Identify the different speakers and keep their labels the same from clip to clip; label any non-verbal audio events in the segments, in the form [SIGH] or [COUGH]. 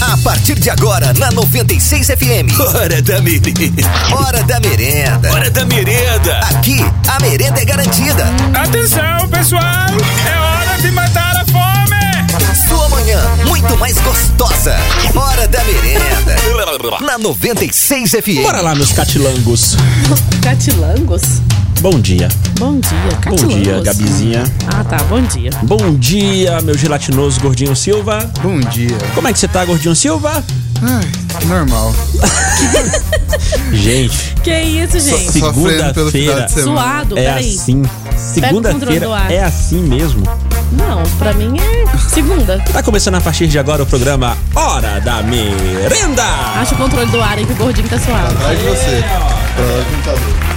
Speaker 1: A partir de agora, na 96 FM.
Speaker 2: Hora da merenda.
Speaker 1: Hora da merenda.
Speaker 2: Hora da merenda.
Speaker 1: Aqui, a merenda é garantida.
Speaker 3: Atenção, pessoal! É hora de matar a fome!
Speaker 1: Sua manhã, muito mais gostosa. Hora da merenda. Na 96 FM.
Speaker 4: Bora lá, meus catilangos.
Speaker 5: Catilangos?
Speaker 4: Bom dia.
Speaker 5: Bom dia,
Speaker 4: Bom
Speaker 5: Catilangos.
Speaker 4: dia, Gabizinha.
Speaker 5: Ah, tá, bom dia.
Speaker 4: Bom dia, meu gelatinoso Gordinho Silva.
Speaker 6: Bom dia.
Speaker 4: Como é que você tá, Gordinho Silva?
Speaker 6: Ai, normal.
Speaker 4: Gente,
Speaker 5: Que isso, gente?
Speaker 6: Sofrendo pelo final
Speaker 4: Segunda-feira.
Speaker 6: de semana.
Speaker 5: Suado,
Speaker 4: é
Speaker 5: peraí.
Speaker 4: assim.
Speaker 5: controle
Speaker 4: Segunda-feira
Speaker 5: do ar.
Speaker 4: é assim mesmo.
Speaker 5: Não, pra mim é segunda.
Speaker 4: Tá começando a partir de agora o programa Hora da Merenda.
Speaker 5: Acho o controle do ar aí que o gordinho tá suado.
Speaker 6: Atrás de você. Pra lá do computador.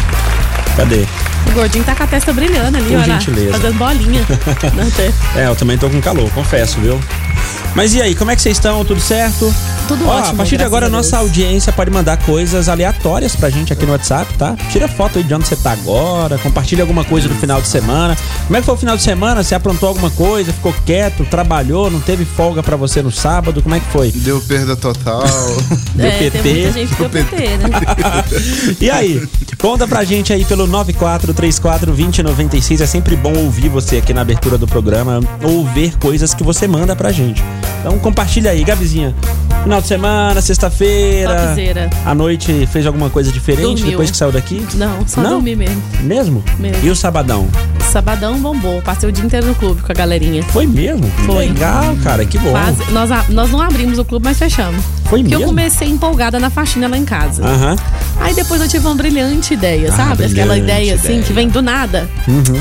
Speaker 4: Cadê?
Speaker 5: O gordinho tá com a testa brilhando ali,
Speaker 4: Por
Speaker 5: olha. lá,
Speaker 4: gentileza.
Speaker 5: Fazendo
Speaker 4: [LAUGHS]
Speaker 5: bolinha. na testa.
Speaker 4: É, eu também tô com calor, confesso, viu? Mas e aí, como é que vocês estão? Tudo certo?
Speaker 5: Tudo
Speaker 4: Ó,
Speaker 5: ótimo,
Speaker 4: A partir de
Speaker 5: graças
Speaker 4: agora,
Speaker 5: a
Speaker 4: a
Speaker 5: Deus.
Speaker 4: nossa audiência pode mandar coisas aleatórias pra gente aqui no WhatsApp, tá? Tira foto aí de onde você tá agora, compartilha alguma coisa do final de semana. Como é que foi o final de semana? Você aprontou alguma coisa? Ficou quieto? Trabalhou? Não teve folga pra você no sábado? Como é que foi?
Speaker 6: Deu perda total.
Speaker 5: é,
Speaker 4: PT.
Speaker 5: tem muita gente que deu PT, né?
Speaker 4: E aí? Conta pra gente aí pelo 94342096. É sempre bom ouvir você aqui na abertura do programa ou ver coisas que você manda pra gente. Então compartilha aí, Gabizinha. Final de semana, sexta-feira.
Speaker 5: Topzera.
Speaker 4: À noite fez alguma coisa diferente
Speaker 5: Dormiu.
Speaker 4: depois que saiu daqui?
Speaker 5: Não, só
Speaker 4: Não?
Speaker 5: dormi mesmo.
Speaker 4: Mesmo?
Speaker 5: Mesmo.
Speaker 4: E o sabadão?
Speaker 5: Sabadão bombou. Passei o dia inteiro no clube com a galerinha.
Speaker 4: Foi mesmo?
Speaker 5: Foi.
Speaker 4: Legal, cara, que bom.
Speaker 5: Quase- nós, a- nós não abrimos o clube, mas fechamos.
Speaker 4: Oh. Foi
Speaker 5: Porque eu
Speaker 4: mesmo? Ah,
Speaker 5: comecei empolgada na faxina lá em casa.
Speaker 4: Aham.
Speaker 5: Aí depois eu tive uma brilhante ideia,
Speaker 4: Ah,
Speaker 5: sabe? Aquela
Speaker 4: brilhante
Speaker 5: ideia assim
Speaker 4: ideia. Uhum.
Speaker 5: que vem do nada.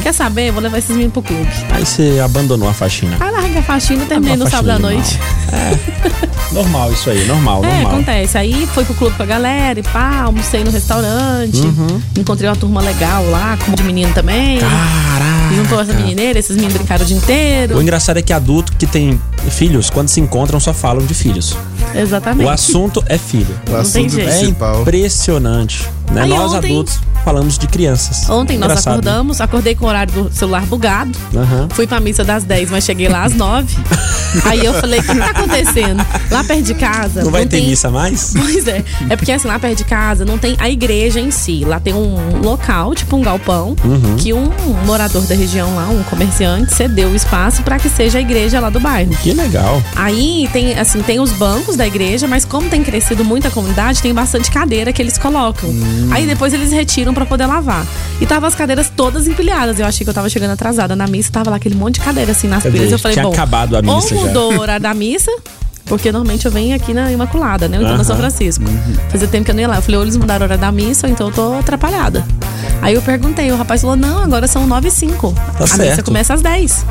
Speaker 5: Quer saber? Vou levar esses meninos pro clube.
Speaker 4: Aí você abandonou a faxina.
Speaker 5: Aí larguei a faxina, terminei
Speaker 4: uma
Speaker 5: no sábado à
Speaker 4: Ah, faxina é
Speaker 5: noite.
Speaker 4: Normal isso aí, normal,
Speaker 5: É,
Speaker 4: normal.
Speaker 5: acontece. Aí fui pro clube com a galera e pá, almocei no restaurante. Encontrei uma turma legal lá, com um monte de menino também.
Speaker 4: Uhum. Caraca.
Speaker 5: Juntou essa menineira, esses meninos brincaram o dia inteiro.
Speaker 4: O engraçado é que adulto que tem filhos, quando se encontram, só falam de filhos.
Speaker 5: Exatamente.
Speaker 4: O assunto é filho.
Speaker 6: O assunto
Speaker 5: jeito.
Speaker 4: É
Speaker 6: principal.
Speaker 4: impressionante. Né?
Speaker 5: Aí
Speaker 4: Nós
Speaker 5: ontem-
Speaker 4: adultos falamos de crianças.
Speaker 5: Ontem nós
Speaker 4: Engraçado, né?
Speaker 5: acordamos, acordei com o horário do celular bugado.
Speaker 4: Aham.
Speaker 5: Fui pra missa das 10, mas cheguei lá às
Speaker 4: [LAUGHS]
Speaker 5: 9. Aí eu falei, o que tá acontecendo? Lá perto de casa.
Speaker 4: Não vai ter
Speaker 5: tem-
Speaker 4: missa mais?
Speaker 5: [LAUGHS] Pois é. É porque assim, lá perto de casa não tem a igreja em si. Lá tem um local, tipo um galpão, que um morador da região lá, um comerciante, cedeu o espaço pra que seja a igreja lá do bairro.
Speaker 4: Que legal.
Speaker 5: Aí tem, assim, tem os bancos da igreja, mas como tem crescido muito a comunidade, tem bastante cadeira que eles colocam.
Speaker 4: Hum.
Speaker 5: Aí depois eles retiram pra poder lavar. E tava as cadeiras todas empilhadas. Eu achei que eu tava chegando atrasada na missa, tava lá aquele monte de cadeira assim nas
Speaker 4: Quer
Speaker 5: pilhas.
Speaker 4: dizer,
Speaker 5: Eu falei,
Speaker 4: tinha
Speaker 5: bom,
Speaker 4: acabado a missa já.
Speaker 5: ou mudou o horário da missa. Porque normalmente eu venho aqui na Imaculada, né? Ou então na São
Speaker 4: Aham. Uhum.
Speaker 5: Francisco. Fazia tempo que eu não ia lá. Eu falei, ou eles mudaram a hora da missa, ou então eu tô atrapalhada. Aí eu perguntei, o rapaz falou, não, agora são 9 e 5. a missa
Speaker 4: Tá certo.
Speaker 5: começa às 10.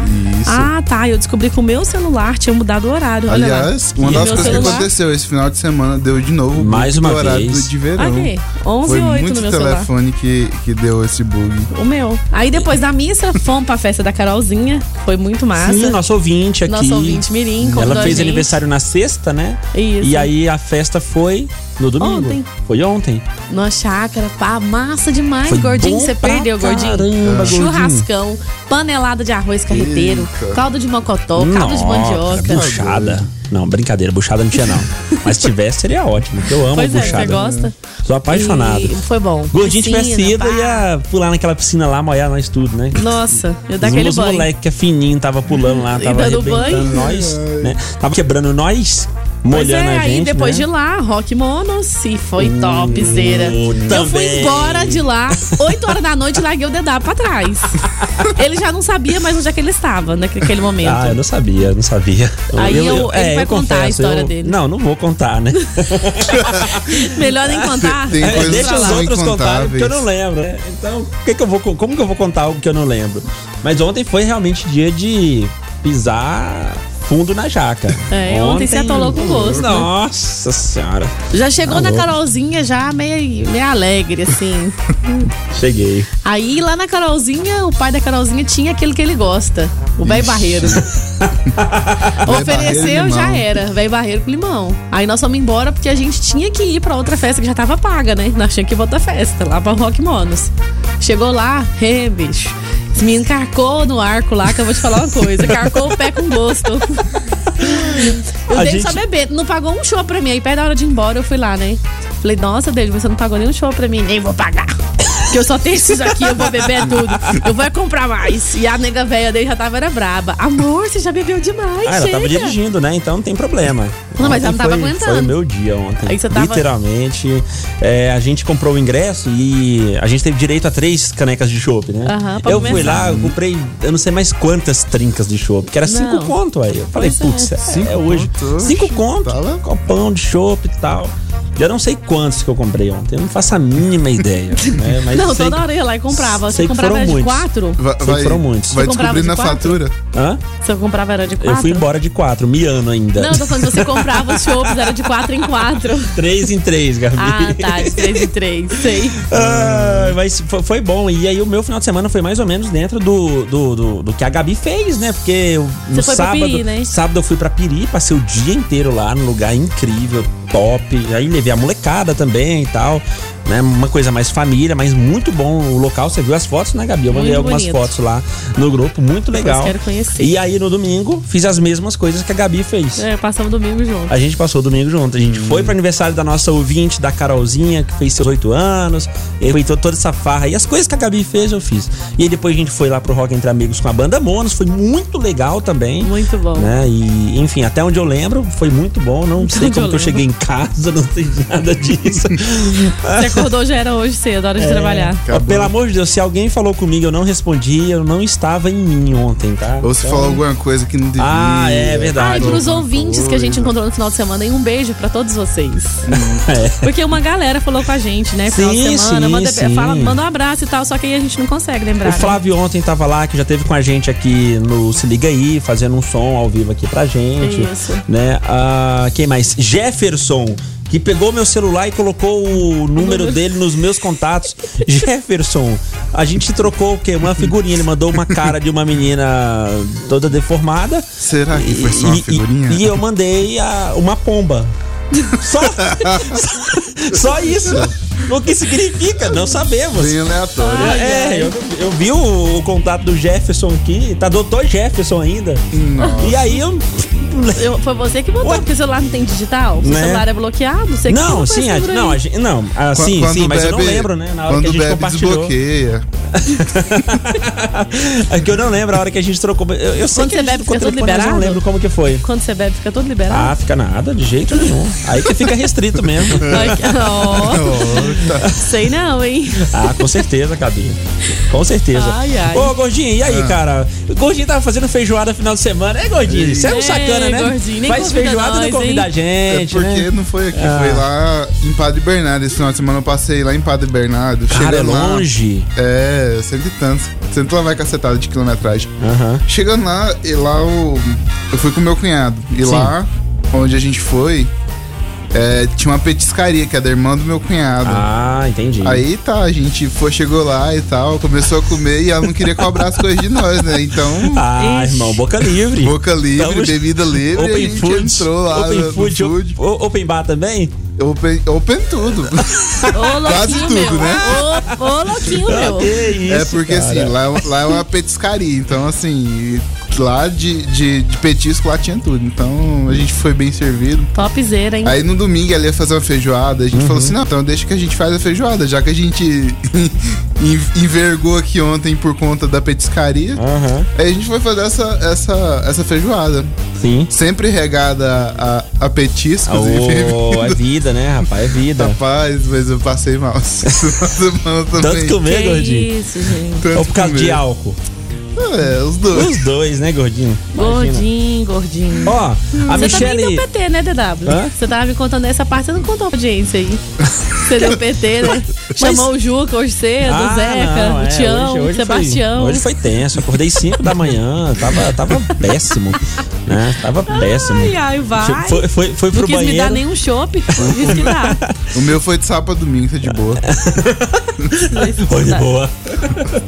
Speaker 5: Ah, tá. Eu descobri que o meu celular tinha mudado o horário. Olha lá.
Speaker 6: Aliás, uma
Speaker 5: E
Speaker 6: das
Speaker 5: meu
Speaker 6: coisas que
Speaker 5: celular?
Speaker 6: aconteceu esse final de semana deu de novo o
Speaker 4: Mais
Speaker 6: bug
Speaker 4: uma
Speaker 6: do horário
Speaker 4: vez.
Speaker 6: de verão.
Speaker 5: Aqui, 11
Speaker 6: Foi
Speaker 5: e 8
Speaker 6: muito
Speaker 5: no meu celular.
Speaker 6: telefone que, que deu esse bug.
Speaker 5: O meu. Aí depois da missa, fomos pra festa da Carolzinha. que Foi muito massa.
Speaker 4: Sim, nosso ouvinte aqui.
Speaker 5: Nosso ouvinte Mirim convidou
Speaker 4: Ela
Speaker 5: a
Speaker 4: fez
Speaker 5: gente.
Speaker 4: aniversário na sexta, né?
Speaker 5: Isso.
Speaker 4: E aí a festa foi no domingo.
Speaker 5: Ontem.
Speaker 4: Foi ontem.
Speaker 5: Numa chácara, pá, massa demais,
Speaker 4: Foi
Speaker 5: gordinho.
Speaker 4: bom
Speaker 5: Você
Speaker 4: pra
Speaker 5: perdeu, gordinho.
Speaker 4: caramba, gordinho.
Speaker 5: Churrascão, panelada de arroz carreteiro,
Speaker 6: Eita.
Speaker 5: caldo de mocotó, caldo de
Speaker 4: Nossa,
Speaker 5: mandioca.
Speaker 4: Buchada. Não, brincadeira, buchada não tinha, não. Mas se tivesse, seria ótimo, que eu amo
Speaker 5: Pois é,
Speaker 4: buchada.
Speaker 5: você gosta?
Speaker 4: Sou apaixonado.
Speaker 5: E foi bom.
Speaker 4: Gordinho
Speaker 5: Piscina,
Speaker 4: tivesse ido,
Speaker 5: pá.
Speaker 4: ia pular naquela piscina lá, molhar nós tudo, né?
Speaker 5: Nossa, eu
Speaker 4: Os
Speaker 5: daquele
Speaker 4: os
Speaker 5: banho.
Speaker 4: moleque que é fininho, tava pulando lá, tava
Speaker 5: dando
Speaker 4: arrebentando
Speaker 5: banho.
Speaker 4: nós, né? Tava quebrando nós,
Speaker 5: Pois
Speaker 4: molhando
Speaker 5: é,
Speaker 4: a gente,
Speaker 5: aí depois
Speaker 4: né? Hum,
Speaker 5: de lá, Rock Monos, e foi topzera. Eu
Speaker 4: também.
Speaker 5: fui embora de lá, 8 horas da noite, e larguei o dedado pra
Speaker 4: [LAUGHS]
Speaker 5: trás. ele já não sabia mais onde é que ele estava naquele momento.
Speaker 4: Ah, eu não sabia, não sabia. é,
Speaker 5: Aí eu- ele vai contar a história
Speaker 4: eu-
Speaker 5: dele.
Speaker 4: Não, não vou contar, né?
Speaker 5: Melhor nem contar.
Speaker 6: Tem
Speaker 4: É,
Speaker 6: coisas
Speaker 4: deixa
Speaker 6: que
Speaker 4: os
Speaker 6: são
Speaker 4: outros contarem,
Speaker 6: incontáveis.
Speaker 4: porque eu não lembro. né? Então, o que que eu vou, co- como que eu vou contar algo que eu não lembro? Mas ontem foi realmente dia de pisar fundo na jaca.
Speaker 5: É, ontem você atolou com gosto, né?
Speaker 4: Nossa senhora.
Speaker 5: Já chegou
Speaker 4: Tá
Speaker 5: na
Speaker 4: louco.
Speaker 5: Carolzinha, já meio, meio alegre, assim.
Speaker 4: Cheguei.
Speaker 5: Aí lá na Carolzinha, o pai da Carolzinha tinha aquilo que ele gosta: o velho
Speaker 6: [LAUGHS]
Speaker 5: barreiro.
Speaker 6: Véi
Speaker 5: Ofereceu,
Speaker 6: Barreiro,
Speaker 5: já
Speaker 6: limão.
Speaker 5: era. Velho barreiro com limão. Aí nós fomos embora porque a gente tinha que ir pra outra festa que já tava paga, né? Nós tínhamos que ir pra outra festa, lá pra Rock Monos. Chegou lá, hey, bicho. Esse menino carcou no arco lá, que eu vou te falar uma coisa. Carcou o pé com gosto. Eu
Speaker 4: A
Speaker 5: dei
Speaker 4: gente-
Speaker 5: só beber. Não pagou um show pra mim. Aí perto da hora de ir embora, eu fui lá, né? Falei, nossa, Deus, você não pagou nenhum show pra mim. Nem vou pagar. [LAUGHS] Que eu só tenho esses aqui, eu vou beber tudo. Eu vou é comprar mais. E a nega velha dele já tava, era braba. Amor, você já bebeu demais,
Speaker 4: Ah, ela
Speaker 5: chega.
Speaker 4: tava dirigindo, né? Então não tem problema.
Speaker 5: Não, mas ela não tava
Speaker 4: foi,
Speaker 5: aguentando.
Speaker 4: Foi o meu dia ontem.
Speaker 5: Aí você tava-
Speaker 4: Literalmente. é, a gente comprou o ingresso e a gente teve direito a três canecas de chopp, né?
Speaker 5: Aham, pra
Speaker 4: eu fui
Speaker 5: começar.
Speaker 4: lá, eu comprei eu não sei mais quantas trincas de chopp, que era cinco
Speaker 5: Não.
Speaker 4: conto aí. Eu falei,
Speaker 5: Pois é.
Speaker 4: putz, é,
Speaker 6: Cinco
Speaker 4: é hoje.
Speaker 6: conto, oxe,
Speaker 4: Cinco conto,
Speaker 6: tava-
Speaker 4: copão de chopp e tal. Eu não sei quantos que eu comprei ontem, eu não faço a
Speaker 5: [LAUGHS]
Speaker 4: mínima ideia. né? Mas
Speaker 5: Não,
Speaker 4: sei
Speaker 5: toda
Speaker 4: que-
Speaker 5: hora eu ia lá e comprava. Se
Speaker 4: sei
Speaker 5: eu
Speaker 4: que
Speaker 5: comprava
Speaker 4: foram
Speaker 5: era de
Speaker 4: muitos.
Speaker 5: quatro,
Speaker 6: Vai,
Speaker 4: Sei que
Speaker 6: vai,
Speaker 4: foram muitos.
Speaker 6: vai
Speaker 5: Você comprava
Speaker 6: descobrir
Speaker 5: de
Speaker 6: na
Speaker 5: quatro?
Speaker 6: fatura.
Speaker 4: Hã?
Speaker 5: se eu comprava era de quatro.
Speaker 4: Eu fui embora de quatro, miando ainda.
Speaker 5: Não, eu tô falando, você comprava os shows, era de quatro em quatro.
Speaker 4: [LAUGHS] Três em três, Gabi.
Speaker 5: Ah, tá, de três em três, sei.
Speaker 4: Ah, mas fo- foi bom. E aí o meu final de semana foi mais ou menos dentro do, do, do, do que a Gabi fez, né? Porque eu- no
Speaker 5: foi pra
Speaker 4: sábado.
Speaker 5: Piri, né?
Speaker 4: Sábado eu fui pra Piri, passei o dia inteiro lá num lugar incrível, top. Aí levei a molecada também e tal. Né? Uma coisa mais família, mas muito bom o local. Você viu as fotos, né, Gabi? Eu mandei
Speaker 5: Muito
Speaker 4: algumas
Speaker 5: bonito.
Speaker 4: fotos lá no grupo, muito legal.
Speaker 5: quero conhecer.
Speaker 4: E aí no domingo fiz as mesmas coisas que a Gabi fez.
Speaker 5: É, passamos domingo junto.
Speaker 4: A gente passou o domingo junto. A gente foi pro aniversário da nossa ouvinte, da Carolzinha, que fez seus oito anos. Eu fui to- toda essa farra. E as coisas que a Gabi fez, eu fiz. E aí depois a gente foi lá pro Rock Entre Amigos com a banda Monos. Foi muito legal também.
Speaker 5: Muito bom.
Speaker 4: Né? E, enfim, até onde eu lembro, foi muito bom. Não sei
Speaker 5: onde eu
Speaker 4: como que eu
Speaker 5: lembro.
Speaker 4: cheguei em casa, não sei de nada disso.
Speaker 5: Você acordou já era hoje cedo, hora de
Speaker 4: É.
Speaker 5: trabalhar.
Speaker 4: Ó, Pelo amor de Deus, se alguém falou comigo, eu não respondi, eu não estava em mim ontem, tá?
Speaker 6: Ou se
Speaker 4: Então-
Speaker 6: falou alguma coisa que não devia.
Speaker 4: Ah, é verdade.
Speaker 5: Ah, e pros
Speaker 6: Alguma
Speaker 5: ouvintes que a gente
Speaker 6: coisa.
Speaker 5: encontrou no final de semana, e um beijo pra todos vocês.
Speaker 4: [LAUGHS] É.
Speaker 5: Porque uma galera falou com a gente, né? Final
Speaker 4: Sim,
Speaker 5: de semana,
Speaker 4: sim,
Speaker 5: manda,
Speaker 4: sim.
Speaker 5: fala- manda um abraço e tal, só que aí a gente não consegue lembrar.
Speaker 4: O
Speaker 5: né?
Speaker 4: Flávio ontem tava lá, que já teve com a gente aqui no Se Liga Aí, fazendo um som ao vivo aqui pra gente.
Speaker 5: Isso.
Speaker 4: Né? Ah, quem mais? Jefferson, que pegou meu celular e colocou o número dele nos meus contatos. Jefferson, a gente trocou o quê? Uma figurinha. Ele mandou uma cara de uma menina toda deformada.
Speaker 6: Será que foi só uma
Speaker 4: E- e-
Speaker 6: figurinha?
Speaker 4: E, eu mandei a- uma pomba. Só, [LAUGHS] só isso. O que significa? Não sabemos.
Speaker 6: Bem aleatório.
Speaker 4: É, eu, eu vi o, o contato do Jefferson aqui, tá doutor Jefferson ainda.
Speaker 6: Nossa.
Speaker 4: E aí eu.
Speaker 5: né? Eu- foi você que botou,
Speaker 4: Ué?
Speaker 5: porque o celular não tem digital? Seu
Speaker 4: Né?
Speaker 5: celular é bloqueado? Você que
Speaker 4: Não,
Speaker 5: colocou
Speaker 4: sim,
Speaker 5: esse
Speaker 4: a,
Speaker 5: número
Speaker 4: não,
Speaker 5: aí.
Speaker 4: a gente- não, ah,
Speaker 6: Qu-
Speaker 4: sim,
Speaker 6: quando
Speaker 4: sim, mas eu não
Speaker 6: bebe-
Speaker 4: lembro, né? Na hora
Speaker 6: quando
Speaker 4: que a gente
Speaker 6: bebe,
Speaker 4: compartilhou.
Speaker 6: desbloqueia.
Speaker 4: [LAUGHS] É que eu não lembro a hora que a gente trocou. Eu, eu sei
Speaker 5: Quando
Speaker 4: que
Speaker 5: você
Speaker 4: a gente
Speaker 5: bebe,
Speaker 4: ficou
Speaker 5: fica tudo
Speaker 4: trocando, mas eu
Speaker 5: liberado?
Speaker 4: não lembro como que foi.
Speaker 5: Quando você bebe, fica todo liberado?
Speaker 4: Ah, fica nada, de jeito nenhum. Aí que fica restrito mesmo.
Speaker 5: Ó, Sei não, hein?
Speaker 4: Ah, com certeza, Gabi. Com certeza.
Speaker 5: Ai, ai.
Speaker 4: Ô, Gordinho, e
Speaker 6: Ah.
Speaker 4: aí, cara? O Gordinho tava fazendo feijoada no final de semana. É, Gordinho, você é um
Speaker 5: É,
Speaker 4: sacana, né?
Speaker 5: Gordinho, nem
Speaker 4: Faz
Speaker 5: convida
Speaker 4: feijoada e
Speaker 5: nós,
Speaker 4: não convida
Speaker 5: hein?
Speaker 4: a gente,
Speaker 6: é porque
Speaker 4: né?
Speaker 6: não foi aqui,
Speaker 4: Ah.
Speaker 6: foi lá em Padre Bernardo. Esse final de semana eu passei lá em Padre Bernardo.
Speaker 4: Cara, é
Speaker 6: chegando lá-
Speaker 4: longe.
Speaker 6: É, cento e tantos. Cento lá vai cacetada de quilometragem.
Speaker 4: Aham.
Speaker 6: Chegando lá, e lá eu, eu fui com meu cunhado. E
Speaker 4: Sim.
Speaker 6: lá, onde a gente foi, é, tinha uma petiscaria que é da irmã do meu cunhado.
Speaker 4: Ah, entendi.
Speaker 6: Aí tá, a gente foi, chegou lá e tal, começou a comer e ela não queria cobrar as coisas de nós, né? Então,
Speaker 4: Ah,
Speaker 5: Ixi.
Speaker 4: irmão, boca livre.
Speaker 6: boca livre,
Speaker 4: Tamo-
Speaker 6: bebida livre, a
Speaker 4: Open
Speaker 6: gente
Speaker 4: food.
Speaker 6: entrou lá
Speaker 4: open
Speaker 6: no, no
Speaker 4: food. o-
Speaker 6: food.
Speaker 4: o- open bar também?
Speaker 6: Open, open tudo.
Speaker 4: [LAUGHS]
Speaker 5: Ô, louquinho
Speaker 6: Quase tudo,
Speaker 5: meu.
Speaker 6: né?
Speaker 5: Ô, ô, louquinho
Speaker 4: Ah, Que
Speaker 5: meu.
Speaker 4: isso,
Speaker 6: é porque
Speaker 4: cara.
Speaker 6: assim, lá, lá é uma petiscaria, então assim, lá de, de, de petisco lá tinha tudo. Então a gente foi bem servido.
Speaker 4: Tá.
Speaker 5: Topzera, hein?
Speaker 6: Aí no domingo ela ia fazer uma feijoada, a gente
Speaker 4: Uhum.
Speaker 6: falou assim, não, então deixa que a gente faz a feijoada, já que a gente [LAUGHS] en- envergou aqui ontem por conta da petiscaria.
Speaker 4: Aham,
Speaker 6: Aí a gente foi fazer essa, essa, essa feijoada.
Speaker 4: sim.
Speaker 6: Sempre regada a, a petiscos
Speaker 4: Ô, é
Speaker 6: e [LAUGHS]
Speaker 4: vida, né, rapaz? É vida.
Speaker 6: Rapaz, mas eu passei mal [LAUGHS] essa semana
Speaker 4: Tanto
Speaker 6: também.
Speaker 4: comer,
Speaker 5: que
Speaker 4: gordinho.
Speaker 5: isso, gente.
Speaker 6: Tanto
Speaker 4: Ou por causa de
Speaker 6: comer.
Speaker 4: álcool?
Speaker 6: É, os dois.
Speaker 4: Os dois, né, gordinho? Imagina.
Speaker 5: Gordinho, gordinho.
Speaker 4: Ó, a
Speaker 5: Você tá também
Speaker 4: Michelle.
Speaker 5: deu PT, né, DW?
Speaker 4: Hã?
Speaker 5: Você tava me contando essa parte, você não contou a audiência aí. Você deu PT,
Speaker 4: [LAUGHS]
Speaker 5: né? Chamou o Juca hoje cedo, o Zeca,
Speaker 4: não, é,
Speaker 5: o Tião,
Speaker 4: hoje- hoje
Speaker 5: o Sebastião.
Speaker 4: Foi, hoje foi tenso. Acordei 5 da manhã. Tava, tava péssimo. Né? Tava péssimo.
Speaker 5: Ai, ai, vai.
Speaker 4: Foi, foi, foi
Speaker 5: Não
Speaker 4: pro
Speaker 5: quis me dar
Speaker 4: banheiro.
Speaker 5: nenhum
Speaker 4: [LAUGHS]
Speaker 5: chopp. Disse que dá.
Speaker 6: O meu foi de sábado a domingo, tá de boa.
Speaker 4: Foi
Speaker 5: Tá,
Speaker 4: de boa.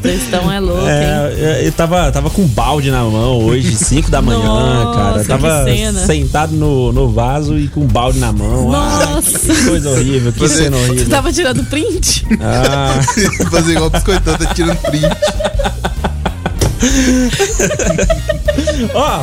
Speaker 5: Vocês estão é louco, hein?
Speaker 4: É, eu tava, tava com um balde na mão
Speaker 5: [LAUGHS]
Speaker 4: hoje, 5 da manhã,
Speaker 5: Nossa,
Speaker 4: cara.
Speaker 5: que
Speaker 4: Tava
Speaker 5: cena.
Speaker 4: sentado no, no vaso e com um balde na mão. Ah,
Speaker 5: Nossa.
Speaker 4: que coisa horrível, que
Speaker 6: Você-
Speaker 4: cena
Speaker 5: Você tá
Speaker 4: horrível.
Speaker 5: tava tirando
Speaker 4: [LAUGHS]
Speaker 5: print?
Speaker 4: Ah,
Speaker 6: [LAUGHS] Fazer igual o biscoitão, tá tirando print.
Speaker 4: Ó,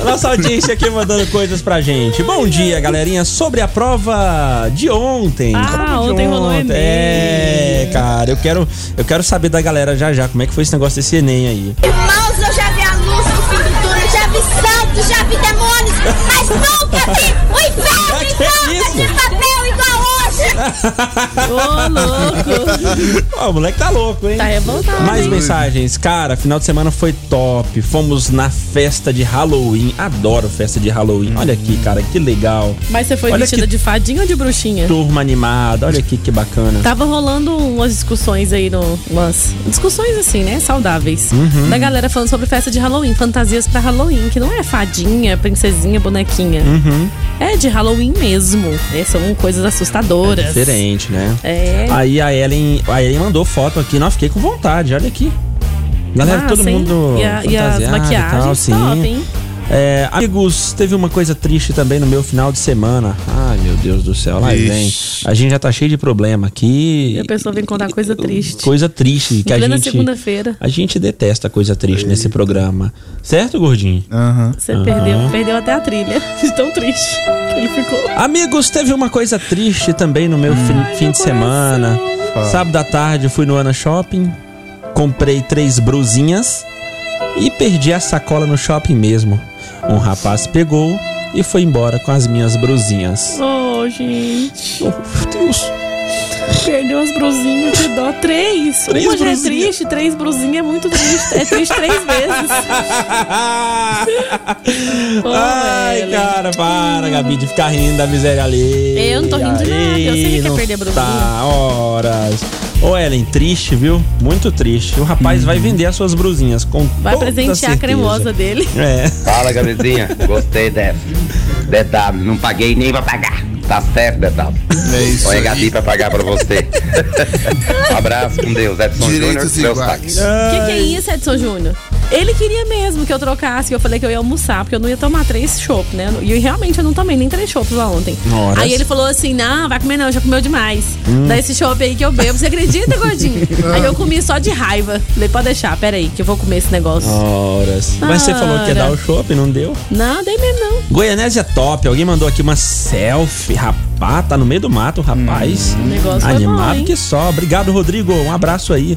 Speaker 4: A nossa audiência aqui mandando coisas pra gente. Bom dia, galerinha. Sobre a prova de ontem.
Speaker 5: Ah,
Speaker 4: Prova de
Speaker 5: ontem rolou Enem.
Speaker 4: É, cara, eu quero, eu quero saber da galera já já como é que foi esse negócio desse Enem aí.
Speaker 7: Irmãos, eu já vi a luz do fim do túnel, já vi santos, já vi demônios, mas nunca vi o inferno
Speaker 4: [LAUGHS] Que
Speaker 7: em
Speaker 4: isso?
Speaker 7: forma de papel igual hoje.
Speaker 5: Ô, louco.
Speaker 4: Ó, o moleque tá louco, hein?
Speaker 5: Tá revoltado.
Speaker 4: Mais
Speaker 5: hein?
Speaker 4: mensagens. Cara, final de semana foi top. Fomos na festa de Halloween. Adoro festa de Halloween. Olha aqui, cara, que legal.
Speaker 5: Mas você foi
Speaker 4: Olha
Speaker 5: vestida
Speaker 4: que-
Speaker 5: de fadinha ou de bruxinha?
Speaker 4: Turma animada. Olha aqui que bacana.
Speaker 5: Tava rolando umas discussões aí no. Umas discussões assim, né? Saudáveis.
Speaker 4: Uhum.
Speaker 5: Da galera falando sobre festa de Halloween, fantasias pra Halloween, que não é fadinha, princesinha, bonequinha.
Speaker 4: Uhum.
Speaker 5: É de Halloween mesmo. né? São coisas assustadoras.
Speaker 4: Diferente, né?
Speaker 5: É.
Speaker 4: Aí a Ellen, a Ellen mandou foto aqui, nós fiquei com vontade, olha aqui. Galera,
Speaker 5: Massa,
Speaker 4: todo
Speaker 5: hein?
Speaker 4: mundo.
Speaker 5: Ah, E, a- e as
Speaker 4: fantasiado e
Speaker 5: maquiagens
Speaker 4: tal, sim.
Speaker 5: top, hein?
Speaker 4: É, amigos, teve uma coisa triste também no meu final de semana. Ai, meu Deus do céu, lá vem.
Speaker 6: Ixi.
Speaker 4: A gente já tá cheio de problema aqui.
Speaker 5: E a pessoa vem contar coisa triste.
Speaker 4: Coisa triste que
Speaker 5: Em
Speaker 4: a
Speaker 5: plena
Speaker 4: gente.
Speaker 5: segunda-feira.
Speaker 4: A gente detesta coisa triste nesse programa. Certo, gordinho?
Speaker 6: Aham.
Speaker 5: Você perdeu, perdeu até a trilha. [LAUGHS] De tão triste que ele ficou.
Speaker 4: Amigos, teve uma coisa triste também no meu fi- fim de semana. Sábado à tarde eu fui no Ana Shopping, comprei três brusinhas e perdi a sacola no shopping mesmo. Um rapaz pegou e foi embora com as minhas brusinhas.
Speaker 5: Oh, gente.
Speaker 4: Oh, Deus.
Speaker 5: Perdeu as brusinhas, que dó. Três.
Speaker 4: Três
Speaker 5: Uma já é
Speaker 4: brusinhas.
Speaker 5: triste, três brusinhas é muito triste. É triste
Speaker 4: [LAUGHS]
Speaker 5: três vezes.
Speaker 4: [LAUGHS]
Speaker 5: Pô,
Speaker 4: Ai,
Speaker 5: velho.
Speaker 4: cara, para, Gabi, de ficar rindo da miséria ali.
Speaker 5: Eu não tô rindo de nada, eu sei que quer perder a brusinha.
Speaker 4: Tá, horas. Ô, Ellen, triste, viu? Muito triste. O rapaz vai vender as suas brusinhas com
Speaker 5: Vai
Speaker 4: toda
Speaker 5: presentear a
Speaker 4: certeza.
Speaker 5: cremosa dele.
Speaker 4: É.
Speaker 8: Fala, Gabizinha. Gostei dessa. DW, não paguei nem pra pagar. Tá certo, DW.
Speaker 6: É isso
Speaker 8: Põe a
Speaker 6: aí.
Speaker 8: Gabi pra pagar pra você. Abraço com Deus. Edson Júnior,
Speaker 6: Direitos
Speaker 8: seus
Speaker 6: iguais.
Speaker 8: táxis.
Speaker 5: O que, que é isso, Edson Júnior? Ele queria mesmo que eu trocasse, que eu falei que eu ia almoçar, porque eu não ia tomar três chopps, né? E eu, realmente eu não tomei nem três chopps lá ontem.
Speaker 4: Nossa.
Speaker 5: Aí ele falou assim: não, vai comer não, já comeu demais.
Speaker 4: Hum.
Speaker 5: Dá esse chopp aí que eu bebo. Você acredita,
Speaker 4: [LAUGHS]
Speaker 5: gordinho? aí eu comi só de raiva. Falei, pode deixar, peraí, que eu vou comer esse negócio.
Speaker 4: Horas. Mas você falei falou que ia dar o chopp, não deu?
Speaker 5: Não, dei mesmo não.
Speaker 4: Goianésia é top. Alguém mandou aqui uma selfie, rapaz. Tá no meio do mato, rapaz.
Speaker 5: Hum, negócio foi
Speaker 4: Animado
Speaker 5: bom, hein?
Speaker 4: que só. Obrigado, Rodrigo. Um abraço aí.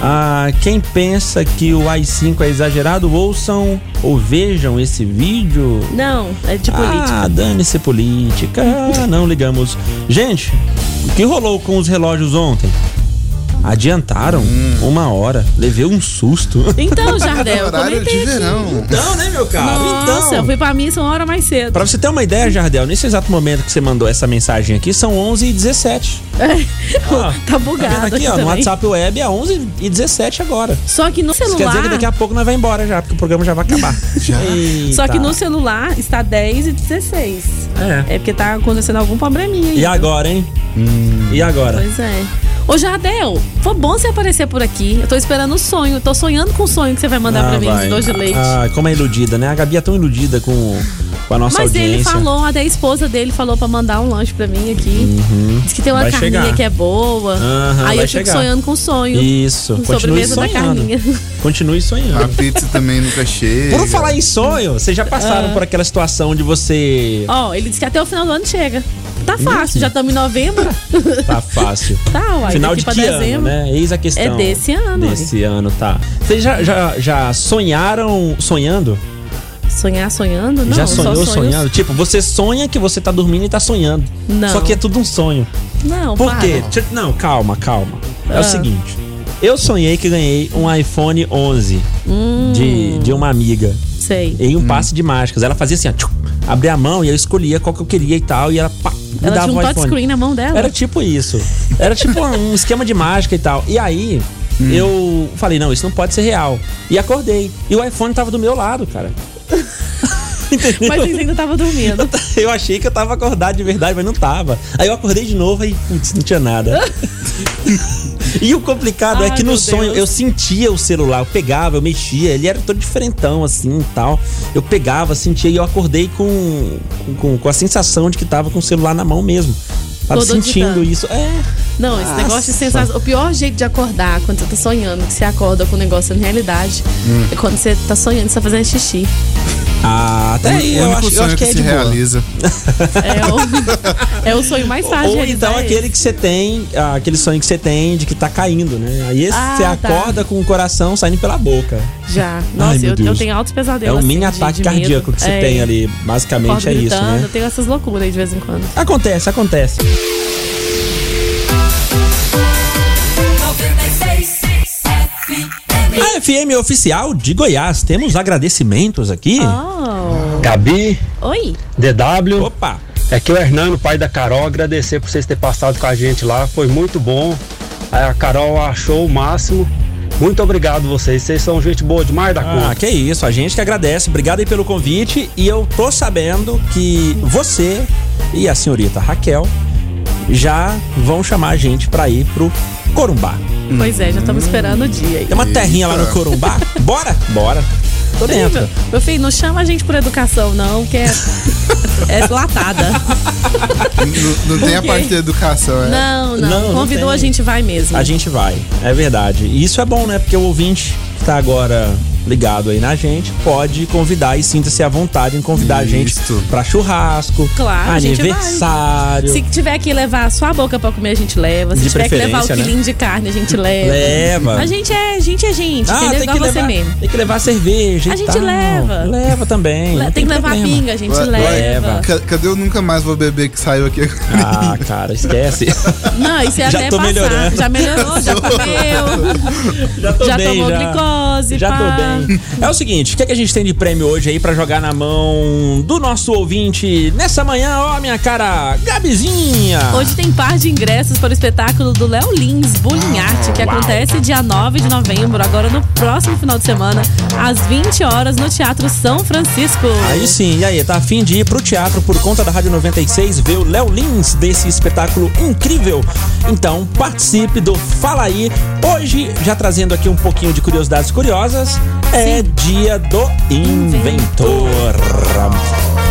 Speaker 4: Ah, quem pensa que o i5 é exagerado, ouçam ou vejam esse vídeo.
Speaker 5: Não, é de política.
Speaker 4: Ah, dane-se
Speaker 5: [LAUGHS]
Speaker 4: política. Ah, Não ligamos. Gente, o que rolou com os relógios ontem? Adiantaram
Speaker 5: Hum.
Speaker 4: uma hora. Levei um susto. [LAUGHS]
Speaker 5: Então, Jardel, eu
Speaker 6: Horário de
Speaker 5: comentei aqui.
Speaker 6: verão.
Speaker 4: Então, né, meu caro?
Speaker 5: Nossa, eu fui pra missa uma hora mais cedo.
Speaker 4: Pra você ter uma ideia, Jardel, nesse exato momento que você mandou essa mensagem aqui, são 11h17. Ah,
Speaker 5: Tá
Speaker 4: tá vendo
Speaker 5: bugado
Speaker 4: aqui,
Speaker 5: aqui,
Speaker 4: ó, no
Speaker 5: também.
Speaker 4: WhatsApp Web é 11h17 agora.
Speaker 5: Só que Tá no
Speaker 4: Isso
Speaker 5: celular.
Speaker 4: quer dizer que daqui a pouco nós vamos embora já, porque o programa já vai acabar.
Speaker 6: Já.
Speaker 4: Eita.
Speaker 5: Só que no celular está 10 e 16.
Speaker 4: É.
Speaker 5: É porque tá acontecendo algum probleminha aí.
Speaker 4: E agora, hein? E agora?
Speaker 5: Pois é. Ô, Jardel, foi bom você aparecer por aqui. Eu tô esperando o sonho. Tô sonhando com o sonho que você vai mandar pra mim
Speaker 4: Ah, vai.
Speaker 5: dos dois de leite.
Speaker 4: Ah, como é iludida, né? A Gabi é tão iludida com, com a nossa
Speaker 5: Mas
Speaker 4: audiência.
Speaker 5: ele falou, até a esposa dele falou pra mandar um lanche pra mim aqui. Diz que tem uma
Speaker 4: Uhum. Vai
Speaker 5: carninha
Speaker 4: chegar.
Speaker 5: que é boa.
Speaker 4: Aham,
Speaker 5: aí
Speaker 4: vai
Speaker 5: eu fico
Speaker 4: chegar.
Speaker 5: sonhando com o sonho.
Speaker 4: Isso, continue
Speaker 5: Sobremesa da
Speaker 4: sonhando.
Speaker 5: carninha.
Speaker 4: Continue sonhando.
Speaker 6: A pizza também nunca chega.
Speaker 4: Por falar em sonho, vocês já
Speaker 5: Ah.
Speaker 4: passaram por aquela situação de você.
Speaker 5: Ó, ele disse que até o final do ano chega. Tá fácil, já estamos em
Speaker 4: [LAUGHS]
Speaker 5: novembro.
Speaker 4: Tá
Speaker 5: [LAUGHS]
Speaker 4: fácil.
Speaker 5: tá, uai.
Speaker 4: Final
Speaker 5: daqui
Speaker 4: de
Speaker 5: pra
Speaker 4: que
Speaker 5: dezembro.
Speaker 4: ano, né? Eis a questão.
Speaker 5: É desse ano, olha.
Speaker 4: Desse ano, tá. Vocês já, já, já sonharam sonhando?
Speaker 5: Sonhar sonhando? Não,
Speaker 4: já
Speaker 5: só
Speaker 4: sonhou
Speaker 5: sonhos-
Speaker 4: sonhando? Tipo, você sonha que você tá dormindo e tá sonhando.
Speaker 5: Não.
Speaker 4: Só que é tudo um sonho.
Speaker 5: Não, Ah.
Speaker 4: Por
Speaker 5: para.
Speaker 4: quê? Deixa eu- Não, calma, calma. É o seguinte. Eu sonhei que ganhei um iPhone 11
Speaker 5: Hum.
Speaker 4: de, de uma amiga
Speaker 5: Sei.
Speaker 4: em um passe de mágicas. Ela fazia assim, ó, tchum, abria a mão e eu escolhia qual que eu queria e tal. E ela, pá, me
Speaker 5: Ela
Speaker 4: dava
Speaker 5: tinha
Speaker 4: um
Speaker 5: um
Speaker 4: iPhone.
Speaker 5: touchscreen na mão dela.
Speaker 4: Era tipo isso. Era tipo um esquema de mágica e tal. E aí, eu falei, não, isso não pode ser real. E acordei. E o iPhone tava do meu lado, cara. [LAUGHS]
Speaker 5: Mas eles ainda tava dormindo.
Speaker 4: Eu achei que eu tava acordado de verdade, mas não tava. Aí eu acordei de novo e, putz, não
Speaker 5: [LAUGHS]
Speaker 4: tinha nada. E o complicado é
Speaker 5: Ai,
Speaker 4: que no
Speaker 5: meu
Speaker 4: sonho
Speaker 5: Deus.
Speaker 4: eu sentia o celular, eu pegava, eu mexia, ele era todo diferentão assim e tal. Eu pegava, sentia e eu acordei com, com, com a sensação de que tava com o celular na mão mesmo. Tava
Speaker 5: Todo
Speaker 4: sentindo
Speaker 5: agitado.
Speaker 4: isso. É.
Speaker 5: Não, esse negócio de sensação. O pior jeito de acordar quando você tá
Speaker 4: Hum.
Speaker 5: é sonhando, que você acorda com o negócio na realidade, é quando você tá sonhando, você tá fazendo xixi.
Speaker 4: Ah, até aí,
Speaker 6: o
Speaker 4: eu
Speaker 6: único
Speaker 4: acho, eu
Speaker 6: sonho
Speaker 4: acho que é
Speaker 6: se
Speaker 4: de boa.
Speaker 6: realiza.
Speaker 5: É o, [LAUGHS] é o sonho mais fácil. de
Speaker 4: Ou
Speaker 5: realizar
Speaker 4: então
Speaker 5: esse.
Speaker 4: aquele que você tem, ah, aquele sonho que você tem de que tá caindo, né? Aí esse
Speaker 5: Ah,
Speaker 4: você
Speaker 5: tá.
Speaker 4: acorda com o coração saindo pela boca.
Speaker 5: Já. Nossa,
Speaker 4: meu
Speaker 5: eu, eu
Speaker 4: Deus.
Speaker 5: tenho altos
Speaker 4: É
Speaker 5: pesadelos.
Speaker 4: um
Speaker 5: assim,
Speaker 4: mini
Speaker 5: de-
Speaker 4: ataque
Speaker 5: de
Speaker 4: cardíaco
Speaker 5: medo.
Speaker 4: que você
Speaker 5: É,
Speaker 4: tem ali.
Speaker 5: acordo
Speaker 4: Basicamente é isso,
Speaker 5: gritando,
Speaker 4: né?
Speaker 5: Eu tenho essas loucuras aí de vez em quando.
Speaker 4: Acontece, acontece. A FM oficial de Goiás, temos agradecimentos aqui.
Speaker 5: Oh.
Speaker 9: Gabi,
Speaker 5: Oi.
Speaker 9: DW,
Speaker 4: Opa!
Speaker 9: aqui é o Hernando, pai da Carol, agradecer por vocês terem passado com a gente lá, foi muito bom. A Carol achou o máximo. Muito obrigado vocês, vocês são gente boa demais da
Speaker 4: Ah,
Speaker 9: conta.
Speaker 4: que isso, a gente que agradece. Obrigado aí pelo convite. E eu tô sabendo que você e a senhorita Raquel já vão chamar a gente pra ir pro Corumbá.
Speaker 5: Pois é, já estamos esperando o dia aí.
Speaker 4: Tem uma terrinha lá no Corumbá? Bora? Bora. Tô dentro.
Speaker 5: Meu filho, não chama a gente por educação, não, que é, é
Speaker 4: [LAUGHS]
Speaker 5: latada.
Speaker 6: Não, não tem a
Speaker 5: quê?
Speaker 6: parte da educação, é.
Speaker 5: Não, não.
Speaker 4: Não, não
Speaker 5: Convidou,
Speaker 4: tem.
Speaker 5: a gente vai mesmo.
Speaker 4: A gente vai, é verdade. E isso é bom, né? Porque o ouvinte que tá agora ligado aí na gente pode convidar e sinta-se à vontade em convidar a
Speaker 6: Isto.
Speaker 4: gente pra churrasco,
Speaker 5: Claro, a gente vai.
Speaker 4: aniversário.
Speaker 5: Se tiver que levar só a boca pra comer, a gente leva. Se
Speaker 4: De
Speaker 5: tiver que levar o
Speaker 4: preferência, né?
Speaker 5: quilinho de carne, a gente leva.
Speaker 4: Leva.
Speaker 5: A gente é, a gente é gente,
Speaker 4: Ah,
Speaker 5: entendeu?
Speaker 4: tem
Speaker 5: Igual
Speaker 4: que,
Speaker 5: você
Speaker 4: levar,
Speaker 5: mesmo.
Speaker 4: tem que levar cerveja.
Speaker 5: A
Speaker 4: e
Speaker 5: gente
Speaker 4: tal.
Speaker 5: leva.
Speaker 4: Leva também.
Speaker 5: Le-
Speaker 4: não
Speaker 5: tem que levar
Speaker 4: problema.
Speaker 5: pinga, a gente
Speaker 6: Vai-
Speaker 5: leva.
Speaker 4: leva.
Speaker 6: Ca- Cadê eu nunca mais vou beber que saiu aqui agora?
Speaker 4: Ah,
Speaker 5: [LAUGHS]
Speaker 4: cara, esquece.
Speaker 5: Não, isso ia
Speaker 4: Já
Speaker 5: até
Speaker 4: tô
Speaker 5: passar.
Speaker 4: melhorando.
Speaker 5: Já melhorou, já comeu,
Speaker 4: [LAUGHS] já
Speaker 5: já tomou glicose.
Speaker 4: Já
Speaker 5: pá.
Speaker 4: tô bem. É o seguinte, o que, é que a gente tem de prêmio hoje aí pra jogar na mão do nosso ouvinte nessa manhã, ó, minha cara, Gabizinha.
Speaker 5: Ah. Hoje tem par de ingressos para o espetáculo do Léo Lins,
Speaker 4: Ah,
Speaker 5: Bullying Art, que acontece dia 9 de novembro, agora no próximo final de semana, às 20 horas, no Teatro São Francisco.
Speaker 4: Aí sim, e aí, tá afim de ir pro teatro por conta da Rádio 96, ver o Léo Lins desse espetáculo incrível? Então, participe do Fala Aí. Hoje, já trazendo aqui um pouquinho de curiosidades curiosas, é dia do inventor.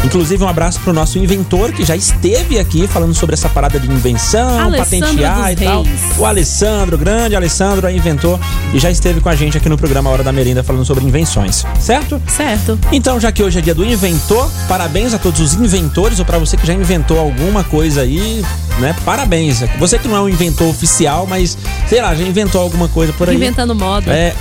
Speaker 4: Inclusive, um abraço pro nosso inventor que já esteve aqui falando sobre essa parada de invenção,
Speaker 5: Alessandro
Speaker 4: patentear e
Speaker 5: dos
Speaker 4: tal.
Speaker 5: Reis.
Speaker 4: O Alessandro, grande Alessandro, aí inventor e já esteve com a gente aqui no programa Hora da Merenda falando sobre invenções, certo?
Speaker 5: Certo.
Speaker 4: Então, já que hoje é dia do inventor, parabéns a todos os inventores, ou pra você que já inventou alguma coisa aí, né? Parabéns. Você que não é um inventor oficial, mas sei lá, já inventou alguma coisa por aí.
Speaker 5: Inventando moda.
Speaker 4: É.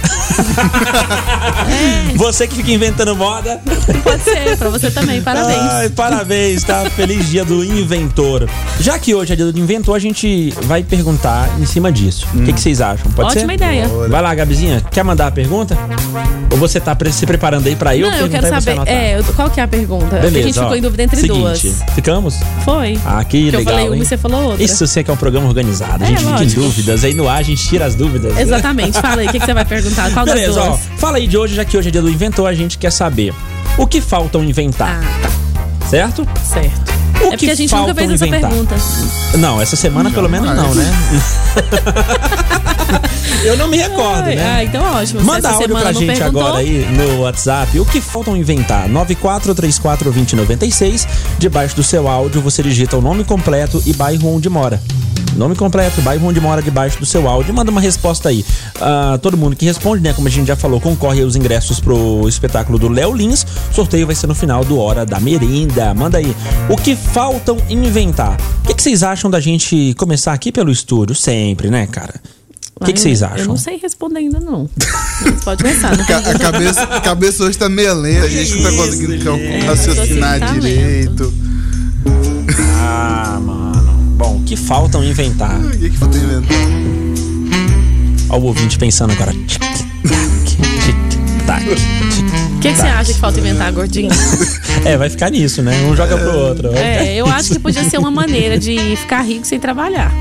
Speaker 4: [LAUGHS] você que fica inventando moda.
Speaker 5: Pode ser, pra você
Speaker 4: [LAUGHS]
Speaker 5: também, parabéns.
Speaker 4: É. Ai, parabéns, tá? Feliz dia do inventor. Já que hoje é dia do inventor, a gente vai perguntar em cima disso. O que, que vocês acham? Pode
Speaker 5: Ótima
Speaker 4: ser?
Speaker 5: ideia.
Speaker 4: Vai lá, Gabizinha. Quer mandar a pergunta? Ou você tá pre- se preparando aí pra eu
Speaker 5: Não, eu
Speaker 4: perguntar
Speaker 5: quero
Speaker 4: e você
Speaker 5: saber.
Speaker 4: anotar?
Speaker 5: É, eu- qual que é a pergunta? Porque
Speaker 4: Beleza,
Speaker 5: a gente
Speaker 4: ó.
Speaker 5: ficou em dúvida entre
Speaker 4: Seguinte,
Speaker 5: duas.
Speaker 4: Ficamos?
Speaker 5: Foi.
Speaker 4: Ah, que
Speaker 5: Porque eu
Speaker 4: legal,
Speaker 5: falei uma
Speaker 4: hein?
Speaker 5: e você falou outra.
Speaker 4: Isso sim é que é um programa organizado. A
Speaker 5: É,
Speaker 4: gente fica em
Speaker 5: lógico.
Speaker 4: dúvidas. Aí no ar a gente tira as dúvidas. né?
Speaker 5: Exatamente. Fala aí, o que, que você vai perguntar? Qual
Speaker 4: Beleza, ó.
Speaker 5: das duas?
Speaker 4: Fala aí de hoje, já que hoje é dia do inventor, a gente quer saber o que faltam inventar,
Speaker 5: Ah, tá
Speaker 4: certo?
Speaker 5: certo.
Speaker 4: O um
Speaker 5: é porque a gente nunca fez essa pergunta.
Speaker 4: Não, essa semana [LAUGHS] pelo menos não, né? Eu não me recordo,
Speaker 5: Ai,
Speaker 4: né?
Speaker 5: ai, então ótimo. Se
Speaker 4: Manda
Speaker 5: essa
Speaker 4: áudio
Speaker 5: semana
Speaker 4: pra
Speaker 5: não
Speaker 4: gente
Speaker 5: perguntou,
Speaker 4: agora aí no WhatsApp. O que faltam inventar? 94342096. Debaixo do seu áudio, você digita o nome completo e bairro onde mora. Nome completo, bairro onde mora debaixo do seu áudio. Manda uma resposta aí. Ah, todo mundo que responde, né? Como a gente já falou, concorre aos ingressos pro espetáculo do Léo Lins. Sorteio vai ser no final do Hora da Merenda. Manda aí. O que faltam inventar? O que, que vocês acham da gente começar aqui pelo estúdio? Sempre, né, cara? O que, que
Speaker 5: ai,
Speaker 4: vocês
Speaker 5: eu-
Speaker 4: acham?
Speaker 5: Eu não sei responder ainda, não. Mas pode né?
Speaker 4: [LAUGHS]
Speaker 5: começar, não tem
Speaker 6: Ca- A cabeça, a cabeça hoje tá meio lenta, a gente não tá conseguindo raciocinar
Speaker 5: eu tô sem
Speaker 6: direito.
Speaker 4: Ah, mano. Bom, o que faltam inventar?
Speaker 6: O que que eu tô inventando?
Speaker 4: Ó, o ouvinte pensando agora. Tic-tac, tic-tac.
Speaker 5: O que, que você acha que falta inventar, gordinho?
Speaker 4: É, vai ficar nisso, né? Um joga pro outro. Vai ficar
Speaker 5: É, eu acho que
Speaker 4: nisso.
Speaker 5: podia ser uma maneira de ficar rico sem trabalhar.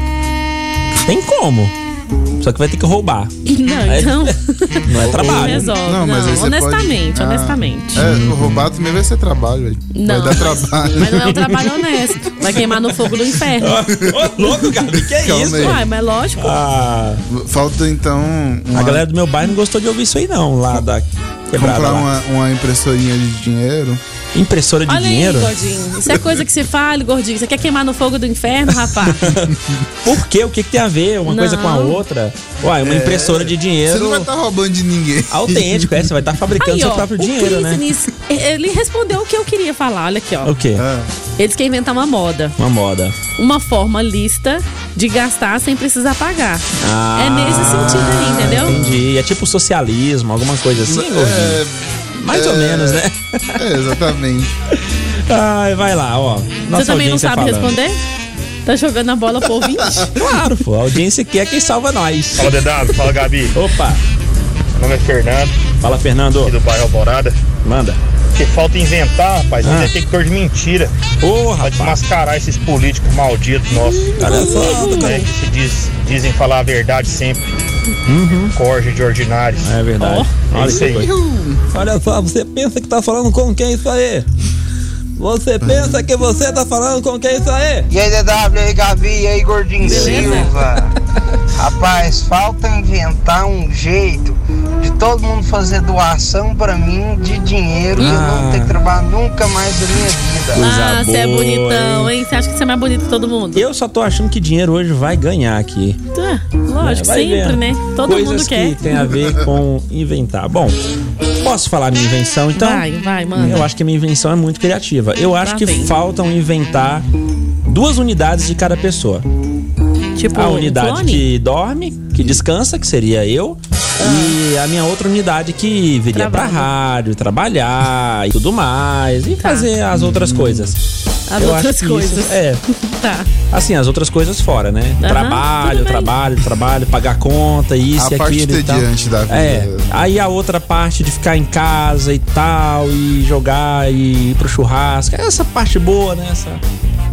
Speaker 5: [LAUGHS]
Speaker 4: Tem como. Só que vai ter que roubar.
Speaker 5: Não,
Speaker 4: É. [LAUGHS]
Speaker 5: então. [LAUGHS]
Speaker 4: Não é
Speaker 5: Não
Speaker 4: trabalho.
Speaker 5: resolve. Não,
Speaker 6: Não, mas aí você pode-
Speaker 5: honestamente,
Speaker 6: Ah.
Speaker 5: honestamente.
Speaker 6: É, o roubar também vai ser trabalho, velho.
Speaker 5: Não,
Speaker 6: Vai dar
Speaker 5: mas-
Speaker 6: trabalho. [LAUGHS]
Speaker 5: Mas não é um trabalho honesto. Vai queimar no fogo do inferno.
Speaker 4: Ô, louco, Gabi, que é
Speaker 6: Calma
Speaker 4: isso?
Speaker 6: [LAUGHS] aí.
Speaker 5: Uai, mas lógico.
Speaker 4: Ah,
Speaker 6: Falta então.
Speaker 4: a
Speaker 6: Uma...
Speaker 4: galera do meu bairro não gostou de ouvir isso aí, não. Lá da. quebrada
Speaker 6: Comprar
Speaker 4: é lá.
Speaker 6: uma, uma impressorinha de dinheiro.
Speaker 4: Impressora de
Speaker 5: Olha
Speaker 4: dinheiro?
Speaker 5: aí, gordinho. Isso é coisa que você fala, gordinho. Você quer queimar no fogo do inferno,
Speaker 4: [LAUGHS]
Speaker 5: rapaz?
Speaker 4: Por quê? O que, que tem a ver uma
Speaker 5: Não.
Speaker 4: coisa com a outra? Uai, uma impressora de
Speaker 6: É. Você não
Speaker 4: dinheiro
Speaker 6: vai estar roubando de ninguém. [LAUGHS]
Speaker 4: [LAUGHS] autêntico, é? Você vai estar fabricando
Speaker 5: Aí,
Speaker 4: seu
Speaker 5: ó,
Speaker 4: próprio
Speaker 5: o
Speaker 4: dinheiro, né?
Speaker 5: Clístenes, ele respondeu o que eu queria falar. Olha aqui, ó.
Speaker 4: O quê?
Speaker 6: Ah,
Speaker 5: Eles querem inventar uma moda.
Speaker 4: Uma moda.
Speaker 5: Uma forma lista de gastar sem precisar pagar.
Speaker 4: Ah,
Speaker 5: é nesse sentido aí, entendeu? É,
Speaker 4: Entendi. É tipo socialismo, alguma coisa assim, gordinho? Mais ou
Speaker 6: é.
Speaker 4: menos, né?
Speaker 6: é, exatamente.
Speaker 4: Ai, vai lá, ó. Nossa
Speaker 5: você também não
Speaker 4: audiência
Speaker 5: sabe
Speaker 4: falando.
Speaker 5: responder? Tá jogando a bola pro
Speaker 4: [LAUGHS]
Speaker 5: ouvinte?
Speaker 4: Claro, pô. A audiência que é quem salva nós.
Speaker 9: Fala, Dedado. Fala, Gabi.
Speaker 4: Opa!
Speaker 9: Meu nome é Fernando,
Speaker 4: Fala, Fernando.
Speaker 9: aqui do bairro Alvorada.
Speaker 4: Manda.
Speaker 9: Que falta inventar, rapaz,
Speaker 4: Ah.
Speaker 9: detector de mentira.
Speaker 4: Ô,
Speaker 9: Pra
Speaker 4: rapaz.
Speaker 9: desmascarar esses políticos malditos nossos.
Speaker 4: Olha só, do
Speaker 9: né, que se diz- dizem falar a verdade sempre. Corja de ordinários.
Speaker 4: Uhum. É verdade.
Speaker 9: Ó,
Speaker 4: Olha
Speaker 9: é isso
Speaker 4: que
Speaker 9: aí.
Speaker 4: coisa. Olha só, você pensa que tá falando com quem isso aí? Você pensa que você tá falando com quem isso aí?
Speaker 10: E aí, DW, e aí, Gabi, e aí, Gordinho
Speaker 5: Beleza.
Speaker 10: Silva. Rapaz, falta inventar um jeito de todo mundo fazer doação pra mim de dinheiro e eu
Speaker 4: Ah.
Speaker 10: não ter que trabalhar nunca mais na minha vida.
Speaker 4: Coisa
Speaker 5: ah, você é
Speaker 4: boa,
Speaker 5: bonitão, hein? Você acha que você é mais bonito que todo mundo?
Speaker 4: Eu só tô achando que dinheiro hoje vai ganhar aqui.
Speaker 5: Ah, lógico,
Speaker 4: É, Vai
Speaker 5: sempre,
Speaker 4: vendo.
Speaker 5: né? Todo
Speaker 4: Coisas
Speaker 5: mundo quer.
Speaker 4: que tem a ver com inventar. Bom, posso falar minha invenção então?
Speaker 5: Vai, vai, manda.
Speaker 4: Eu acho que a minha invenção é muito criativa. Eu acho
Speaker 5: Lá
Speaker 4: que
Speaker 5: vem.
Speaker 4: faltam inventar duas unidades de cada pessoa.
Speaker 5: Tipo,
Speaker 4: A
Speaker 5: um
Speaker 4: unidade
Speaker 5: clone?
Speaker 4: que dorme, que descansa, que seria eu. E a minha outra unidade que viria
Speaker 5: Trabalha.
Speaker 4: pra rádio, trabalhar e tudo mais. E
Speaker 5: Tá.
Speaker 4: fazer as outras coisas.
Speaker 5: As
Speaker 4: Eu
Speaker 5: Ah, outras
Speaker 4: acho que
Speaker 5: coisas.
Speaker 4: Isso, é,
Speaker 5: [LAUGHS] Tá.
Speaker 4: assim, as outras coisas fora, né?
Speaker 5: Aham,
Speaker 4: trabalho,
Speaker 5: tudo bem.
Speaker 4: trabalho, trabalho, pagar conta, isso
Speaker 6: A
Speaker 4: e
Speaker 6: parte
Speaker 4: aquilo e tal.
Speaker 6: tediante da vida.
Speaker 4: É, aí a outra parte de ficar em casa e tal, e jogar e ir pro churrasco, essa parte boa, né? Essa...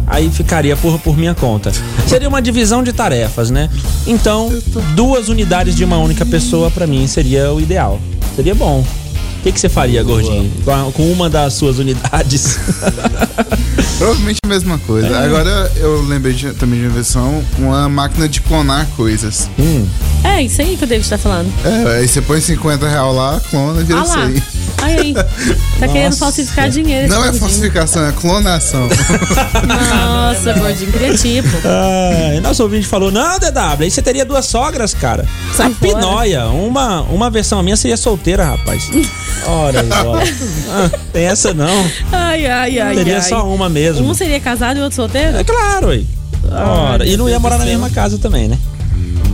Speaker 4: Aí ficaria por, por minha conta. Seria uma divisão de tarefas, né? Então, duas unidades de uma única pessoa pra mim seria o ideal. Seria bom. O que, que você faria, gordinho? Com a- Com uma das suas unidades? [LAUGHS]
Speaker 6: Provavelmente a mesma coisa.
Speaker 4: É.
Speaker 6: Agora eu lembrei de- também de invenção, uma máquina de clonar coisas.
Speaker 4: hum,
Speaker 5: É isso aí que o David tá falando.
Speaker 6: É, aí você põe 50 real lá, clona e vira
Speaker 5: Ah
Speaker 6: isso
Speaker 5: lá.
Speaker 6: aí.
Speaker 5: Aí, aí. Tá querendo
Speaker 4: Nossa.
Speaker 5: falsificar dinheiro. esse
Speaker 6: Não é
Speaker 5: gordinho.
Speaker 6: falsificação, é
Speaker 4: [LAUGHS]
Speaker 6: clonação.
Speaker 5: Nossa, gordinho tipo. criativo.
Speaker 4: Ah, nosso ouvinte falou: não, DW, aí você teria duas sogras, cara.
Speaker 5: Sai
Speaker 4: a
Speaker 5: fora.
Speaker 4: pinóia, uma, uma versão minha seria solteira, rapaz. Ora, aí, ó.
Speaker 5: [LAUGHS]
Speaker 4: Ah, tem essa não.
Speaker 5: Ai, ai, ai.
Speaker 4: Teria
Speaker 5: ai.
Speaker 4: só uma mesmo.
Speaker 5: Um seria casado e o outro solteiro?
Speaker 4: É claro, aí. Ora, e não ia morar na mesma casa também, né?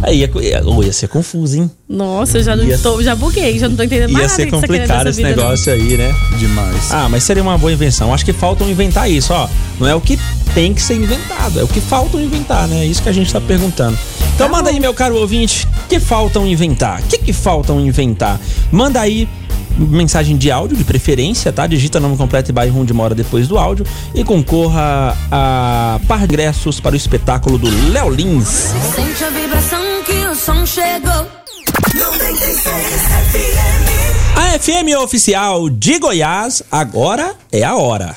Speaker 4: Aí ia, ia, ou ia ser confuso, hein?
Speaker 5: Nossa, eu já não
Speaker 4: Ia-
Speaker 5: tô, já buguei, já não tô entendendo
Speaker 4: Ia
Speaker 5: mais nada
Speaker 4: ser
Speaker 5: que você tá querendo
Speaker 4: complicado
Speaker 5: dessa
Speaker 4: esse
Speaker 5: vida, não.
Speaker 4: negócio aí, né?
Speaker 6: Demais.
Speaker 4: Ah, mas seria uma boa invenção. Acho que faltam inventar isso, ó. Não é o que tem que ser inventado, é o que faltam inventar, né? É isso que a gente tá perguntando. Então manda aí, meu caro ouvinte, o que faltam inventar? O que, que faltam inventar? Manda aí mensagem de áudio, de preferência, tá? Digita nome completo e bairro onde mora depois do áudio e concorra a par de ingressos para o espetáculo do Léo Lins.
Speaker 7: Sente a vibração que o som chegou.
Speaker 4: A FM oficial de Goiás, agora é a hora.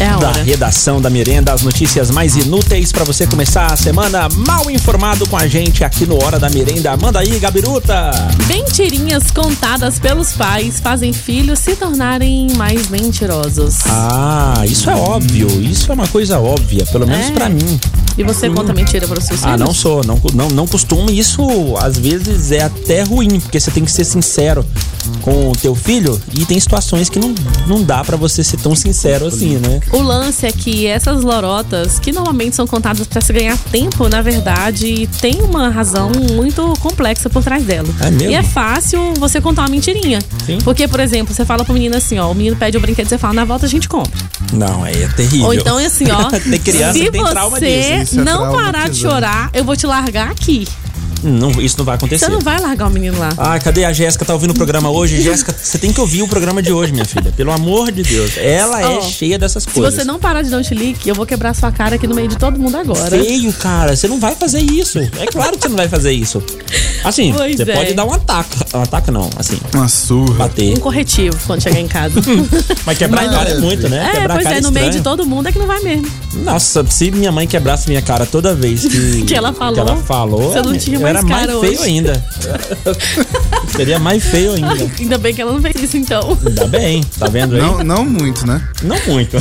Speaker 5: É a
Speaker 4: da
Speaker 5: hora.
Speaker 4: redação da Merenda, as notícias mais inúteis pra você começar a semana mal informado com a gente aqui no Hora da Merenda. Manda aí, Gabiruta!
Speaker 5: Mentirinhas contadas pelos pais fazem filhos se tornarem mais mentirosos.
Speaker 4: Ah, isso é óbvio, isso é uma coisa óbvia, pelo menos
Speaker 5: É.
Speaker 4: pra mim. Hum.
Speaker 5: E você conta mentira para os seus filhos?
Speaker 4: Ah, não sou, não, não, não costumo. Isso às vezes é até ruim, porque você tem que ser sincero com o teu filho e tem situações que não, não dá pra você ser tão sincero assim, né?
Speaker 5: O lance é que essas lorotas, que normalmente são contadas para se ganhar tempo, na verdade, tem uma razão muito complexa por trás dela.
Speaker 4: É mesmo?
Speaker 5: E é fácil você contar uma mentirinha.
Speaker 4: Sim.
Speaker 5: Porque, por exemplo, você fala pro menino assim, ó, o menino pede o brinquedo, você fala, na volta a gente compra.
Speaker 4: Não, é, terrível.
Speaker 5: Ou então é assim, ó,
Speaker 4: [LAUGHS] Tem criança
Speaker 5: se
Speaker 4: que tem trauma
Speaker 5: você
Speaker 4: disso.
Speaker 6: Isso é
Speaker 5: não parar de
Speaker 6: traumatizante.
Speaker 5: chorar, eu vou te largar aqui.
Speaker 4: Não, isso não vai acontecer.
Speaker 5: Você não vai largar o menino lá.
Speaker 4: Ah, cadê a Jéssica? Tá ouvindo o
Speaker 5: [LAUGHS]
Speaker 4: programa hoje? Jéssica, você tem que ouvir o programa de hoje, minha filha. Pelo amor de Deus. Ela é
Speaker 5: Ó,
Speaker 4: cheia dessas
Speaker 5: Se
Speaker 4: coisas.
Speaker 5: você não parar de dar um chilique, eu vou quebrar sua cara aqui no meio de todo mundo agora.
Speaker 4: Feio, cara. Você não vai fazer isso. É claro que você não vai fazer isso. Assim,
Speaker 5: Pois
Speaker 4: você
Speaker 5: é.
Speaker 4: pode dar um ataque. Um ataque não, assim,
Speaker 6: Uma surra.
Speaker 4: bater.
Speaker 5: Um corretivo quando chegar em casa.
Speaker 4: Mas quebrar a cara [LAUGHS] é muito, né?
Speaker 5: é,
Speaker 4: quebrar a
Speaker 5: pois
Speaker 4: cara
Speaker 5: é, no
Speaker 4: estranho.
Speaker 5: meio de todo mundo é que não vai mesmo.
Speaker 4: Nossa, se minha mãe quebrasse minha cara toda vez que,
Speaker 5: [LAUGHS] Que ela falou.
Speaker 4: que ela falou,
Speaker 5: Você não tinha
Speaker 4: eu
Speaker 5: mais
Speaker 4: era mais
Speaker 5: cara
Speaker 4: feio
Speaker 5: hoje. [LAUGHS]
Speaker 4: ainda. Seria mais feio ainda.
Speaker 5: Ainda bem que ela não fez isso, então.
Speaker 4: Ainda bem, tá vendo aí?
Speaker 6: Não, não muito, né?
Speaker 4: Não
Speaker 5: [LAUGHS]
Speaker 4: muito.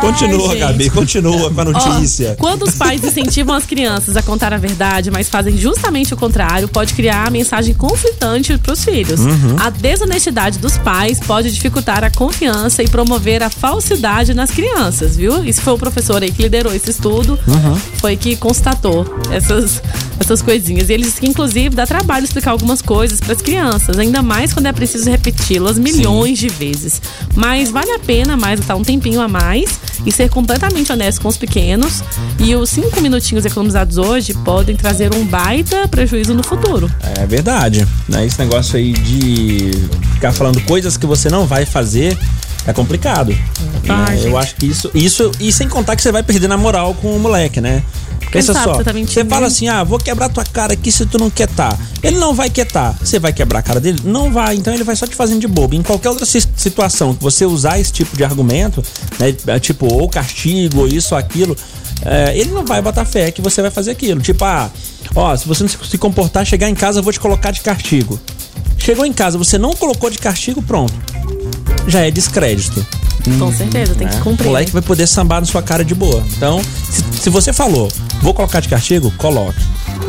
Speaker 4: continua,
Speaker 5: gente.
Speaker 4: Gabi, continua com a
Speaker 5: Ó,
Speaker 4: notícia.
Speaker 5: quando os pais incentivam as crianças a contar a verdade, mas fazem justamente o contrário, pode criar a mensagem conflitante para os filhos. A desonestidade dos pais pode dificultar a confiança e promover a falsidade nas crianças, viu? Isso foi o professor aí que liderou esse estudo, foi que constatou essas, essas coisinhas. E eles, inclusive, dá trabalho explicar algumas coisas para as crianças, ainda mais quando é preciso repeti-las milhões de vezes. Mas vale a pena mais estar um tempinho a mais e ser completamente honesto com os pequenos. E os cinco minutinhos economizados hoje podem trazer um baita prejuízo no futuro.
Speaker 4: É verdade. Né? Esse negócio aí de ficar falando coisas que você não vai fazer é complicado.
Speaker 5: Vai,
Speaker 4: É, eu
Speaker 5: gente.
Speaker 4: acho que isso, isso. E sem contar que você vai perder na moral com o moleque, né? Pensa
Speaker 5: sabe
Speaker 4: só.
Speaker 5: que você tá mentindo,
Speaker 4: fala
Speaker 5: né?
Speaker 4: assim: ah, vou quebrar tua cara aqui se tu não quietar. Ele não vai quietar. Você vai quebrar a cara dele? Não vai. Então ele vai só te fazendo de bobo. Em qualquer outra si- situação que você usar esse tipo de argumento, né? é Tipo, ou castigo, ou isso, ou aquilo. é, ele não vai botar fé que você vai fazer aquilo. Tipo, ah, ó, se você não se- se comportar, chegar em casa, eu vou te colocar de castigo. Chegou em casa, você não colocou de castigo, pronto. Já é descrédito.
Speaker 5: Com certeza, tem que
Speaker 4: Né?
Speaker 5: cumprir.
Speaker 4: O moleque vai poder sambar na sua cara de boa. Então, se, se você falou, vou colocar de castigo, coloque.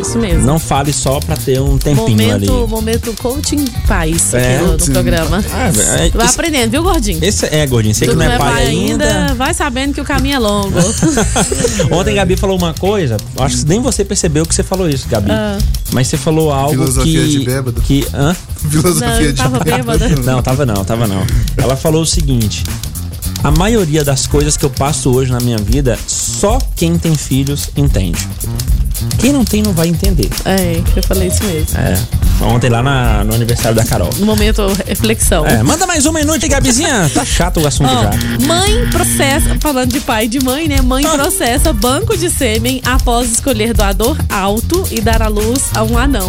Speaker 5: Isso mesmo.
Speaker 4: Não fale só pra ter um tempinho
Speaker 5: Momento,
Speaker 4: ali.
Speaker 5: momento coaching paz
Speaker 4: É,
Speaker 5: aqui no, no
Speaker 6: sim.
Speaker 5: programa. Vai
Speaker 4: é, isso-
Speaker 5: aprendendo, viu, gordinho?
Speaker 4: Esse é, gordinho, sei
Speaker 5: Tu
Speaker 4: que não é pai ainda.
Speaker 5: vai sabendo que o caminho é longo.
Speaker 4: [LAUGHS] Ontem Gabi falou uma coisa, acho que nem você percebeu que você falou isso, Gabi.
Speaker 5: Ah.
Speaker 4: Mas você falou algo
Speaker 6: Filosofia
Speaker 4: que.
Speaker 6: de bêbado?
Speaker 4: Que, hã?
Speaker 5: Não,
Speaker 6: Filosofia
Speaker 5: eu tava
Speaker 6: de
Speaker 5: bêbada.
Speaker 4: [LAUGHS] Não, tava não, tava não. Ela falou o seguinte: a maioria das coisas que eu passo hoje na minha vida, só quem tem filhos entende. Quem não tem não vai entender.
Speaker 5: É, eu falei isso mesmo.
Speaker 4: É. Ontem lá na- no aniversário da Carol.
Speaker 5: No momento, reflexão.
Speaker 4: É, manda mais uma noite, Gabizinha. Tá chato o assunto
Speaker 5: Ó,
Speaker 4: já.
Speaker 5: mãe processa, falando de pai e de mãe, né? Mãe
Speaker 4: Ah.
Speaker 5: processa banco de sêmen após escolher doador alto e dar à luz a um anão.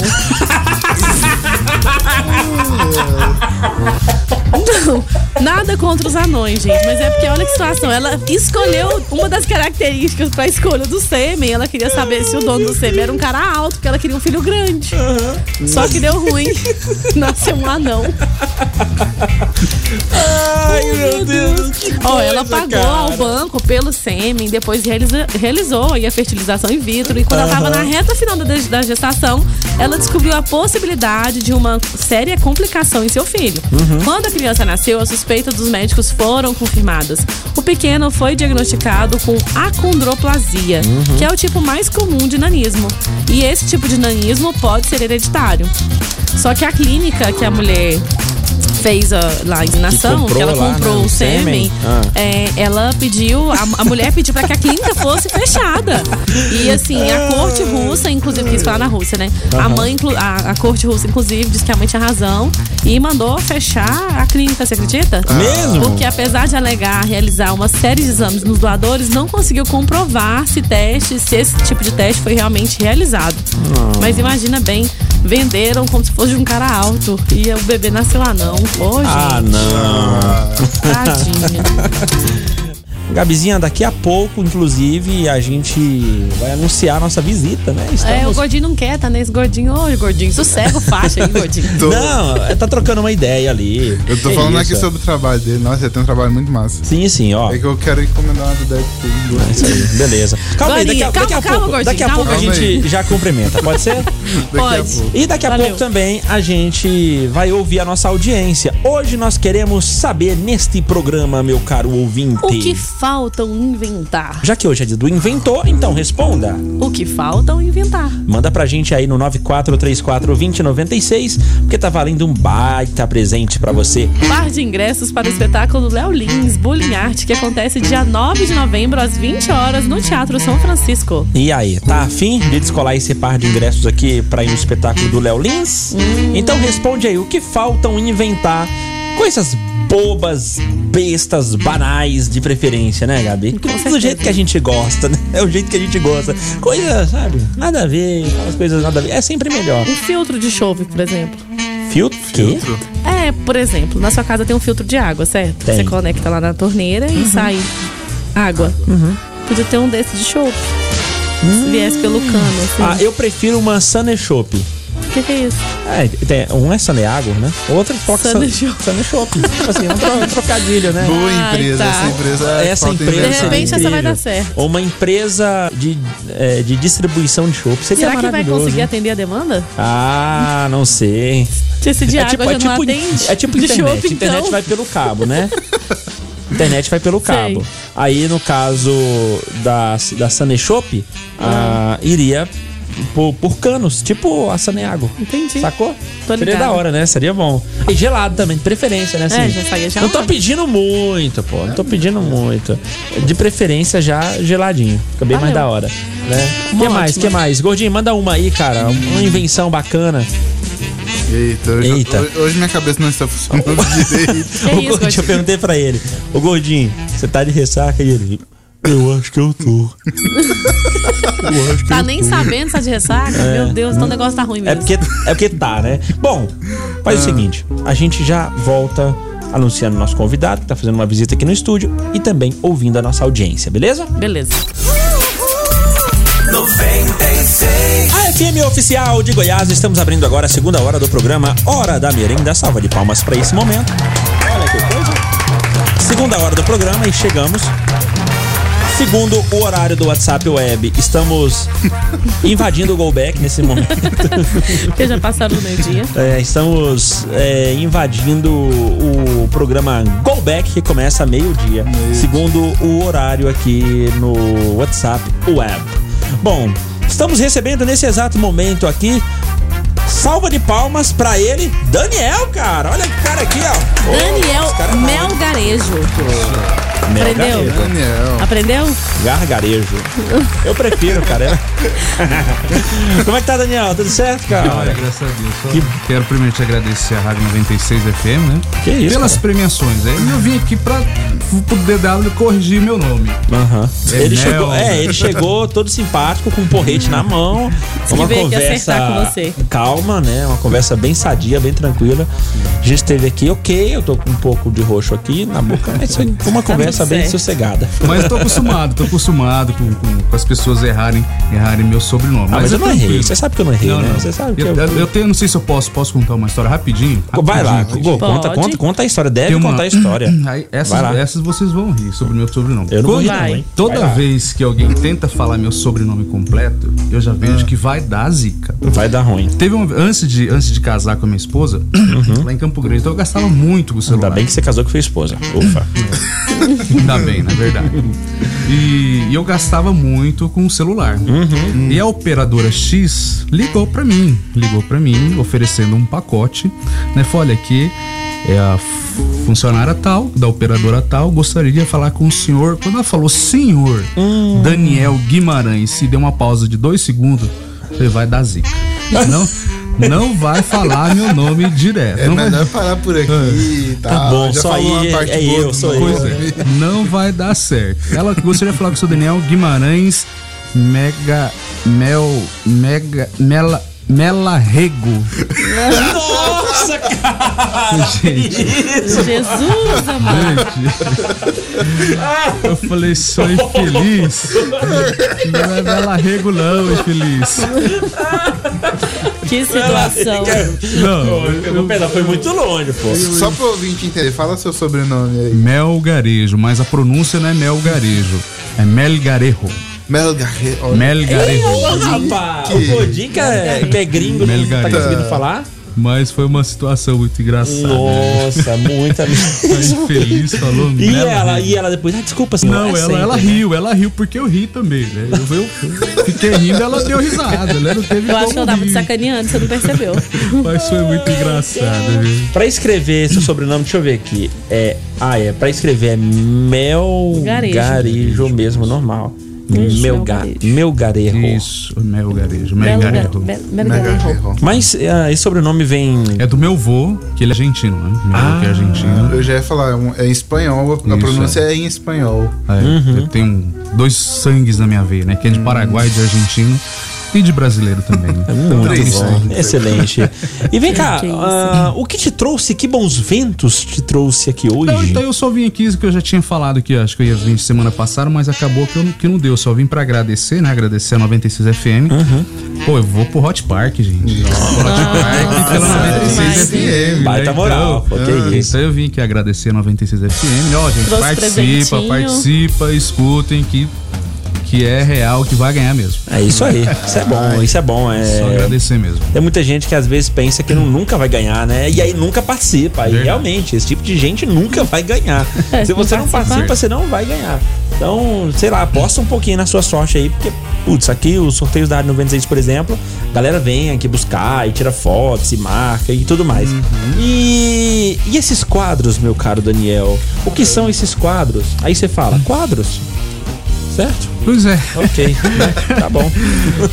Speaker 5: Não, nada contra os anões, gente, mas é porque olha que situação. Ela escolheu uma das características pra escolha do sêmen. Ela queria saber se o dono do sêmen era um cara alto, porque ela queria um filho grande. Só que deu ruim. Nasceu um anão.
Speaker 4: Ai, meu Deus.
Speaker 5: Ó, ela pagou ao banco pelo sêmen, depois realiza- realizou aí a fertilização in vitro. E quando ela estava na reta final da, da gestação, ela descobriu a possibilidade de uma séria complicação em seu filho.
Speaker 4: Uhum.
Speaker 5: Quando a criança nasceu, as suspeitas dos médicos foram confirmadas. O pequeno foi diagnosticado com acondroplasia,
Speaker 4: Uhum.
Speaker 5: que é o tipo mais comum de nanismo. E esse tipo de nanismo pode ser hereditário. Só que a clínica que a mulher fez a, lá a inseminação, que,
Speaker 4: comprou
Speaker 5: ela
Speaker 4: lá, né,
Speaker 5: comprou
Speaker 4: o
Speaker 5: o sêmen,
Speaker 4: sêmen. Ah.
Speaker 5: é, ela pediu, a, a mulher pediu pra que a clínica fosse fechada. E assim, a corte russa, inclusive, que isso foi lá na Rússia, né? A mãe, inclu- a, a corte russa, inclusive, disse que a mãe tinha razão e mandou fechar a clínica, você acredita?
Speaker 4: Ah. Mesmo?
Speaker 5: Porque apesar de alegar realizar uma série de exames nos doadores, não conseguiu comprovar se teste, se esse tipo de teste foi realmente realizado.
Speaker 4: Ah.
Speaker 5: Mas imagina bem, venderam como se fosse de um cara alto e o bebê nasceu anão. Ô,
Speaker 4: Ah,
Speaker 5: gente,
Speaker 4: não. [LAUGHS]
Speaker 5: tadinha.
Speaker 4: Gabizinha, daqui a pouco, inclusive, a gente vai anunciar a nossa visita, né?
Speaker 5: É, o
Speaker 4: Estamos...
Speaker 5: gordinho não quer, tá nesse gordinho. Ô, gordinho, sossega o faixa aí,
Speaker 4: [LAUGHS]
Speaker 5: gordinho.
Speaker 6: Tô-
Speaker 4: Não, é, tá trocando uma ideia ali.
Speaker 6: Eu tô
Speaker 4: Que
Speaker 6: falando
Speaker 4: isso? é.
Speaker 6: aqui sobre o trabalho dele. Nossa, ele tem um trabalho muito massa.
Speaker 4: Sim, sim, ó.
Speaker 6: É que eu quero encomendar uma do Deadpool.
Speaker 4: Isso aí, beleza. Calma aí, daqui a,
Speaker 5: Gorinha, calma,
Speaker 4: daqui a
Speaker 5: calma,
Speaker 4: pouco,
Speaker 5: gordinho,
Speaker 4: daqui a
Speaker 5: calma,
Speaker 4: pouco a
Speaker 6: gordinho.
Speaker 4: gente já cumprimenta, pode ser?
Speaker 6: Daqui a
Speaker 5: Pode.
Speaker 6: pouco.
Speaker 4: E daqui a
Speaker 5: Valeu.
Speaker 4: pouco também a gente vai ouvir a nossa audiência. Hoje nós queremos saber neste programa, meu caro ouvinte.
Speaker 5: O que faltam inventar?
Speaker 4: Já que hoje é dia do inventor, então responda.
Speaker 5: O que faltam inventar?
Speaker 4: Manda pra gente aí no 94342096, porque tá valendo um baita presente pra você.
Speaker 5: Par de ingressos para o espetáculo Léo Lins, Bullying Art, que acontece dia 9 de novembro, às 20 horas, no Teatro São Francisco.
Speaker 4: E aí, tá afim de descolar esse par de ingressos aqui pra ir no espetáculo do Léo Lins? Então responde aí, o que faltam inventar? Coisas bobas, bestas, banais, de preferência, né, Gabi? Do
Speaker 5: certeza.
Speaker 4: jeito que a gente gosta, né? É o jeito que a gente gosta. Coisa, sabe? Nada a ver, as coisas nada a ver. É sempre melhor.
Speaker 5: Um filtro de chove, por exemplo.
Speaker 4: Filtro? Filtro?
Speaker 5: É, por exemplo, na sua casa tem um filtro de água, certo?
Speaker 4: Tem. Uhum.
Speaker 5: Você conecta lá na torneira e sai água. Podia ter um desse de chove. se viesse pelo cano, assim.
Speaker 4: Hum. Ah, eu prefiro uma Sunny Shop.
Speaker 5: O que, que é isso?
Speaker 4: É, tem- um é Saneagor, né? O outro é Fox
Speaker 5: Sunny
Speaker 4: Sun-
Speaker 5: Shop.
Speaker 4: Sunny Shop. Tipo assim, um tro- um trocadilho, né?
Speaker 6: Boa
Speaker 5: Ai,
Speaker 6: empresa,
Speaker 5: tá.
Speaker 6: essa empresa. é
Speaker 4: Essa
Speaker 6: falta
Speaker 4: empresa. é
Speaker 5: De
Speaker 6: invenção.
Speaker 5: repente,
Speaker 4: seria
Speaker 5: essa vai
Speaker 4: incrível.
Speaker 5: dar certo.
Speaker 4: Uma empresa de, é, de distribuição de chopp. Seria
Speaker 5: Será que vai
Speaker 4: maravilhoso,
Speaker 5: conseguir
Speaker 4: hein?
Speaker 5: atender a demanda?
Speaker 4: Ah, não sei.
Speaker 5: Esse de
Speaker 4: é
Speaker 5: água
Speaker 4: tipo,
Speaker 5: já
Speaker 4: é tipo,
Speaker 5: não atende.
Speaker 4: é tipo
Speaker 5: [LAUGHS] De
Speaker 4: internet.
Speaker 5: shopping, então.
Speaker 4: internet vai pelo cabo, né? internet vai pelo cabo.
Speaker 5: Sei.
Speaker 4: Aí, no caso da, da Sunny Shop, ah, iria por, por canos, tipo a Saneago.
Speaker 5: Entendi.
Speaker 4: Sacou?
Speaker 5: Tô
Speaker 4: Seria
Speaker 5: ligada.
Speaker 4: da hora, né? Seria bom. E gelado também, de preferência, né?
Speaker 5: É, já saía
Speaker 4: Não
Speaker 5: gelado.
Speaker 4: tô pedindo muito, pô. Não tô pedindo muito. De preferência já geladinho. Fica bem mais
Speaker 5: Valeu.
Speaker 4: da hora. Né? O que
Speaker 5: Uma
Speaker 4: mais?
Speaker 5: ótima.
Speaker 4: que mais? Gordinho, manda uma aí, cara. Uma invenção bacana.
Speaker 6: Eita, hoje,
Speaker 4: Eita.
Speaker 6: hoje- hoje minha cabeça não está funcionando [LAUGHS] direito.
Speaker 5: Que
Speaker 4: o
Speaker 5: É isso,
Speaker 4: Gordinho, eu
Speaker 5: Gordinho?
Speaker 4: perguntei pra ele. Ô Gordinho, você tá de ressaca? E ele. Eu acho que eu tô. eu acho que
Speaker 5: Tá
Speaker 4: eu
Speaker 5: nem
Speaker 4: tô.
Speaker 5: sabendo se tá de ressaca? Meu Deus, então o negócio tá ruim
Speaker 4: É
Speaker 5: mesmo.
Speaker 4: porque, é porque tá, né? Bom, faz o seguinte: a gente já volta anunciando o nosso convidado, que tá fazendo uma visita aqui no estúdio, e também ouvindo a nossa audiência, beleza?
Speaker 5: [LAUGHS] Beleza.
Speaker 2: 96.
Speaker 4: A FM Oficial de Goiás, estamos abrindo agora a segunda hora do programa Hora da Merenda. Salva de palmas pra esse momento. Olha que coisa. Segunda hora do programa e chegamos. Segundo o horário do WhatsApp Web, estamos invadindo o Golback nesse momento.
Speaker 5: Porque já passaram do meio-dia.
Speaker 4: É, estamos é, invadindo o programa Go Back, que começa meio-dia, segundo o horário aqui no WhatsApp Web. Bom, estamos recebendo nesse exato momento aqui. Salva de palmas pra ele, Daniel, cara. Olha que cara aqui, ó. Ô,
Speaker 5: Daniel
Speaker 4: esse cara é
Speaker 5: Melgarejo.
Speaker 4: maluco. Mel
Speaker 5: aprendeu?
Speaker 4: Garejo.
Speaker 6: Daniel.
Speaker 5: Aprendeu?
Speaker 4: Gargarejo. Eu prefiro, [LAUGHS] cara. Como é que tá, Daniel? Tudo certo, cara?
Speaker 11: graças a Deus. Só Quero primeiro te agradecer a Rádio 96 FM, né?
Speaker 4: Que isso,
Speaker 11: Pelas
Speaker 4: cara?
Speaker 11: premiações. Aí eu vim aqui pra pro DW corrigir meu nome.
Speaker 4: Aham.
Speaker 11: É
Speaker 4: Ele,
Speaker 11: mel.
Speaker 4: chegou, é,
Speaker 5: né?
Speaker 4: ele chegou todo simpático, com um porrete na mão.
Speaker 5: que
Speaker 4: Uma
Speaker 5: veio aqui
Speaker 4: conversa
Speaker 5: acertar com você.
Speaker 4: calma, né? Uma conversa bem sadia, bem tranquila. A gente esteve aqui, ok, eu tô com um pouco de roxo aqui na boca, mas foi uma conversa
Speaker 5: Tá tudo
Speaker 4: bem
Speaker 5: certo.
Speaker 4: sossegada. Ah,
Speaker 11: Mas tô acostumado, tô acostumado com, com- com as pessoas errarem, errarem meu sobrenome.
Speaker 4: Ah, mas, eu
Speaker 11: é
Speaker 4: não errei.
Speaker 11: tranquilo.
Speaker 4: Você sabe que eu não errei,
Speaker 11: Não,
Speaker 4: né?
Speaker 11: não.
Speaker 4: Você sabe que
Speaker 11: eu,
Speaker 4: eu.
Speaker 11: eu, eu tenho, não sei se eu posso, posso contar uma história rapidinho?
Speaker 4: Vai lá,
Speaker 11: Rapidinho.
Speaker 4: Gô, conta,
Speaker 5: Pode.
Speaker 4: conta, conta a história. Deve
Speaker 11: Tem uma-
Speaker 4: contar a história.
Speaker 11: [LAUGHS] Aí, essas,
Speaker 4: Vai lá.
Speaker 11: essas vocês vão rir sobre o meu sobrenome.
Speaker 4: Eu não vou rir,
Speaker 11: Quando-
Speaker 4: não, hein?
Speaker 11: Toda
Speaker 4: Vai lá.
Speaker 11: vez que alguém tenta falar meu sobrenome completo, eu já
Speaker 4: Ah.
Speaker 11: vejo que vai dar zica.
Speaker 4: Vai dar ruim.
Speaker 11: Teve um. Antes de, antes de casar com a minha esposa, lá em Campo Grande, então eu gastava muito com o celular.
Speaker 4: Ainda bem que você casou com sua esposa. Ufa.
Speaker 11: Ainda Tá bem, na verdade. E, e eu gastava muito com o celular. E a operadora X ligou pra mim. Ligou pra mim, oferecendo um pacote. Né? Falou: olha, aqui é a f- funcionária tal, da operadora tal, gostaria de falar com o senhor. Quando ela falou senhor Daniel Guimarães, se deu uma pausa de dois segundos, você vai dar zica. Não, não vai falar meu nome direto.
Speaker 6: É
Speaker 11: não vai-
Speaker 6: melhor parar por aqui e tal.
Speaker 4: Tá bom,
Speaker 6: Já
Speaker 4: só
Speaker 6: falou
Speaker 4: aí
Speaker 6: uma parte
Speaker 4: é
Speaker 6: boa
Speaker 4: eu,
Speaker 6: do
Speaker 4: sou
Speaker 6: nome.
Speaker 11: Pois é, não vai dar certo. Ela gostaria de falar com o seu Daniel Guimarães Mega Mel Mega Mela Mela Rego.
Speaker 4: Nossa, cara!
Speaker 11: Gente,
Speaker 4: [LAUGHS]
Speaker 5: Jesus, amado.
Speaker 11: gente. Eu falei, sou infeliz. Não é Mela Rego, não, infeliz.
Speaker 5: Que situação.
Speaker 11: Não,
Speaker 4: Pegou pedal, foi muito longe, pô.
Speaker 6: Só pro ouvinte entender, fala seu sobrenome aí.
Speaker 11: Mel Garejo, mas a pronúncia não é Mel Garejo, é Mel Garejo.
Speaker 6: Mel Garre- olha,
Speaker 11: Mel Garejo.
Speaker 4: Rapaz,
Speaker 6: Que-
Speaker 4: o Godinho que é, que é gringo, não tá
Speaker 11: Melgarejo.
Speaker 4: conseguindo falar?
Speaker 11: Mas foi uma situação muito engraçada. [LAUGHS]
Speaker 4: Nossa, muita
Speaker 11: A infeliz falou
Speaker 4: E
Speaker 11: Mel
Speaker 4: ela,
Speaker 11: Rego.
Speaker 4: e ela depois, ah, desculpa, senhor.
Speaker 11: né, Não, ela,
Speaker 4: é sempre,
Speaker 11: ela
Speaker 4: né?
Speaker 11: riu, ela riu porque eu ri também, né? Eu, eu fiquei rindo, ela deu risada, né? Não teve
Speaker 5: Eu acho
Speaker 11: como
Speaker 5: que eu tava
Speaker 11: rir,
Speaker 5: te sacaneando, você não
Speaker 4: [LAUGHS]
Speaker 5: percebeu.
Speaker 11: Mas foi muito engraçado, viu?
Speaker 4: Pra escrever seu sobrenome, deixa eu ver aqui. É, ah, é, pra escrever é Mel
Speaker 5: Garejo.
Speaker 4: Garejo mesmo, normal.
Speaker 5: Isso,
Speaker 4: Meu, ga,
Speaker 5: Melgarejo.
Speaker 4: meu Garejo.
Speaker 11: Isso, Mel Garejo, Mel
Speaker 5: Melgarejo.
Speaker 11: Garejo.
Speaker 6: Mel
Speaker 5: Melgarejo.
Speaker 6: Garre-
Speaker 4: Mas ah, esse sobrenome vem.
Speaker 11: É do meu vô, que ele é argentino, né? Meu vô
Speaker 5: Ah.
Speaker 11: que é argentino.
Speaker 6: Eu já ia falar, é um- é em espanhol, a
Speaker 11: Isso,
Speaker 6: pronúncia é. em espanhol.
Speaker 5: Uhum.
Speaker 11: É, Eu tenho dois sangues na minha veia, né? Que é de Paraguai e de argentino. E de brasileiro também,
Speaker 5: [LAUGHS] É
Speaker 11: né?
Speaker 4: Muito
Speaker 11: Três,
Speaker 4: bom.
Speaker 11: né?
Speaker 4: Excelente. E vem cá,
Speaker 11: Que isso.
Speaker 4: ah, o que te trouxe? Que bons ventos te trouxe aqui
Speaker 11: Não,
Speaker 4: hoje?
Speaker 11: então eu só vim aqui, que eu já tinha falado que acho que eu ia vir semana passada, mas acabou que, eu, não- que não deu. Eu Só vim pra agradecer, né? Agradecer a 96 FM.
Speaker 4: Uhum.
Speaker 11: Pô, eu vou pro Hot Park, gente. pela 96 FM.
Speaker 4: Baita
Speaker 11: né?
Speaker 4: moral, pô,
Speaker 11: Então,
Speaker 4: que
Speaker 11: ah,
Speaker 4: isso.
Speaker 11: então eu vim aqui agradecer a 96 FM. Ó, gente,
Speaker 4: Trouxe
Speaker 11: participa,
Speaker 4: presentinho.
Speaker 11: participa, escutem que, que é real, que vai ganhar mesmo.
Speaker 4: É isso aí. Isso é bom, isso é bom. É...
Speaker 11: Só agradecer mesmo.
Speaker 4: Tem muita gente que às vezes pensa que não, nunca vai ganhar, né? E aí nunca participa. E realmente, esse tipo de gente nunca vai ganhar.
Speaker 12: É,
Speaker 4: Se
Speaker 12: se
Speaker 4: você
Speaker 12: não
Speaker 4: não participa,
Speaker 12: participar.
Speaker 4: você não vai ganhar. Então, sei lá, aposta um pouquinho na sua sorte aí, porque, putz, aqui os sorteios da Área 96, por exemplo, a galera vem aqui buscar e tira fotos e marca e tudo mais. E, e esses quadros, meu caro Daniel? O que são esses quadros? Aí você fala, quadros? Certo?
Speaker 11: Pois é.
Speaker 4: Ok, né? tá bom.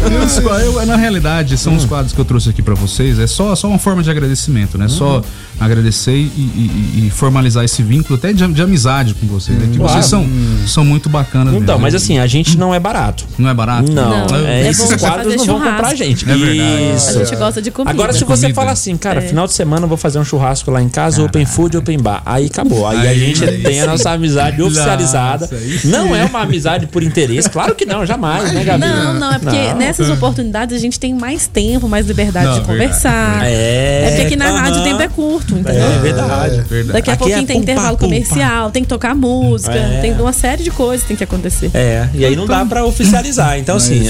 Speaker 11: Eu- eu- eu- na realidade, são
Speaker 4: Hum.
Speaker 11: os quadros que eu trouxe aqui pra vocês. É só, só uma forma de agradecimento, né?
Speaker 4: Hum.
Speaker 11: Só agradecer e, e- e formalizar esse vínculo até de, de amizade com vocês. Né? Que
Speaker 4: Claro.
Speaker 11: vocês são, são muito bacanas.
Speaker 4: Então,
Speaker 11: mesmo.
Speaker 4: mas assim, a gente não é barato.
Speaker 11: Não é
Speaker 5: Ah,
Speaker 11: barato?
Speaker 4: Não,
Speaker 11: Eu-
Speaker 4: é,
Speaker 11: eu-
Speaker 4: esses quadros não vão
Speaker 5: churrasco.
Speaker 4: comprar a gente.
Speaker 11: É verdade.
Speaker 4: Isso.
Speaker 5: A gente gosta de comida.
Speaker 4: Agora, se
Speaker 5: De
Speaker 4: você
Speaker 5: comida.
Speaker 4: fala assim, cara,
Speaker 5: É.
Speaker 4: final de semana eu vou fazer um churrasco lá em casa, open food, open bar. Aí acabou. Aí, a
Speaker 12: Aí,
Speaker 4: gente
Speaker 12: aí
Speaker 4: tem a
Speaker 12: sim.
Speaker 4: nossa amizade
Speaker 12: Nossa,
Speaker 4: oficializada.
Speaker 12: aí
Speaker 4: não é uma amizade por interesse, claro que não, jamais, né, Gabi?
Speaker 5: Não, não, é porque nessas oportunidades a gente tem mais tempo, mais liberdade
Speaker 4: Não, é
Speaker 5: de
Speaker 4: verdade,
Speaker 5: conversar.
Speaker 4: verdade. É.
Speaker 5: porque aqui na
Speaker 4: Aham.
Speaker 5: rádio o tempo é curto, entendeu?
Speaker 4: É verdade. verdade.
Speaker 5: Daqui a
Speaker 4: Aqui é
Speaker 5: pouquinho tem
Speaker 4: pum, pá,
Speaker 5: intervalo
Speaker 4: pum, pá.
Speaker 5: comercial, tem que tocar música,
Speaker 4: É.
Speaker 5: tem uma série de coisas que tem que acontecer.
Speaker 4: É, e aí não dá pra oficializar. Então, assim,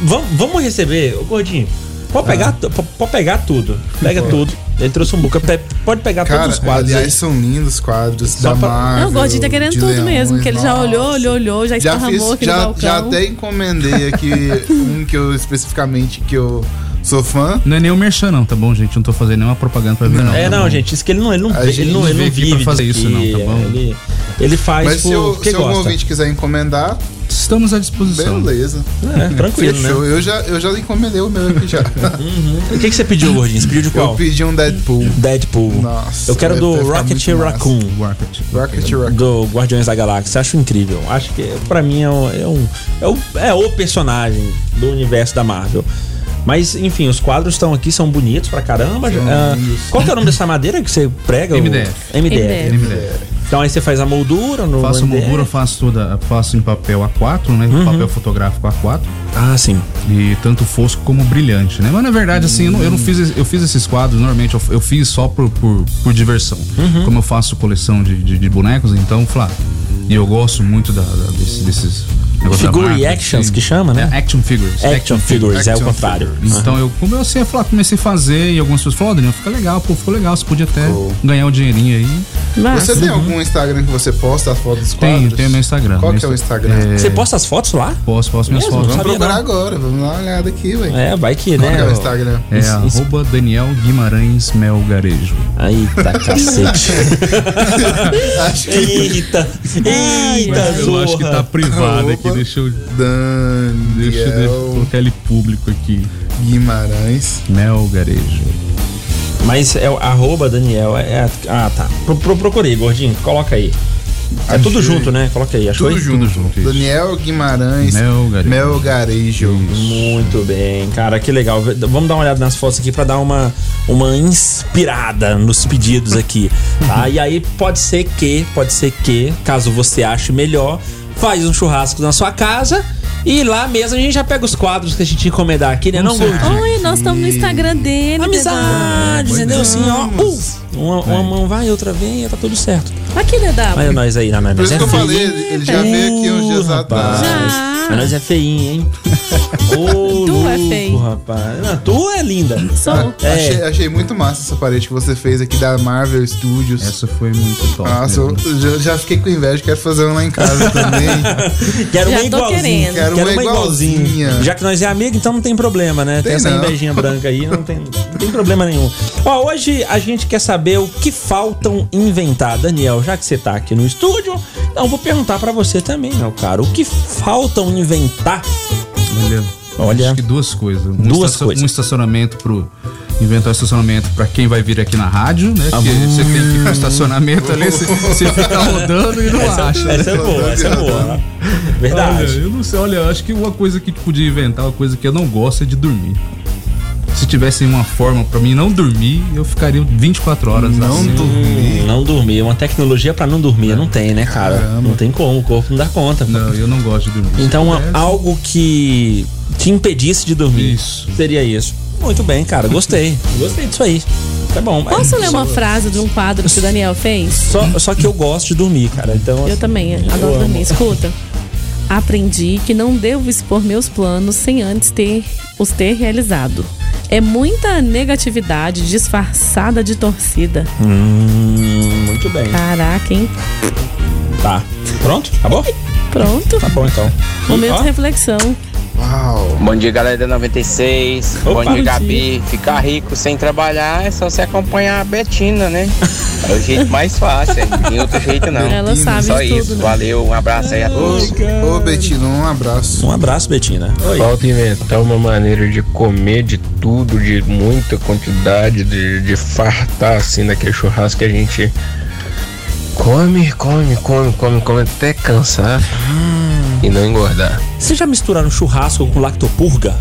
Speaker 4: vamos, vamos receber, ô Gordinho. Pode pegar, tu- po- pode pegar tudo. Pega tudo. Ele trouxe um buca. pe- Pode pegar
Speaker 6: Cara,
Speaker 4: todos os quadros.
Speaker 6: aliás,
Speaker 4: aí.
Speaker 6: são lindos os quadros
Speaker 4: Só
Speaker 6: da
Speaker 4: pra-
Speaker 6: Marvel.
Speaker 5: Não, o Gordinho tá querendo
Speaker 6: de
Speaker 5: tudo
Speaker 6: Leões,
Speaker 5: mesmo, porque ele já
Speaker 6: nossa.
Speaker 5: olhou, olhou, olhou, já
Speaker 6: já
Speaker 5: esparramou
Speaker 6: fiz,
Speaker 5: aqui no
Speaker 6: já,
Speaker 5: balcão.
Speaker 6: já até encomendei aqui um que eu especificamente que eu sou fã.
Speaker 11: Não é nem o merchan, não, tá bom, gente? Não tô fazendo nenhuma propaganda pra mim, não.
Speaker 4: É,
Speaker 11: tá
Speaker 4: não,
Speaker 11: bom?
Speaker 4: gente, isso que ele não, ele não,
Speaker 11: A
Speaker 4: vê-
Speaker 11: gente
Speaker 4: ele não,
Speaker 11: não
Speaker 4: ele não
Speaker 11: veio aqui pra
Speaker 4: vive
Speaker 11: fazer
Speaker 4: disso,
Speaker 11: isso,
Speaker 4: não,
Speaker 11: não, tá bom?
Speaker 4: Ele, ele faz
Speaker 6: Mas se,
Speaker 4: por-
Speaker 6: eu,
Speaker 4: porque
Speaker 6: se algum
Speaker 4: gosta.
Speaker 6: ouvinte quiser encomendar,
Speaker 11: estamos à disposição.
Speaker 6: Beleza.
Speaker 4: É, tranquilo,
Speaker 6: Fechou.
Speaker 4: né?
Speaker 6: Eu já, eu já encomendei o meu aqui já.
Speaker 4: O que, que você pediu, Gordinho? Você pediu de qual?
Speaker 6: Eu pedi um Deadpool.
Speaker 4: Deadpool.
Speaker 6: Nossa.
Speaker 4: Eu quero
Speaker 6: vai-
Speaker 4: do
Speaker 6: vai ficar
Speaker 4: Rocket
Speaker 6: muito massa.
Speaker 4: Raccoon.
Speaker 11: Rocket.
Speaker 6: Rocket Raccoon.
Speaker 4: Do Guardiões da Galáxia. Acho incrível. Acho que pra mim é um- é um. É o, é o personagem do universo da Marvel. Mas, enfim, os quadros estão aqui, são bonitos pra caramba.
Speaker 11: São
Speaker 4: Ah,
Speaker 11: lindos.
Speaker 4: qual que é o nome dessa madeira que você prega? O-
Speaker 11: MDF.
Speaker 4: MDF.
Speaker 11: MDF.
Speaker 4: Então aí você faz a moldura no.
Speaker 11: Faço
Speaker 4: MDF.
Speaker 11: moldura, faço toda, faço em papel A4, né?
Speaker 4: Uhum.
Speaker 11: Papel fotográfico A4.
Speaker 4: Ah, sim.
Speaker 11: E tanto fosco como brilhante, né? Mas na verdade, assim, eu não, eu não fiz, eu fiz esses quadros, normalmente eu, eu fiz só por, por, por diversão.
Speaker 4: Uhum.
Speaker 11: Como eu faço coleção de, de, de bonecos, então, Flá, e eu gosto muito da, da- desse- desses. negócio da
Speaker 4: Figure
Speaker 11: marca,
Speaker 4: actions
Speaker 11: assim.
Speaker 4: que chama, né?
Speaker 11: É, action figures.
Speaker 4: Action figures, é o contrário.
Speaker 11: figures. Então
Speaker 4: Aham.
Speaker 11: eu comecei a falar, comecei a fazer e algumas pessoas falaram, "Ó, Daniel, fica legal, pô, ficou legal, você podia até ganhar um dinheirinho aí.
Speaker 5: Ah,
Speaker 6: Você tem algum Instagram que você posta as fotos dos quadros?
Speaker 11: Tem, tem meu Instagram.
Speaker 6: Qual
Speaker 11: meu
Speaker 6: que é o
Speaker 11: Insta-
Speaker 6: Instagram?
Speaker 11: é,
Speaker 4: Você posta as fotos lá?
Speaker 11: Posso, posso minhas
Speaker 4: Mesmo?
Speaker 11: fotos.
Speaker 6: Vamos
Speaker 4: Sabia
Speaker 6: procurar
Speaker 4: não.
Speaker 6: agora, vamos dar uma olhada aqui, ué.
Speaker 4: É, vai que,
Speaker 6: Qual
Speaker 4: né?
Speaker 6: que é o Instagram?
Speaker 11: É
Speaker 4: Isso- isso-
Speaker 11: arroba Daniel Guimarães Melgarejo.
Speaker 4: Aí tá cacete.
Speaker 6: [LAUGHS] Acho
Speaker 4: Eita! Eita,
Speaker 11: Eu acho que tá privado aqui, deixa eu. Deixa eu deixa eu colocar ele público aqui.
Speaker 6: Guimarães.
Speaker 11: Melgarejo.
Speaker 4: Mas é o arroba Daniel. É, é- ah, tá. Pro, pro- procurei, gordinho. Coloca aí. É tudo
Speaker 6: Achei.
Speaker 4: junto, né? Coloca aí. Achou?
Speaker 6: Tudo
Speaker 4: aí?
Speaker 6: junto. Daniel Guimarães.
Speaker 11: Mel Garejo.
Speaker 6: Mel Garejo.
Speaker 4: Muito bem, cara, que legal. V- Vamos dar uma olhada nas fotos aqui pra dar uma, uma inspirada nos pedidos aqui.
Speaker 6: [LAUGHS]
Speaker 4: Tá? E aí pode ser que, pode ser que, caso você ache melhor, faz um churrasco na sua casa e lá mesmo a gente já pega os quadros que a gente encomendar aqui, né? Não, Gordinho?
Speaker 5: Oi, nós estamos no Instagram dele.
Speaker 4: Amizade,
Speaker 6: é.
Speaker 4: entendeu? Assim, ó. Uh, uma, uma mão vai, outra vem, e tá tudo certo.
Speaker 5: ó. Aqui,
Speaker 4: Olha
Speaker 5: Dedá.
Speaker 4: nós aí, na
Speaker 6: Por
Speaker 4: nós
Speaker 6: isso
Speaker 4: é
Speaker 6: que eu
Speaker 4: feio,
Speaker 6: falei,
Speaker 4: hein?
Speaker 6: ele, ele já veio aqui uns dias atrás.
Speaker 4: Mas nós é feinho,
Speaker 5: [LAUGHS]
Speaker 4: hein? Ô,
Speaker 5: Tu é
Speaker 4: louco,
Speaker 5: feio.
Speaker 4: rapaz. Não, tu é linda.
Speaker 5: Sou.
Speaker 4: É.
Speaker 6: Achei, achei muito massa essa parede que você fez aqui da Marvel Studios.
Speaker 4: É
Speaker 11: Essa foi muito top. né?
Speaker 6: Nossa, eu já, já fiquei com inveja, quero fazer uma lá em casa
Speaker 4: [LAUGHS]
Speaker 6: também.
Speaker 4: Quero
Speaker 5: Já
Speaker 4: uma
Speaker 5: tô
Speaker 4: igualzinha.
Speaker 5: querendo.
Speaker 6: Quero uma igualzinha.
Speaker 4: Já que nós é amigo, então não tem problema, né? Tem,
Speaker 6: Tem
Speaker 4: essa
Speaker 6: não.
Speaker 4: invejinha branca aí, não tem, não tem problema nenhum. Ó, hoje a gente quer saber o que faltam inventar. Daniel, já que você tá aqui no estúdio, então eu vou perguntar pra você também, meu caro. O que faltam inventar
Speaker 11: Olha,
Speaker 4: Olha.
Speaker 11: Acho que duas coisas. Um
Speaker 4: Duas coisas.
Speaker 11: Um estacionamento pro. Inventar um estacionamento pra quem vai vir aqui na rádio, né?
Speaker 4: Ah,
Speaker 11: Porque você tem que ir pro estacionamento ali, você, você fica rodando e não
Speaker 4: Essa-
Speaker 11: acha.
Speaker 4: essa é boa, essa é boa. Verdade.
Speaker 11: Olha, eu não sei, olha, eu acho que uma coisa que podia inventar, uma coisa que eu não gosto é de dormir. Se tivesse uma forma pra mim não dormir, eu ficaria 24 horas
Speaker 4: Não
Speaker 11: assim.
Speaker 4: dormir. Não dormir. é Uma tecnologia pra não dormir não tem, né, cara? Não tem como. O corpo não dá conta.
Speaker 11: Não, eu não gosto de dormir. É.
Speaker 4: Então, algo que te impedisse de dormir seria isso. Muito bem, cara. Gostei. gostei disso aí. Tá bom. mas-
Speaker 5: Posso ler uma
Speaker 4: só-
Speaker 5: frase de um quadro que o Daniel fez?
Speaker 4: Só, só que eu gosto de dormir, cara. Então,
Speaker 5: Eu
Speaker 4: assim,
Speaker 5: também, é, adoro
Speaker 4: amo.
Speaker 5: dormir. Escuta. Aprendi que não devo expor meus planos sem antes ter os ter realizado. É muita negatividade disfarçada de torcida.
Speaker 4: Hum, muito bem.
Speaker 5: Caraca, hein?
Speaker 4: Tá. Pronto? Acabou?
Speaker 5: Pronto.
Speaker 4: Tá bom, então.
Speaker 5: Momento
Speaker 4: ó.
Speaker 5: de reflexão.
Speaker 12: Bom dia, galera da 96.
Speaker 4: Opa.
Speaker 12: Bom dia,
Speaker 4: Bom
Speaker 12: Gabi. Ficar rico sem trabalhar é só você acompanhar a Betina, né? É o jeito mais fácil, hein? Não tem outro jeito não.
Speaker 5: Ela sabe
Speaker 12: Só
Speaker 5: de tudo,
Speaker 12: isso.
Speaker 5: né?
Speaker 12: Valeu, um abraço aí a
Speaker 5: Oh,
Speaker 12: todos.
Speaker 6: Ô, ô Betina, um abraço.
Speaker 4: Um abraço, Betina.
Speaker 13: Falta inventar uma maneira de comer de tudo, de muita quantidade, de, de fartar assim naquele churrasco que a gente come, come, come, come, come até cansar e não engordar.
Speaker 4: Vocês já misturaram churrasco com lactopurga?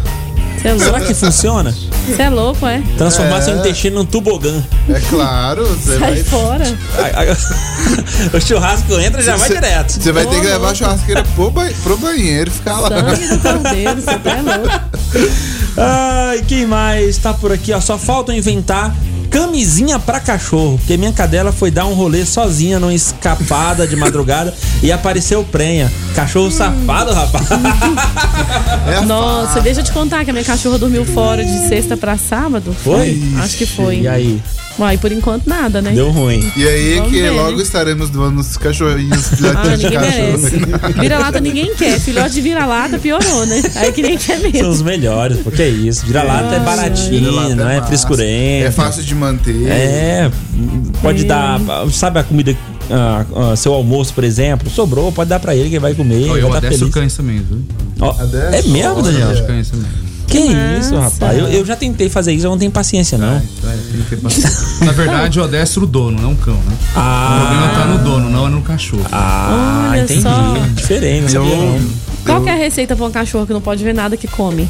Speaker 5: Você é louco.
Speaker 4: Será que funciona?
Speaker 5: Você é louco, é?
Speaker 4: Transformar
Speaker 6: É.
Speaker 4: seu intestino num tobogã.
Speaker 6: É claro,
Speaker 5: Sai
Speaker 6: você vai.
Speaker 5: Tá fora.
Speaker 4: A- a- [LAUGHS] o churrasco entra e já vai
Speaker 6: Você-
Speaker 4: direto.
Speaker 6: Você vai ter que levar a churrasqueira pro, ba- pro banheiro e ficar lá.
Speaker 5: Sangue do cordeiro, você tá
Speaker 4: [LAUGHS]
Speaker 5: louco.
Speaker 4: Ai, quem mais tá por aqui, ó? Só falta eu inventar camisinha pra cachorro. Porque minha cadela foi dar um rolê sozinha numa escapada de madrugada e apareceu prenha. Cachorro safado, rapaz.
Speaker 6: É
Speaker 5: Nossa, deixa eu te contar que a minha cachorra dormiu fora de sexta pra sábado.
Speaker 4: Foi?
Speaker 5: Acho que foi.
Speaker 4: E aí?
Speaker 5: Uai, por enquanto nada, né?
Speaker 4: Deu ruim.
Speaker 6: E aí
Speaker 5: Vamos
Speaker 6: que
Speaker 5: ver,
Speaker 6: logo
Speaker 5: né?
Speaker 6: estaremos doando os cachorrinhos
Speaker 5: Ah,
Speaker 6: filhotes de
Speaker 5: ninguém
Speaker 4: né?
Speaker 5: merece.
Speaker 6: cachorro.
Speaker 5: Vira-lata ninguém quer. Filhote de vira-lata piorou, né? Aí que nem quer
Speaker 4: São os
Speaker 5: mesmo.
Speaker 4: melhores, porque é isso. Vira-lata é baratinho,
Speaker 6: Vira-lata é
Speaker 4: não é
Speaker 6: fácil.
Speaker 4: frescurento.
Speaker 6: É fácil de manter.
Speaker 4: É, pode
Speaker 5: É.
Speaker 4: dar, sabe a comida, ah, ah, seu almoço, por exemplo, sobrou, pode dar pra ele que ele vai
Speaker 11: Olha,
Speaker 4: comer, vai
Speaker 11: eu
Speaker 4: tá
Speaker 11: adesso
Speaker 4: feliz.
Speaker 11: cães também, viu?
Speaker 4: Ó, é
Speaker 6: Adesso,
Speaker 4: mesmo,
Speaker 6: olha.
Speaker 4: Daniel?
Speaker 11: Os cães também.
Speaker 4: Que isso, rapaz? Eu, eu já tentei fazer isso, eu não tenho paciência, não.
Speaker 11: Então, é, tem que ter paciência. Na verdade, o Odécio é o dono, não o cão, né? O problema tá no dono, não é no cachorro.
Speaker 4: Ah,
Speaker 5: Olha
Speaker 4: entendi.
Speaker 5: só.
Speaker 4: Diferente, não sabia não.
Speaker 5: Qual que é a receita pra um cachorro que não pode ver nada que come?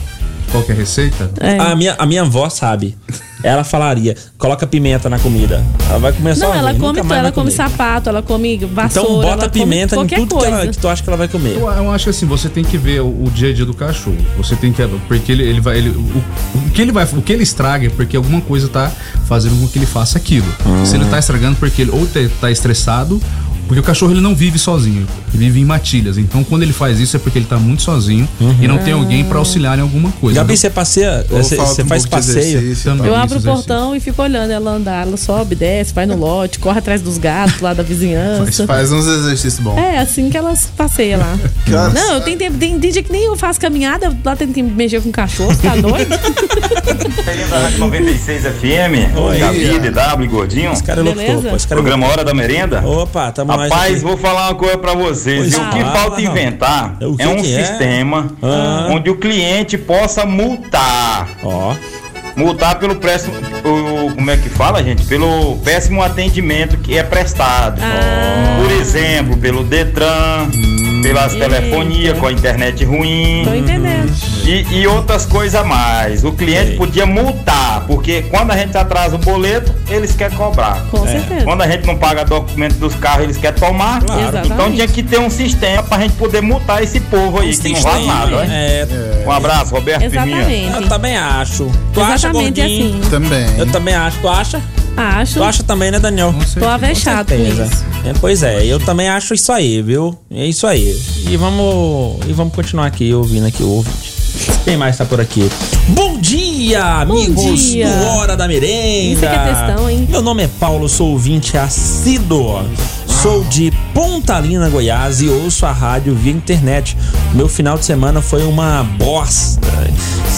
Speaker 11: Qual que é a receita?
Speaker 5: É.
Speaker 4: A minha, a minha avó sabe. Ela falaria, coloca pimenta na comida. Ela vai comer só
Speaker 5: Não,
Speaker 4: a
Speaker 5: ela
Speaker 4: ver, nunca
Speaker 5: come,
Speaker 4: mais
Speaker 5: tudo, ela
Speaker 4: vai
Speaker 5: come
Speaker 4: comer.
Speaker 5: sapato, ela come vassoura.
Speaker 4: Então bota
Speaker 5: ela come
Speaker 4: pimenta em
Speaker 5: qualquer
Speaker 4: tudo que,
Speaker 5: coisa.
Speaker 4: ela, que tu acha que ela vai comer.
Speaker 11: Eu, eu acho que assim, você tem que ver o, o dia a dia do cachorro. Você tem que. Porque ele, ele vai. Ele, o, o que ele vai. O que ele estraga é porque alguma coisa tá fazendo com que ele faça aquilo. Se ele tá estragando porque ele ou te- tá estressado. Porque o cachorro ele não vive sozinho, ele vive em matilhas. Então quando ele faz isso é porque ele tá muito sozinho e não tem alguém pra auxiliar em alguma coisa.
Speaker 4: Gabi, você passeia,
Speaker 6: Ou
Speaker 4: você,
Speaker 6: falta
Speaker 4: você
Speaker 6: um
Speaker 4: faz
Speaker 6: pouco de
Speaker 4: passeio.
Speaker 6: exercício e
Speaker 11: Também.
Speaker 6: tal.
Speaker 5: Eu
Speaker 11: Isso,
Speaker 5: abro o
Speaker 11: exercício.
Speaker 5: portão e fico olhando ela andar. Ela sobe, desce, vai no lote, corre atrás dos gatos lá da vizinhança.
Speaker 6: Faz uns exercícios bons.
Speaker 5: É, assim que ela passeia lá.
Speaker 6: Cara,
Speaker 5: Não, eu tenho tempo. Tem, tem dia que nem eu faço caminhada, lá tentei mexer com o cachorro, tá doido?
Speaker 6: [LAUGHS]
Speaker 14: da Rádio 96 FM,
Speaker 4: Oi.
Speaker 14: Gabi, DW, e Gordinho.
Speaker 4: Esse cara é louco,
Speaker 5: Beleza?
Speaker 4: pô. Esse cara é
Speaker 14: Programa Hora da Merenda.
Speaker 4: louco. Opa, tamo mais
Speaker 14: Rapaz,
Speaker 4: aqui.
Speaker 14: vou falar uma coisa pra vocês.
Speaker 4: assim, Pois
Speaker 14: viu? o que
Speaker 4: fala,
Speaker 14: falta
Speaker 4: Raul.
Speaker 14: inventar
Speaker 4: O que
Speaker 14: é um
Speaker 4: que é?
Speaker 14: sistema
Speaker 4: Ah.
Speaker 14: onde o cliente possa multar.
Speaker 4: Ó,
Speaker 14: Multar pelo péssimo. o- Como é que fala, gente? Pelo péssimo atendimento que é prestado.
Speaker 5: Ah.
Speaker 14: Por exemplo, pelo Detran, pelas
Speaker 5: Eita.
Speaker 14: telefonias com a internet ruim.
Speaker 5: Tô entendendo.
Speaker 14: E, e outras coisas a mais. O cliente podia multar, porque quando a gente atrasa o boleto, eles querem cobrar.
Speaker 5: Com
Speaker 4: É.
Speaker 5: certeza.
Speaker 14: Quando a gente não paga documento dos carros, eles querem tomar.
Speaker 4: Claro.
Speaker 14: Então
Speaker 5: Exatamente.
Speaker 14: tinha que ter um sistema pra gente poder multar esse povo
Speaker 4: Um
Speaker 14: aí,
Speaker 6: um
Speaker 14: que não vale nada. né?
Speaker 4: É,
Speaker 14: Um abraço, Roberto Firmino.
Speaker 4: eu
Speaker 5: Exatamente.
Speaker 4: também acho. tá- Tu acha,
Speaker 5: Exatamente
Speaker 4: gordinho?
Speaker 5: assim.
Speaker 6: Também.
Speaker 4: Eu também acho. Tu acha?
Speaker 5: Acho.
Speaker 4: Tu acha também, né, Daniel?
Speaker 5: Tô avexado com isso.
Speaker 4: É, pois é, eu também acho isso aí, viu? É isso aí. E vamos, e vamos continuar aqui ouvindo aqui o ouvinte. Quem mais tá por aqui? Bom dia, amigos
Speaker 5: dia.
Speaker 4: do Hora da Merenda.
Speaker 5: Isso aqui é textão, hein?
Speaker 4: Meu nome é Paulo, sou ouvinte assíduo. Sou de Pontalina, Goiás e ouço a rádio via internet. Meu final de semana foi uma bosta.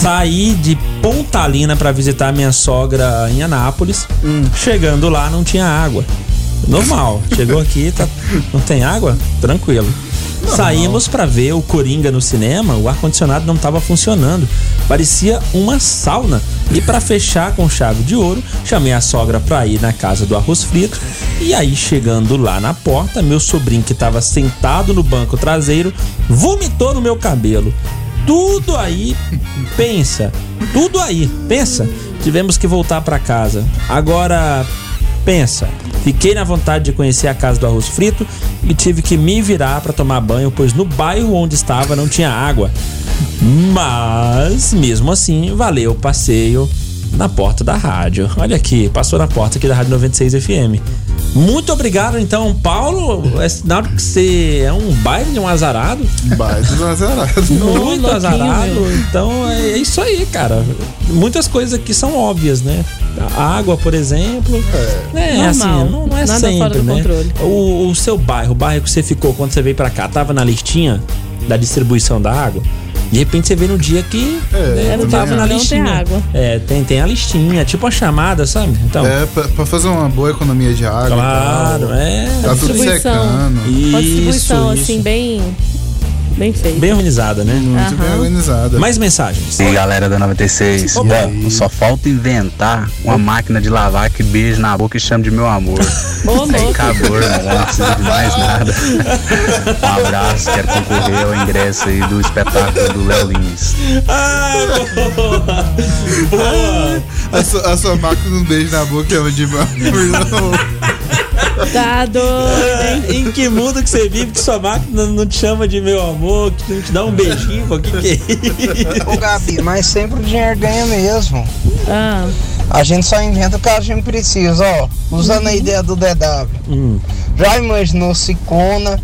Speaker 4: Saí de Pontalina para visitar minha sogra em Anápolis. Chegando lá não tinha água. Normal. Chegou aqui, tá... não tem água? Tranquilo. Saímos pra ver o Coringa no cinema, o ar-condicionado não tava funcionando. Parecia uma sauna. E pra fechar com chave de ouro, chamei a sogra pra ir na casa do arroz frito. E aí, chegando lá na porta, meu sobrinho que tava sentado no banco traseiro vomitou no meu cabelo. Tudo aí, pensa. Tudo aí, pensa. Tivemos que voltar pra casa. Agora, Pensa, fiquei na vontade de conhecer a casa do arroz frito e tive que me virar para tomar banho, pois no bairro onde estava não tinha água. Mas, mesmo assim, valeu o passeio na porta da rádio. Olha aqui, passou na porta aqui da Rádio 96 FM. Muito obrigado, então, Paulo. É sinal de que você é um baile de um azarado.
Speaker 6: Baile de um azarado.
Speaker 4: Muito azarado. Então, é, é isso aí, cara. Muitas coisas aqui são óbvias, né? A água, por exemplo. É,
Speaker 5: Normal.
Speaker 4: assim, não, não é
Speaker 5: Nada
Speaker 4: sempre,
Speaker 5: fora do
Speaker 4: né?
Speaker 5: controle.
Speaker 4: O, o seu bairro, o bairro que você ficou quando você veio pra cá, tava na listinha da distribuição da água? De repente você vê no dia que né,
Speaker 6: também
Speaker 4: não tava
Speaker 6: acho.
Speaker 4: na
Speaker 6: É, Não tem
Speaker 4: listinha.
Speaker 6: água.
Speaker 4: É, tem, tem a listinha, tipo a chamada, sabe? Então,
Speaker 6: É, pra, pra fazer uma boa economia de água. e
Speaker 4: Claro,
Speaker 6: tal.
Speaker 4: é.
Speaker 6: Tá tudo secando.
Speaker 5: uma distribuição assim, bem. Bem feita.
Speaker 4: Bem organizada, né?
Speaker 6: Muito tá bem
Speaker 5: Aham. Ah.
Speaker 6: organizada.
Speaker 4: Mais mensagens.
Speaker 15: E galera da 96,
Speaker 4: Opa.
Speaker 15: bom, só falta inventar uma máquina de lavar que beija na boca e chama de meu amor. Aí acabou, irmão, não precisa de mais nada. Um abraço, quero concorrer ao ingresso aí do espetáculo do Léo Lins.
Speaker 4: Ah!
Speaker 6: [LAUGHS] A sua, a sua máquina um beijo na boca é [LAUGHS] onde vai.
Speaker 5: Tá doido,
Speaker 4: hein? Em que mundo que você vive que sua máquina não te chama de meu amor, que não te dá um beijinho, o que, que é isso?
Speaker 10: Ô Gabi, mas sempre o dinheiro ganha mesmo.
Speaker 5: Ah.
Speaker 10: A gente só inventa o que a gente precisa, ó. Usando
Speaker 5: Uhum.
Speaker 10: a ideia do DW. Já imaginou se clona,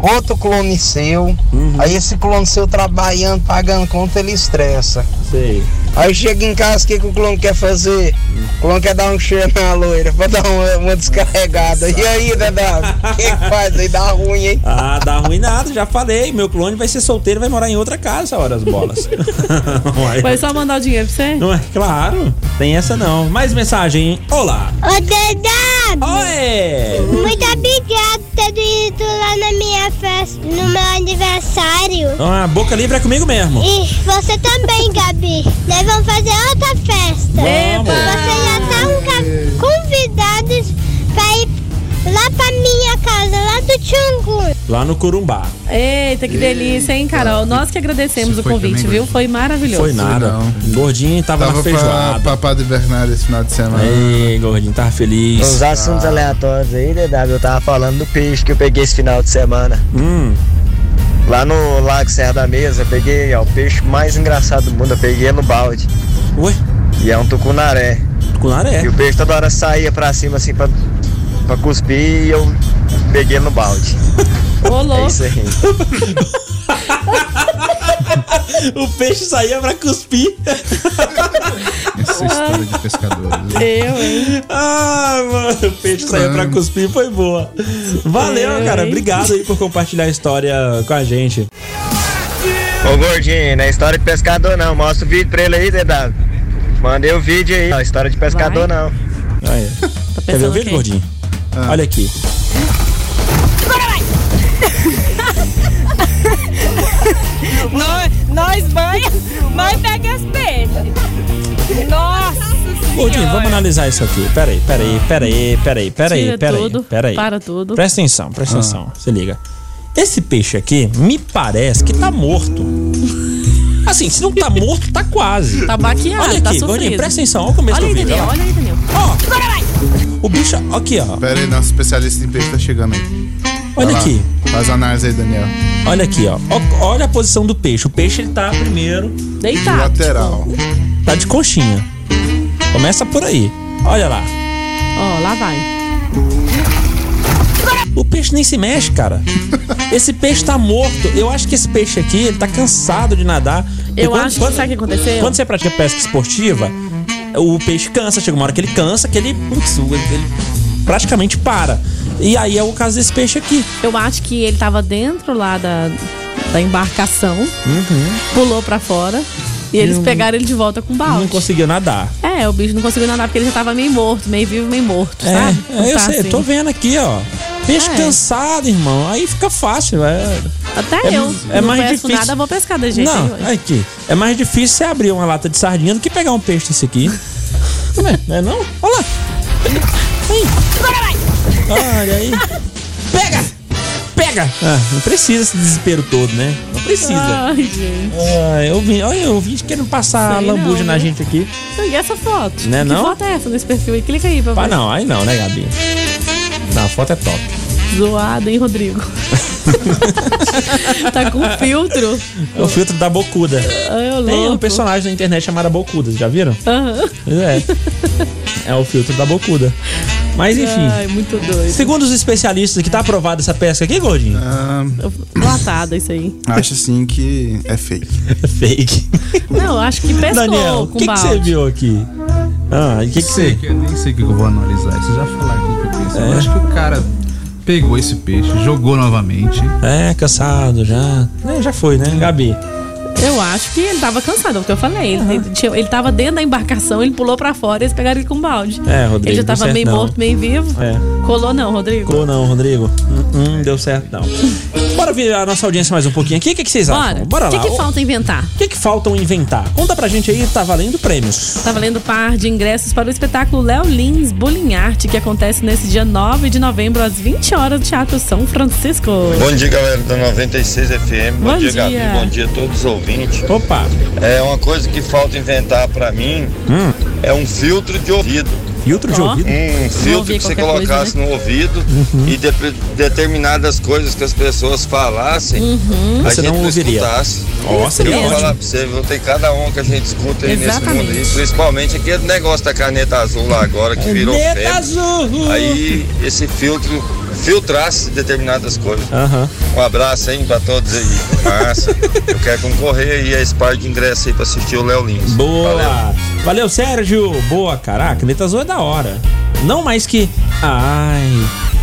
Speaker 10: outro clone seu, aí esse clone seu trabalhando, pagando conta, ele estressa.
Speaker 4: Sei.
Speaker 10: Aí chega em casa, o que, que o clone quer fazer? O clone quer dar um cheiro na loira pra dar uma, uma descarregada. E aí, DW? O que, que faz aí? Dá ruim, hein?
Speaker 4: Ah, dá ruim nada, já falei. Meu clone vai ser solteiro e vai morar em outra casa, hora
Speaker 6: [LAUGHS]
Speaker 4: as bolas. Uai.
Speaker 5: Vai só mandar o dinheiro pra você?
Speaker 4: Não é claro, tem essa não. Mais mensagem, hein? Olá!
Speaker 7: Ô, Dedado!
Speaker 4: Oi!
Speaker 7: Muito obrigado por ter ido lá na minha festa, no meu aniversário.
Speaker 4: Ah, boca livre é comigo mesmo.
Speaker 7: E você também, Gabi. Nós vamos fazer outra festa.
Speaker 4: Vamos.
Speaker 7: Você já tá um ca- convidados pra ir lá pra minha casa, lá do Tchungu.
Speaker 4: Lá no Curumbá.
Speaker 5: Eita, que delícia, hein, Carol? Nós que agradecemos o convite, viu? Foi maravilhoso.
Speaker 4: né? Foi nada. Gordinho tava,
Speaker 6: Tava
Speaker 4: na
Speaker 6: pra,
Speaker 4: feijoada. É.
Speaker 6: pra Padre Bernardo esse final de semana.
Speaker 4: Ei, gordinho, tava feliz.
Speaker 16: Os assuntos aleatórios aí, DW, eu tava falando do peixe que eu peguei esse final de semana.
Speaker 4: Hum.
Speaker 16: Lá no Lago Serra da Mesa, eu peguei ó, o peixe mais engraçado do mundo, eu peguei no balde.
Speaker 4: Ué? é
Speaker 16: E é um tucunaré.
Speaker 4: Tucunaré?
Speaker 6: [LAUGHS]
Speaker 16: E o peixe toda hora saía pra cima assim pra, pra cuspir e eu peguei no balde.
Speaker 5: Ô,
Speaker 16: É isso aí.
Speaker 4: o peixe saía pra cuspir.
Speaker 6: Essa história de pescador.
Speaker 5: Eu, hein?
Speaker 4: Ah, mano, o peixe saiu pra cuspir, foi boa. Valeu,
Speaker 16: Eu,
Speaker 4: cara.
Speaker 16: hein?
Speaker 4: Obrigado aí por compartilhar a história com a gente.
Speaker 16: Ô gordinho, não é história de pescador não, mostra o vídeo pra ele aí, DW. Mandei o vídeo aí, não é história de pescador não.
Speaker 4: Aí.
Speaker 17: Tá
Speaker 4: Quer ver o
Speaker 16: pensando
Speaker 4: vídeo,
Speaker 16: quem?
Speaker 4: gordinho? Olha aqui.
Speaker 17: nós, nós banha, mãe pega as peixes. Nossa
Speaker 4: Gordinho, vamos analisar isso aqui. Peraí, peraí, peraí, peraí, peraí,
Speaker 5: Tira
Speaker 4: peraí,
Speaker 5: tudo,
Speaker 4: peraí.
Speaker 5: para tudo.
Speaker 4: Presta atenção, presta
Speaker 5: Ah.
Speaker 4: atenção. Se liga. Esse peixe aqui me parece que tá morto. Assim, se não tá morto, tá
Speaker 5: [LAUGHS]
Speaker 4: quase.
Speaker 5: Tá baqueado,
Speaker 4: Olha aqui,
Speaker 5: tá
Speaker 4: Gordinho,
Speaker 5: sofrido.
Speaker 4: presta atenção. Olha o começo
Speaker 5: Olha aí,
Speaker 4: do vídeo.
Speaker 5: Daniel,
Speaker 4: olha lá.
Speaker 5: olha aí, Daniel. Agora vai!
Speaker 4: O bicho, aqui, ó.
Speaker 6: Pera aí, nosso especialista em peixe tá chegando aí.
Speaker 4: Olha
Speaker 6: Vai lá,
Speaker 4: aqui.
Speaker 6: Faz a análise aí, Daniel.
Speaker 4: Olha aqui, ó. Ó- Olha a posição do peixe. O peixe ele tá primeiro.
Speaker 5: Deitado.
Speaker 6: Lateral.
Speaker 4: Tá de conchinha. Começa por aí. Olha lá.
Speaker 5: Ó, lá vai.
Speaker 4: O peixe nem se mexe, cara. Esse peixe tá morto. Eu acho que esse peixe aqui, ele tá cansado de nadar. Porque
Speaker 5: Eu acho que sabe o que aconteceu?
Speaker 4: Quando você pratica pesca esportiva, o peixe cansa. Chega uma hora que ele cansa, que ele, putz, ele- ele praticamente para. E aí é o caso desse peixe aqui.
Speaker 5: Eu acho que ele tava dentro lá da, da embarcação,
Speaker 4: Uhum.
Speaker 5: pulou pra fora e eles
Speaker 4: Não-
Speaker 5: pegaram ele de volta com
Speaker 4: Não
Speaker 5: balde.
Speaker 4: conseguiu nadar.
Speaker 5: É, o bicho não conseguiu nadar porque ele já tava meio morto, meio vivo, meio morto,
Speaker 4: É,
Speaker 5: sabe?
Speaker 4: é, eu
Speaker 5: Tá
Speaker 4: sei,
Speaker 5: assim. é.
Speaker 4: tô vendo aqui, ó. Peixe cansado, irmão. Aí fica fácil. É...
Speaker 5: Até
Speaker 4: é-
Speaker 5: eu.
Speaker 4: É
Speaker 5: não
Speaker 4: mais
Speaker 5: conheço
Speaker 4: difícil.
Speaker 5: nada, vou pescar da gente.
Speaker 4: Não, aqui. É mais difícil você abrir uma lata de sardinha do que pegar um peixe desse
Speaker 5: [LAUGHS]
Speaker 4: aqui. Não é, não é não? Olha lá. Olha aí. Pega! Pega! Ah, não precisa esse desespero todo, né? Não precisa.
Speaker 5: Ai, gente.
Speaker 4: Ah, eu vi, olha, eu vi querendo passar
Speaker 5: Sei não,
Speaker 4: lambuja
Speaker 5: né?
Speaker 4: na
Speaker 5: viu?
Speaker 4: gente aqui.
Speaker 5: Não, Então, E essa foto?
Speaker 4: Né,
Speaker 5: que
Speaker 4: não?
Speaker 5: foto é essa nesse perfil aí? Clica aí pra
Speaker 4: Pá,
Speaker 5: ver.
Speaker 4: não, aí não, né, Gabi? Não, a foto é top.
Speaker 5: Zoado, hein,
Speaker 4: [LAUGHS]
Speaker 5: Rodrigo? tá com filtro.
Speaker 4: É o filtro da Bocuda.
Speaker 5: eu
Speaker 4: Tem um
Speaker 5: louco.
Speaker 4: personagem na internet chamado Bocuda, já viram?
Speaker 5: Aham.
Speaker 4: Pois É. É o filtro da Bocuda. Mas enfim.
Speaker 5: Ai, muito doido.
Speaker 4: Segundo os especialistas, que tá aprovada essa pesca aqui, Gordinho?
Speaker 18: Ah.
Speaker 5: Latada isso aí.
Speaker 6: Acho assim que é fake.
Speaker 4: É [LAUGHS] fake.
Speaker 5: Não, acho que pescou
Speaker 4: Daniel, o
Speaker 5: com
Speaker 4: que, que
Speaker 5: balde.
Speaker 4: você viu aqui? Ah, o que, que
Speaker 11: sei,
Speaker 4: você.
Speaker 11: que, nem sei o que eu vou analisar. Vocês já falaram tudo que eu penso. Eu
Speaker 19: É.
Speaker 11: acho que o cara pegou esse peixe, jogou novamente.
Speaker 4: É, cansado já. É, já foi, né, Gabi?
Speaker 5: Eu acho que ele tava cansado, é o que eu falei. Ele, ele, tinha- ele tava dentro da embarcação, ele pulou pra fora e eles pegaram ele com balde.
Speaker 4: É, Rodrigo,
Speaker 5: Ele já
Speaker 4: deu
Speaker 5: tava
Speaker 4: certo
Speaker 5: meio
Speaker 4: não.
Speaker 5: morto, meio vivo.
Speaker 4: É.
Speaker 5: Colou não, Rodrigo.
Speaker 4: Ficou não, Rodrigo. Hum, hum, deu certo, não. Bora ver a nossa audiência mais um pouquinho aqui. O que, que vocês
Speaker 5: Bora.
Speaker 4: acham? Bora
Speaker 5: o
Speaker 4: lá.
Speaker 5: que, que falta inventar?
Speaker 4: O que, que faltam inventar? Conta pra gente aí, tá valendo prêmios.
Speaker 5: Tá valendo par de ingressos para o espetáculo Léo Lins Bullying Arte, que acontece nesse dia 9 de novembro, às 20 horas, no Teatro São Francisco.
Speaker 18: Bom dia, galera da 96 FM. Bom,
Speaker 5: Bom
Speaker 18: dia, Gabi.
Speaker 5: dia.
Speaker 18: Bom dia a todos os ouvintes.
Speaker 4: Opa!
Speaker 18: É uma coisa que falta inventar pra mim
Speaker 16: Hum.
Speaker 18: é um filtro de ouvido.
Speaker 4: Filtro
Speaker 5: de Ó. ouvido?
Speaker 18: Um filtro
Speaker 5: ouvir
Speaker 18: que você
Speaker 5: qualquer coisa, né?
Speaker 18: colocasse no ouvido e de- determinadas coisas que as pessoas falassem,
Speaker 5: Uhum.
Speaker 18: a
Speaker 5: Você
Speaker 18: gente
Speaker 5: não ouviria.
Speaker 18: escutasse.
Speaker 4: Ó, seria
Speaker 18: Eu vou
Speaker 4: ótimo.
Speaker 18: falar pra você, viu? Tem cada um que a gente escuta aí nesse
Speaker 5: Exatamente.
Speaker 18: mundo. E principalmente aquele negócio da caneta azul lá agora que virou
Speaker 4: Caneta
Speaker 18: febre.
Speaker 4: azul.
Speaker 18: Aí esse filtro filtrasse determinadas coisas.
Speaker 4: Aham.
Speaker 18: Um abraço, hein, pra todos aí. Massa. Eu quero concorrer aí a esse par de ingresso aí pra assistir o Léo Lins.
Speaker 4: Boa!
Speaker 18: Valeu.
Speaker 4: Valeu. Sérgio! Boa, caraca, caneta azul é da hora. Não mais que. Ai,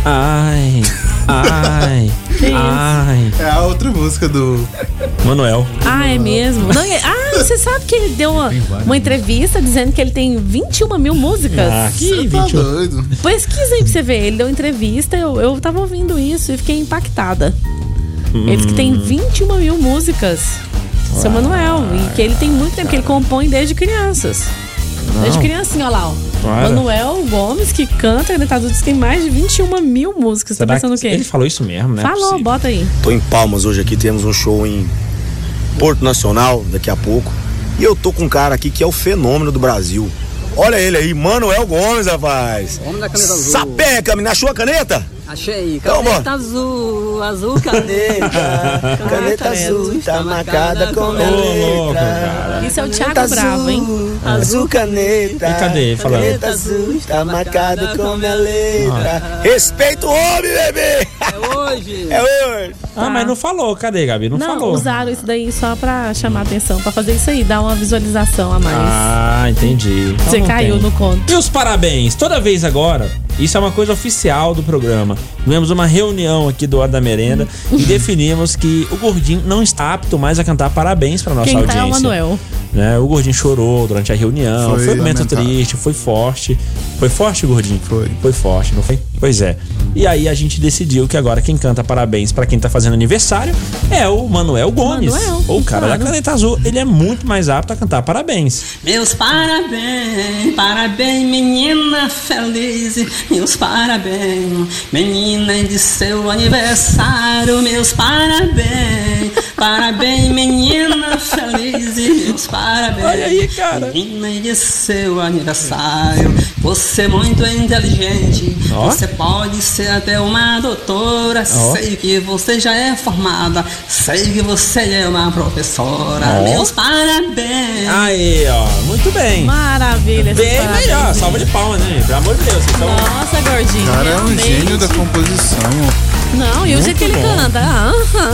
Speaker 4: ai,
Speaker 5: [LAUGHS]
Speaker 4: ai, ai.
Speaker 6: É a outra música do.
Speaker 4: É Manuel.
Speaker 5: Ah, é mesmo? Não, e- ah, você sabe que ele deu uma, uma entrevista dizendo que ele tem 21 mil músicas?
Speaker 4: Ah, que
Speaker 6: Tá
Speaker 4: 21.
Speaker 6: doido.
Speaker 5: Pesquisa aí pra você ver. Ele deu entrevista, eu, eu tava ouvindo isso e fiquei impactada. Ele disse que tem
Speaker 4: Hum.
Speaker 5: 21 mil músicas. Seu Manuel. E que ele tem muito tempo, que ele compõe desde crianças. Desde
Speaker 4: Não.
Speaker 5: criancinha, olha lá, ó.
Speaker 4: Para.
Speaker 5: Manuel Gomes, que canta, ele tá diz que tem mais de 21 mil músicas. Tá
Speaker 4: Será
Speaker 5: pensando o
Speaker 4: que
Speaker 5: quê?
Speaker 4: ele falou isso mesmo, né?
Speaker 5: Falou, bota aí.
Speaker 20: Tô em Palmas hoje aqui, temos um show em Porto Nacional daqui a pouco. E eu tô com um cara aqui que é o fenômeno do Brasil. Olha ele aí, Manuel Gomes, rapaz.
Speaker 21: Homem da caneta azul.
Speaker 20: Sapeca, me achou a caneta?
Speaker 21: Achei.
Speaker 20: Então,
Speaker 21: Caneta azul, azul caneta. caneta azul está marcada com minha
Speaker 4: Tá.
Speaker 21: letra.
Speaker 5: Isso é o Thiago Bravo, hein?
Speaker 21: Azul caneta.
Speaker 20: E cadê ele falando?
Speaker 21: Caneta azul está marcada com minha letra. Ah.
Speaker 20: Respeita o homem, bebê!
Speaker 21: É hoje.
Speaker 20: É hoje!
Speaker 4: Ah, mas não falou, cadê, Gabi? Não,
Speaker 5: Tá. Não,
Speaker 4: falou. Ah,
Speaker 5: usaram isso daí só pra chamar atenção, pra fazer isso aí, dar uma visualização a mais.
Speaker 4: Ah, entendi. Então
Speaker 5: Você
Speaker 4: não
Speaker 5: caiu
Speaker 4: tem.
Speaker 5: no conto.
Speaker 4: E os parabéns! Toda vez agora, isso é uma coisa oficial do programa. Tivemos uma reunião aqui do Hora da Merenda
Speaker 5: Hum.
Speaker 4: e definimos que o Gordinho não está apto mais a cantar parabéns pra nossa
Speaker 5: Quem
Speaker 4: audiência.
Speaker 5: tá é o Manuel.
Speaker 4: né? O Gordinho chorou durante a reunião, foi,
Speaker 6: Foi
Speaker 4: um momento
Speaker 6: lamentável.
Speaker 4: triste, foi forte. Foi forte, Gordinho? Foi. Foi forte, não foi? Pois é. E aí a gente decidiu que agora quem canta parabéns pra quem tá fazendo aniversário é o Manuel Gomes.
Speaker 21: Manuel,
Speaker 4: ou o cara
Speaker 21: claro.
Speaker 4: da Caneta Azul. Ele é muito mais apto a cantar parabéns.
Speaker 21: Meus parabéns, parabéns, menina feliz. Meus parabéns, menina de seu aniversário. Meus parabéns, parabéns, menina feliz. Meus
Speaker 5: É.
Speaker 21: parabéns,
Speaker 4: Olha aí, cara.
Speaker 21: menina de seu aniversário. Você é muito inteligente.
Speaker 4: Ó.
Speaker 21: Você pode ser até uma doutora.
Speaker 4: Ó.
Speaker 21: Sei que você já é formada. Sei que você é uma professora.
Speaker 4: Ó.
Speaker 21: Meus parabéns.
Speaker 4: Aí, ó. Muito bem.
Speaker 5: Maravilha.
Speaker 4: Bem melhor. Salva de palmas, né, gente? Pelo amor de Deus. Vocês estão...
Speaker 5: Nossa, gordinho.
Speaker 6: O cara é um
Speaker 5: realmente.
Speaker 6: gênio da composição.
Speaker 5: Não, e o
Speaker 6: Muito
Speaker 5: jeito que ele
Speaker 6: bom.
Speaker 5: canta, ah, ah,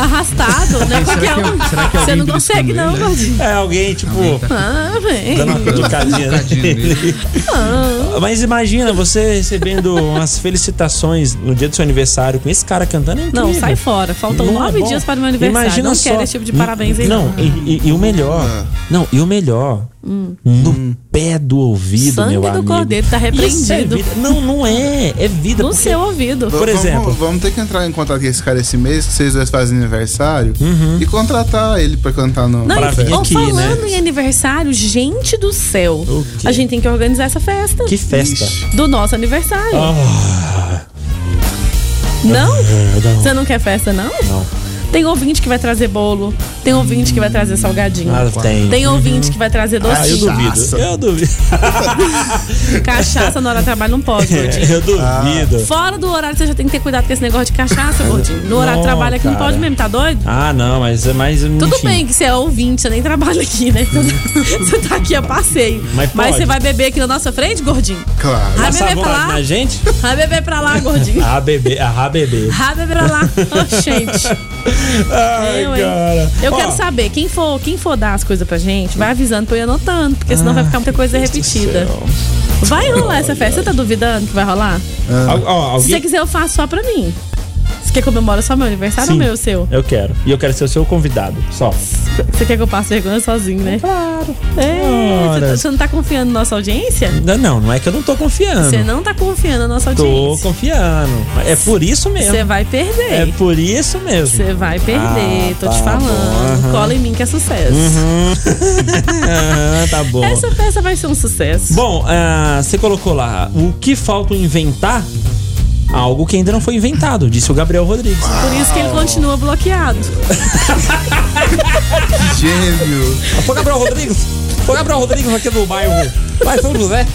Speaker 5: ah, arrastado, né?
Speaker 11: é
Speaker 5: Qualquer um. Você não consegue,
Speaker 11: né?
Speaker 5: não, né? gordinho.
Speaker 4: É alguém, tipo.
Speaker 5: Ah, vem.
Speaker 4: Dando uma cutucadinha. né?
Speaker 5: Ah.
Speaker 4: Mas imagina você recebendo umas felicitações no dia do seu aniversário com esse cara cantando. É incrível.
Speaker 5: Não, sai fora. Faltam
Speaker 4: Não é
Speaker 5: nove
Speaker 4: bom.
Speaker 5: dias para o meu aniversário.
Speaker 4: Imagina
Speaker 5: não tipo
Speaker 4: só.
Speaker 5: quero esse tipo de parabéns aí.
Speaker 4: Não, e, e- e o melhor. Não, e o melhor no pé do ouvido,
Speaker 5: Sangue
Speaker 4: meu
Speaker 5: do
Speaker 4: amigo.
Speaker 5: cordeiro, tá repreendido.
Speaker 4: Isso é vida. Não, não é. É vida.
Speaker 5: No
Speaker 4: porque-
Speaker 5: seu ouvido.
Speaker 4: Por
Speaker 6: Vamos-
Speaker 4: exemplo.
Speaker 6: Vamos ter que entrar em contato com esse cara esse mês, que vocês dois fazem aniversário,
Speaker 4: Uhum.
Speaker 6: e contratar ele pra cantar no.
Speaker 5: Não,
Speaker 6: pra
Speaker 5: e, ou falando em aniversário, gente do céu. A gente tem que organizar essa festa.
Speaker 4: Que festa?
Speaker 5: Do nosso aniversário.
Speaker 4: Ah.
Speaker 5: Não?
Speaker 4: É, não.
Speaker 5: Você não quer festa, não?
Speaker 4: Não.
Speaker 5: Tem ouvinte que vai trazer bolo. Tem ouvinte que vai trazer salgadinho.
Speaker 4: Ah, tem.
Speaker 5: ouvinte que vai trazer
Speaker 4: Ah, eu
Speaker 5: docinho.
Speaker 4: duvido. Eu [LAUGHS] duvido.
Speaker 5: Cachaça na hora do
Speaker 4: [LAUGHS]
Speaker 5: trabalho não pode, gordinho.
Speaker 4: É, eu duvido.
Speaker 5: Fora do horário, você já tem que ter cuidado com esse negócio de cachaça, gordinho. No horário
Speaker 4: Não,
Speaker 5: de trabalho aqui não
Speaker 4: cara.
Speaker 5: pode mesmo, tá doido?
Speaker 4: Ah, não, mas é mais.
Speaker 5: Tudo bem que você é ouvinte, você nem trabalha aqui, né? Então, [LAUGHS] você tá aqui a passeio.
Speaker 4: Mas pode.
Speaker 5: você vai beber aqui na nossa frente, gordinho?
Speaker 6: Claro.
Speaker 5: Vai
Speaker 4: Passar
Speaker 5: beber pra
Speaker 4: vontade
Speaker 5: lá?
Speaker 4: na gente?
Speaker 5: Vai beber pra lá, gordinho.
Speaker 4: [LAUGHS] A bebê,
Speaker 5: [LAUGHS]
Speaker 4: a bebê.
Speaker 5: Vai beber
Speaker 4: [LAUGHS]
Speaker 5: pra lá. Ô, gente.
Speaker 4: Ai,
Speaker 5: Eu, hein?
Speaker 4: cara.
Speaker 5: Eu
Speaker 4: Ó,
Speaker 5: quero saber, quem for, quem for dar as coisas pra gente, vai avisando pra eu ir anotando, porque
Speaker 4: Ah,
Speaker 5: senão vai ficar muita coisa repetida. Vai rolar essa festa? Você tá duvidando que vai rolar?
Speaker 4: Ah. Al- ó,
Speaker 5: Se você
Speaker 4: alguém...
Speaker 5: quiser, eu faço só pra mim. Você quer comemorar só meu aniversário
Speaker 4: Sim.
Speaker 5: ou meu o seu?
Speaker 4: Eu quero. E eu quero ser o seu convidado. Só.
Speaker 5: Você quer que eu passe vergonha sozinho, né? Claro. É, você, tá-
Speaker 4: Ora.
Speaker 5: você não tá confiando na nossa audiência?
Speaker 4: Não, não, não é que eu não tô confiando.
Speaker 5: Você não tá confiando na nossa
Speaker 4: Tô
Speaker 5: audiência.
Speaker 4: confiando. É por isso mesmo.
Speaker 5: Você vai
Speaker 4: É
Speaker 5: perder.
Speaker 4: por isso mesmo.
Speaker 5: Você vai perder,
Speaker 4: Ah,
Speaker 5: tô te
Speaker 4: tá
Speaker 5: falando.
Speaker 4: bom, aham.
Speaker 5: Cola em mim que é sucesso.
Speaker 4: Uhum. Aham, tá
Speaker 5: [LAUGHS]
Speaker 4: bom.
Speaker 5: Essa festa vai ser um sucesso.
Speaker 4: Bom, ah, você colocou lá, o que falta inventar? Algo que ainda não foi inventado, disse o Gabriel Rodrigues.
Speaker 5: Por isso que ele continua bloqueado.
Speaker 4: Ah.
Speaker 6: Gênio.
Speaker 4: Foi Gabriel Rodrigues? Foi Gabriel Rodrigues aqui do bairro. Vai, São José.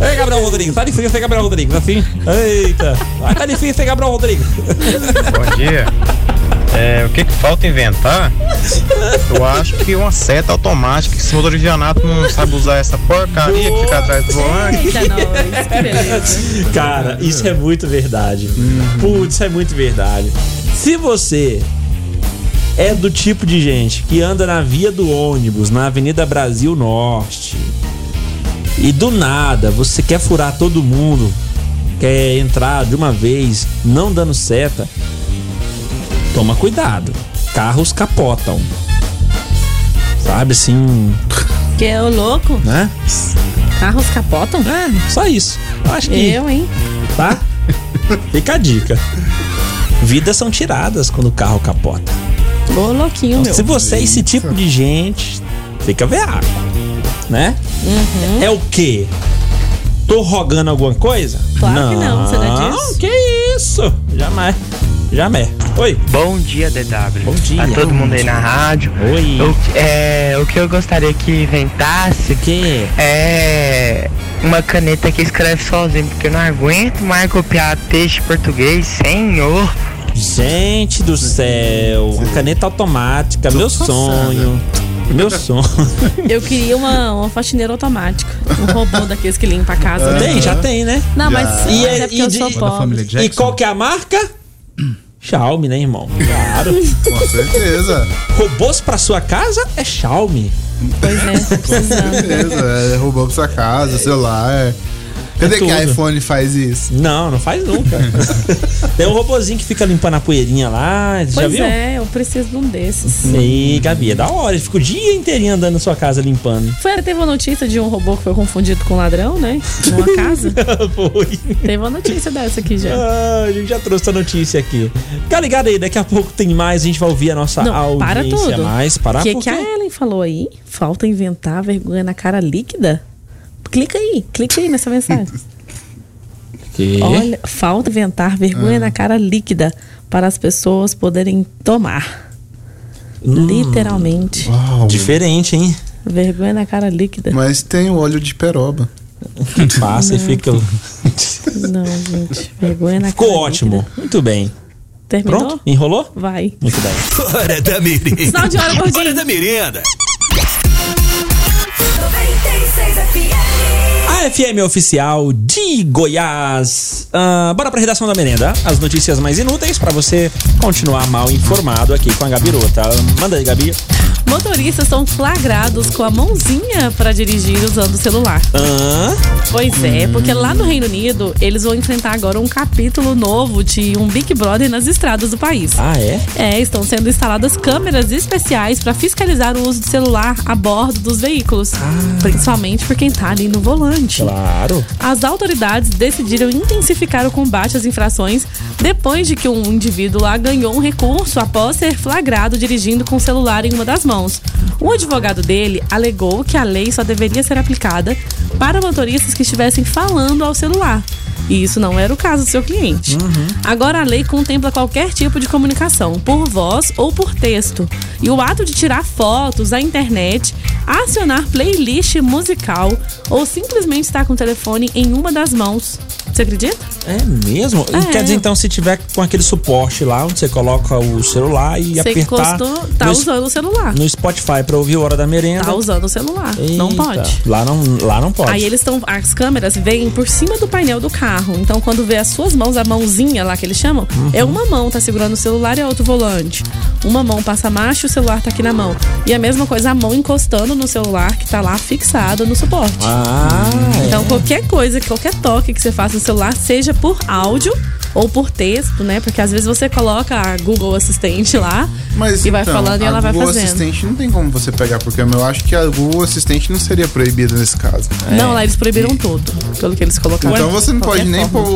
Speaker 4: Ei, Gabriel Rodrigues, tá difícil ser Gabriel Rodrigues, assim? Eita, Ah, tá difícil ser Gabriel Rodrigues.
Speaker 19: Bom dia. É, o que, que falta inventar? Eu acho que uma seta automática, que esse motor de vianato não sabe usar essa porcaria que fica atrás do volante.
Speaker 5: Eita, nós, que beleza.
Speaker 4: [LAUGHS] Cara, isso é muito verdade. Putz, isso é muito verdade. Se você é do tipo de gente que anda na via do ônibus, na Avenida Brasil Norte, e do nada você quer furar todo mundo, quer entrar de uma vez, não dando seta, toma cuidado. Carros capotam. Sabe assim,
Speaker 5: Que é o louco?
Speaker 4: né?
Speaker 5: Carros capotam?
Speaker 4: Só isso. Eu Acho que
Speaker 5: Eu, hein?
Speaker 4: tá? Fica a dica. Vidas são tiradas quando o carro capota.
Speaker 5: Ô, louquinho, meu.
Speaker 4: se você é esse tipo de gente, fica veaco, né?
Speaker 5: Uhum.
Speaker 4: É o quê? Tô rogando alguma coisa?
Speaker 5: Claro que não, você não é disso.
Speaker 4: que isso? Jamais. Jamais. Oi.
Speaker 22: Bom dia, DW.
Speaker 4: Bom dia.
Speaker 22: A todo mundo aí
Speaker 4: Bom
Speaker 22: na
Speaker 4: dia.
Speaker 22: rádio.
Speaker 4: Oi.
Speaker 22: O, que- é, o que eu gostaria que inventasse
Speaker 4: que?
Speaker 22: é uma caneta que escreve sozinho, porque eu não aguento mais copiar texto português, senhor.
Speaker 4: Gente do céu, uma caneta automática, meu sonho. Meu sonho.
Speaker 5: Eu queria uma, uma faxineira automática. Um
Speaker 4: [LAUGHS]
Speaker 5: robô daqueles que limpa a casa. né?
Speaker 4: Tem, já tem, né?
Speaker 5: Não, mas,
Speaker 4: E,
Speaker 5: mas
Speaker 4: é-
Speaker 5: é porque
Speaker 4: e
Speaker 5: eu
Speaker 4: de-
Speaker 5: sou pobre.
Speaker 4: e qual que é a marca? Xiaomi, né, irmão? Claro.
Speaker 6: Com certeza.
Speaker 4: Robôs pra sua casa é Xiaomi.
Speaker 5: Pois é,
Speaker 6: Com certeza. É, roubou pra sua casa, celular. Cadê
Speaker 4: É
Speaker 6: que
Speaker 4: tudo.
Speaker 6: iPhone faz isso?
Speaker 4: Não, não
Speaker 1: [LAUGHS]
Speaker 4: faz nunca. Tem um robozinho que fica limpando a poeirinha lá, você já
Speaker 5: Pois
Speaker 4: viu?
Speaker 5: é, eu preciso de um desses.
Speaker 4: E, Gabi, é da hora. Ele fica o dia inteirinho andando na sua
Speaker 1: [LAUGHS]
Speaker 4: casa limpando.
Speaker 5: Foi, teve uma notícia de um robô que foi confundido com um ladrão, né?
Speaker 4: [LAUGHS]
Speaker 5: Numa casa.
Speaker 4: foi.
Speaker 5: Teve uma notícia dessa aqui já.
Speaker 4: Ah, a gente já trouxe a notícia aqui. Fica ligado aí, daqui a pouco tem mais, a gente vai ouvir a nossa
Speaker 5: Não,
Speaker 4: audiência é
Speaker 5: para tudo.
Speaker 4: mais. Para
Speaker 5: O que,
Speaker 4: por
Speaker 5: que é?
Speaker 4: quê?
Speaker 5: a Ellen falou aí? Falta inventar vergonha na cara líquida? Clica aí, clica aí nessa mensagem.
Speaker 4: Que?
Speaker 5: Olha, falta inventar vergonha
Speaker 4: Ah.
Speaker 5: na cara líquida para as pessoas poderem tomar.
Speaker 4: Hum.
Speaker 5: Literalmente.
Speaker 1: [LAUGHS]
Speaker 4: Diferente, hein?
Speaker 5: Vergonha na cara líquida.
Speaker 6: Mas tem o óleo de peroba.
Speaker 4: Que passa e fica.
Speaker 5: Não, gente. Vergonha na
Speaker 4: Ficou
Speaker 5: cara.
Speaker 4: ótimo. Muito bem.
Speaker 5: Terminou?
Speaker 4: Pronto? Enrolou?
Speaker 5: Vai.
Speaker 4: Muito bem.
Speaker 1: Hora da merenda.
Speaker 5: Sinal de hora, gordinho.
Speaker 1: Hora da merenda.
Speaker 4: A FM oficial de Goiás. Ah, bora pra redação da merenda. As notícias mais inúteis pra você continuar mal informado aqui com a Gabi Rota. Manda aí, Gabi.
Speaker 5: motoristas são flagrados com a mãozinha para dirigir usando o celular.
Speaker 4: Hã?
Speaker 5: Pois é,
Speaker 4: Hum.
Speaker 5: porque lá no Reino Unido eles vão enfrentar agora um capítulo novo de um Big Brother nas estradas do país.
Speaker 4: Ah, é?
Speaker 5: É, estão sendo instaladas câmeras especiais para fiscalizar o uso do celular a bordo dos veículos, principalmente por quem tá ali no volante.
Speaker 4: Claro.
Speaker 5: As autoridades decidiram intensificar o combate às infrações depois de que um indivíduo lá ganhou um recurso após ser flagrado dirigindo com o celular em uma das mãos. O advogado dele alegou que a lei só deveria ser aplicada para motoristas que estivessem falando ao celular. E isso não era o caso do seu cliente.
Speaker 4: Uhum.
Speaker 5: Agora a lei contempla qualquer tipo de comunicação, por voz ou por texto. E o ato de tirar fotos à internet, acionar playlist musical ou simplesmente estar com o telefone em uma das mãos. Você acredita?
Speaker 4: É mesmo?
Speaker 5: É.
Speaker 4: Quer dizer, então, se tiver com aquele suporte lá, onde você coloca o celular e
Speaker 5: Você
Speaker 4: apertar
Speaker 5: encostou, tá
Speaker 4: no,
Speaker 5: usando o celular.
Speaker 4: no Spotify pra ouvir Hora da Merenda.
Speaker 5: Tá usando o celular. Não
Speaker 4: Eita,
Speaker 5: pode.
Speaker 4: Lá não, lá não pode.
Speaker 5: Aí eles estão. As câmeras vêm por cima do painel do carro. Então, quando vê as suas mãos, a mãozinha lá que eles chamam,
Speaker 4: Uhum.
Speaker 5: é uma mão tá segurando o celular e a outra o volante. Uma mão passa a marcha e o celular tá aqui na mão. E a mesma coisa, a mão encostando no celular que tá lá fixado no suporte.
Speaker 4: Ah,
Speaker 5: Então, qualquer coisa, qualquer toque que você faça no celular, seja por áudio ou por texto, né? Porque às vezes você coloca a Google Assistente lá
Speaker 6: Mas,
Speaker 5: e vai
Speaker 6: então,
Speaker 5: falando e
Speaker 6: a
Speaker 5: ela vai
Speaker 6: Google
Speaker 5: fazendo.
Speaker 6: Assistente não tem como você pegar por câmera. Eu acho que a Google Assistente não seria proibida nesse caso.
Speaker 5: Não, lá eles proibiram tudo, pelo que eles colocaram.
Speaker 6: é. Então você não
Speaker 5: É. Qualquer
Speaker 6: pode nem
Speaker 5: forma.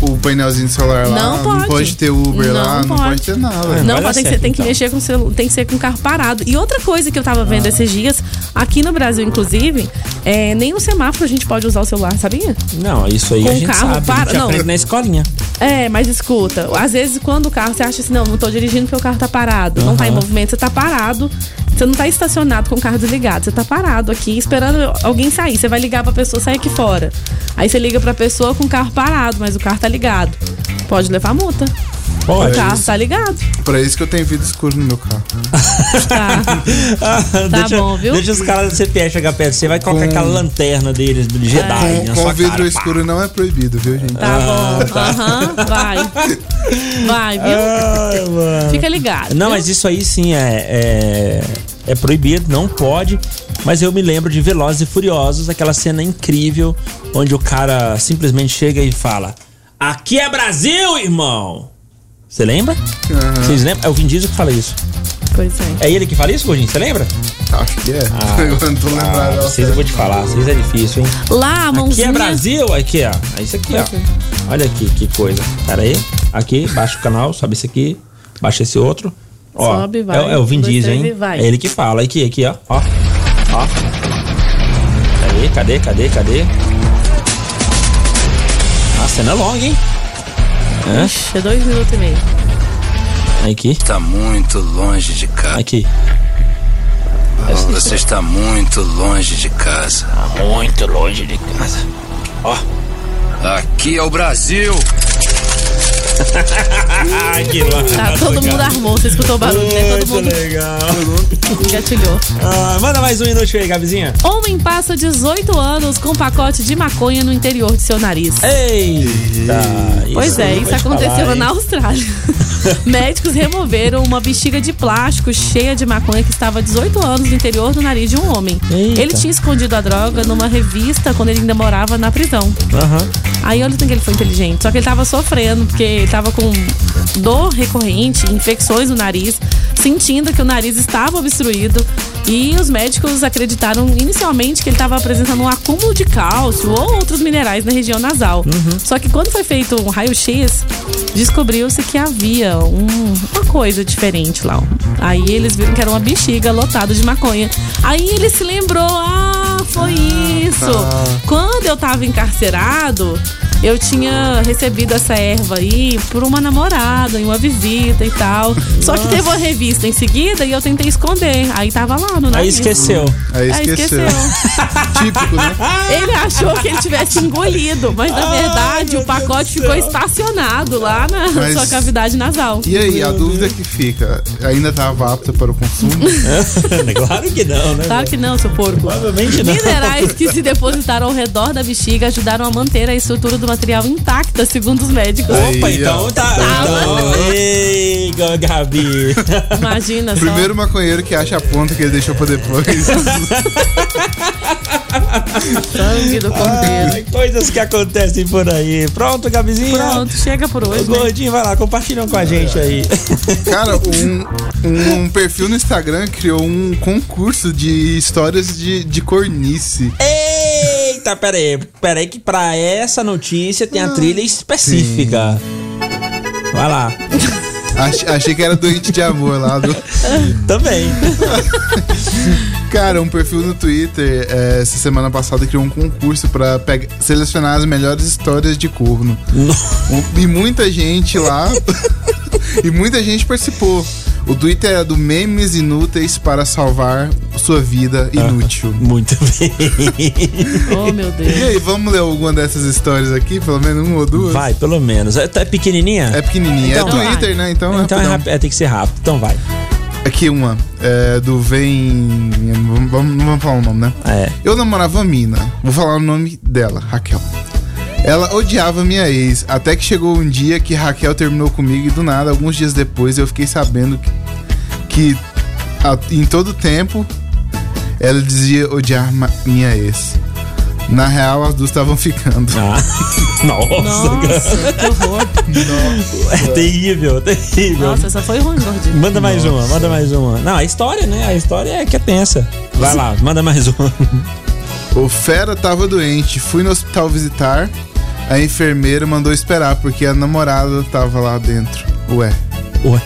Speaker 6: pôr o, o painelzinho do celular lá.
Speaker 5: Não pode.
Speaker 6: ter Uber
Speaker 5: Não
Speaker 6: lá, não
Speaker 5: pode.
Speaker 6: pode ter nada.
Speaker 5: Não, mas é então. tem que, ser- tem que mexer com o celu- tem que ser com o carro parado. E outra coisa que eu tava vendo esses dias, aqui no Brasil, inclusive, é, nem no semáforo a gente pode usar o celular, sabia?
Speaker 4: Não, isso aí
Speaker 5: Com
Speaker 4: a
Speaker 5: o
Speaker 4: gente
Speaker 5: carro
Speaker 4: sabe. a
Speaker 5: para-
Speaker 4: gente
Speaker 5: não.
Speaker 4: aprende na escolinha.
Speaker 5: É, mas escuta, às vezes quando o carro você acha assim, não, não tô dirigindo porque o carro tá parado, não tá em
Speaker 4: Aham.
Speaker 5: movimento, você tá parado. Você não tá estacionado com o carro desligado, você tá parado aqui esperando alguém sair. Você vai ligar pra pessoa sair aqui fora. Aí você liga pra pessoa com o carro parado, mas o carro tá ligado. Pode levar multa.
Speaker 6: Pode.
Speaker 5: O carro tá [LAUGHS] ligado.
Speaker 6: Pra isso que eu tenho vidro escuro no meu carro.
Speaker 5: Tá.
Speaker 4: Ah, deixa,
Speaker 5: bom, viu?
Speaker 4: Deixa os caras do CPF chegar perto. de Você vai colocar aquela lanterna deles,
Speaker 5: É.
Speaker 4: do Jedi,
Speaker 6: Com,
Speaker 4: na
Speaker 6: com
Speaker 4: sua
Speaker 6: vidro
Speaker 4: cara. pá.
Speaker 6: escuro não é proibido, viu, gente?
Speaker 5: Tá
Speaker 4: Ah,
Speaker 5: bom. Aham, vai. Vai, viu? Fica ligado.
Speaker 4: Não,
Speaker 5: viu?
Speaker 4: mas isso aí sim é, é, é proibido, não pode. Mas eu me lembro de Velozes e Furiosos, aquela cena incrível onde o cara simplesmente chega e fala: Aqui é Brasil, irmão! Você lembra? Vocês lembram? É o Vin Diesel que fala isso.
Speaker 5: Pois
Speaker 4: É ele que fala isso, Gordinho? Você lembra?
Speaker 6: Acho que é.
Speaker 4: Ah,
Speaker 6: [LAUGHS] Eu não tô lembrado,
Speaker 4: ah,
Speaker 6: não.
Speaker 4: vocês eu vou te falar, vocês é difícil, hein?
Speaker 5: Lá, a
Speaker 4: Aqui
Speaker 5: mãozinha.
Speaker 4: é Brasil, aqui ó. É isso aqui, ó. Olha aqui que coisa. Pera aí. Aqui, baixa o canal, sobe esse aqui, baixa esse outro. Ó,
Speaker 5: Sobe, vai.
Speaker 4: É, é o Vin
Speaker 5: Um, dois,
Speaker 4: Diesel,
Speaker 5: três e
Speaker 4: hein?
Speaker 5: vai.
Speaker 4: É ele que fala. Aqui, aqui, ó. Ó. Ó. Cadê, cadê, cadê, cadê? A cena é longa, hein? Hã?
Speaker 5: Ixi, é dois minutos e meio.
Speaker 4: Aqui.
Speaker 3: Tá muito longe de casa.
Speaker 4: Aqui.
Speaker 3: Você está muito longe de casa.
Speaker 21: Tá
Speaker 3: Muito longe de casa. Ó. Aqui é o Brasil.
Speaker 4: que louco.
Speaker 5: Tá, todo mundo armou. Você escutou o barulho, né? Todo mundo.
Speaker 4: legal.
Speaker 5: Engatilhou.
Speaker 4: Ah, manda mais um inútil aí, Gabizinha.
Speaker 5: Homem passa 18 anos com um pacote de maconha no interior de seu nariz.
Speaker 4: Eita.
Speaker 5: Pois é,
Speaker 4: aí
Speaker 5: isso
Speaker 4: É vou te
Speaker 5: aconteceu
Speaker 4: falar,
Speaker 5: na
Speaker 4: hein?
Speaker 5: Austrália. [LAUGHS] Médicos removeram uma bexiga de plástico cheia de maconha que estava há 18 anos no interior do nariz de um homem.
Speaker 4: Eita.
Speaker 5: Ele tinha escondido a droga numa revista quando ele ainda morava na prisão.
Speaker 4: Aham.
Speaker 5: Aí olha o tanto que ele foi inteligente. Só que ele tava sofrendo, porque ele tava com dor recorrente, infecções no nariz, sentindo que o nariz estava obstruído. E os médicos acreditaram inicialmente que ele estava apresentando um acúmulo de cálcio ou outros minerais na região nasal. Só que quando foi feito um raio-x, descobriu-se que havia um- uma coisa diferente lá. Aí eles viram que era uma bexiga lotada de maconha. Aí ele se lembrou: ah, foi isso!
Speaker 3: tá.
Speaker 5: Quando eu tava encarcerado, eu tinha recebido essa erva aí por uma namorada, em uma visita e tal. Só que teve uma revista em seguida e eu tentei esconder. Aí tava lá no nariz.
Speaker 4: Aí esqueceu.
Speaker 6: Aí
Speaker 5: Ah,
Speaker 6: esqueceu. [LAUGHS] Típico, né?
Speaker 5: Ele achou que ele tivesse engolido, mas na verdade o pacote ficou estacionado lá na
Speaker 6: Mas-
Speaker 5: sua cavidade nasal.
Speaker 6: E aí, a dúvida que fica, ainda estava apta para o consumo?
Speaker 5: [LAUGHS]
Speaker 4: [LAUGHS] claro que não, né?
Speaker 5: Claro que não, seu porco. Provavelmente
Speaker 4: não.
Speaker 5: Minerais que se depositaram ao redor da bexiga ajudaram a manter a estrutura do do material intacta, segundo os médicos.
Speaker 4: Opa, então tá. Então, ei, Gabi.
Speaker 5: Imagina só.
Speaker 6: Primeiro maconheiro que acha a ponta que ele deixou pra depois.
Speaker 5: [LAUGHS] Sangue do
Speaker 4: Ai, coisas que acontecem por aí. Pronto, Gabizinha?
Speaker 5: Pronto, chega por hoje. né?
Speaker 4: O gordinho, vai lá, compartilham com a gente aí.
Speaker 6: Cara, um, um perfil no Instagram criou um concurso de histórias de, de cornice.
Speaker 4: Eita, peraí. Peraí que pra essa notícia tem a trilha específica. Vai lá.
Speaker 6: Ach- achei que era doente de amor lá do.
Speaker 4: Também.
Speaker 6: Cara, um perfil no Twitter eh, essa semana passada criou um concurso pra pega- selecionar as melhores histórias de corno. O- E muita gente lá. e muita gente participou. O Twitter era do Memes Inúteis para Salvar Sua Vida Inútil.
Speaker 4: muito bem.
Speaker 5: oh, meu Deus.
Speaker 6: E aí, vamos ler alguma dessas histórias aqui? Pelo menos uma ou duas?
Speaker 4: Vai, pelo menos. É, é pequenininha?
Speaker 6: É pequenininha.
Speaker 4: Então
Speaker 6: é
Speaker 4: vai.
Speaker 6: Twitter, né? Então,
Speaker 4: Então é
Speaker 6: rapidão.
Speaker 4: rápido, é, tem que ser rápido. Então vai.
Speaker 6: Aqui uma, é, do Vem. Vamos, vamos- não vamos falar o nome, né?
Speaker 4: É.
Speaker 6: Eu namorava a mina, vou falar o nome dela, Raquel. Ela odiava minha ex, até que chegou um dia que Raquel terminou comigo e do nada, alguns dias depois, eu fiquei sabendo que, que a- em todo tempo ela dizia odiar ma- minha ex. Na real, as duas estavam [LAUGHS] ficando.
Speaker 4: Ah, [LAUGHS] Nossa,
Speaker 5: Nossa, que horror.
Speaker 4: É [LAUGHS] terrível, terrível.
Speaker 5: Nossa, essa foi ruim, gordinho.
Speaker 4: Manda mais uma, manda mais uma. Não, a história, né? A história é que é tensa. Vai [LAUGHS] lá, manda mais uma.
Speaker 6: O fera tava doente, fui no hospital visitar. A enfermeira mandou esperar porque a namorada tava lá dentro. Ué.
Speaker 4: Ué.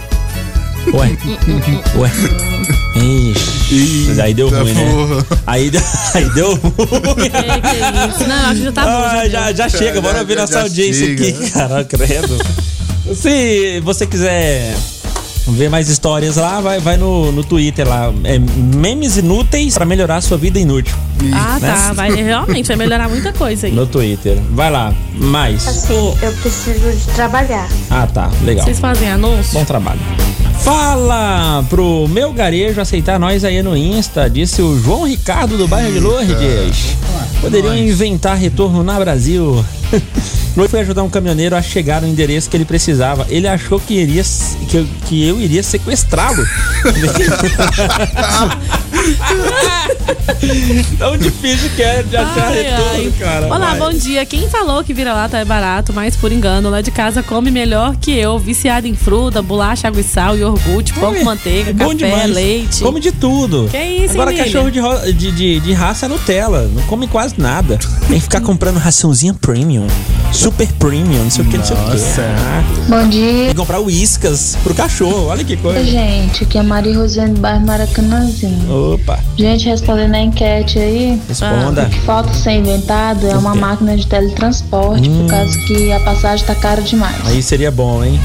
Speaker 4: Ué. Ué. Ixi, aí deu ruim, né?
Speaker 6: [LAUGHS]
Speaker 4: Aí, deu- [LAUGHS] aí deu ruim.
Speaker 5: Que, que isso? Não, acho que Tá já tá bom.
Speaker 4: Ah, já, já chega, bora ver nossa audiência aqui. Cara, credo. Se você quiser ver mais histórias lá, vai, vai no, no Twitter lá. É memes inúteis pra melhorar a sua vida inútil.
Speaker 5: Ah,
Speaker 4: Né?
Speaker 5: tá. Vai, realmente, vai melhorar muita coisa aí.
Speaker 4: No Twitter. Vai lá, mais.
Speaker 7: Assim, eu preciso de trabalhar.
Speaker 4: Ah, tá, legal.
Speaker 5: Vocês fazem anúncio?
Speaker 4: Bom trabalho. Fala pro meu garejo aceitar nós aí no Insta, disse o João Ricardo do bairro de Lourdes. Poderiam inventar retorno na Brasil. [LAUGHS] Noi foi ajudar um caminhoneiro a chegar no endereço que ele precisava. Ele achou que, iria, que, eu, que eu iria sequestrá-lo. [LAUGHS] Tão difícil que é de achar
Speaker 5: Ai, ai.
Speaker 4: retorno, cara.
Speaker 5: Olá,
Speaker 4: Vai.
Speaker 5: bom dia. Quem falou que vira-lata é barato, mas por engano, lá de casa come melhor que eu. Viciado em fruta, bolacha, água e sal, iogurte, pão com manteiga,
Speaker 4: é Bom
Speaker 5: café,
Speaker 4: demais.
Speaker 5: leite.
Speaker 4: Come de tudo.
Speaker 5: Que isso,
Speaker 4: Agora,
Speaker 5: hein,
Speaker 4: cachorro de, ro- de, de, de raça é Nutella. Não come quase nada. Tem que ficar comprando raçãozinha premium. Super premium, não sei o que, não sei o que.
Speaker 6: Nossa.
Speaker 8: Bom
Speaker 4: Tem
Speaker 8: dia,
Speaker 4: que comprar uíscas pro cachorro. Olha que coisa.
Speaker 8: gente. Aqui é a Maria Rosiane do bairro Maracanãzinho.
Speaker 4: Opa.
Speaker 8: Gente, respondendo a enquete aí.
Speaker 4: Responda.
Speaker 8: O que falta ser inventado é uma máquina de teletransporte, por causa que a passagem tá cara
Speaker 5: Ah.
Speaker 8: demais.
Speaker 4: Aí seria bom, hein?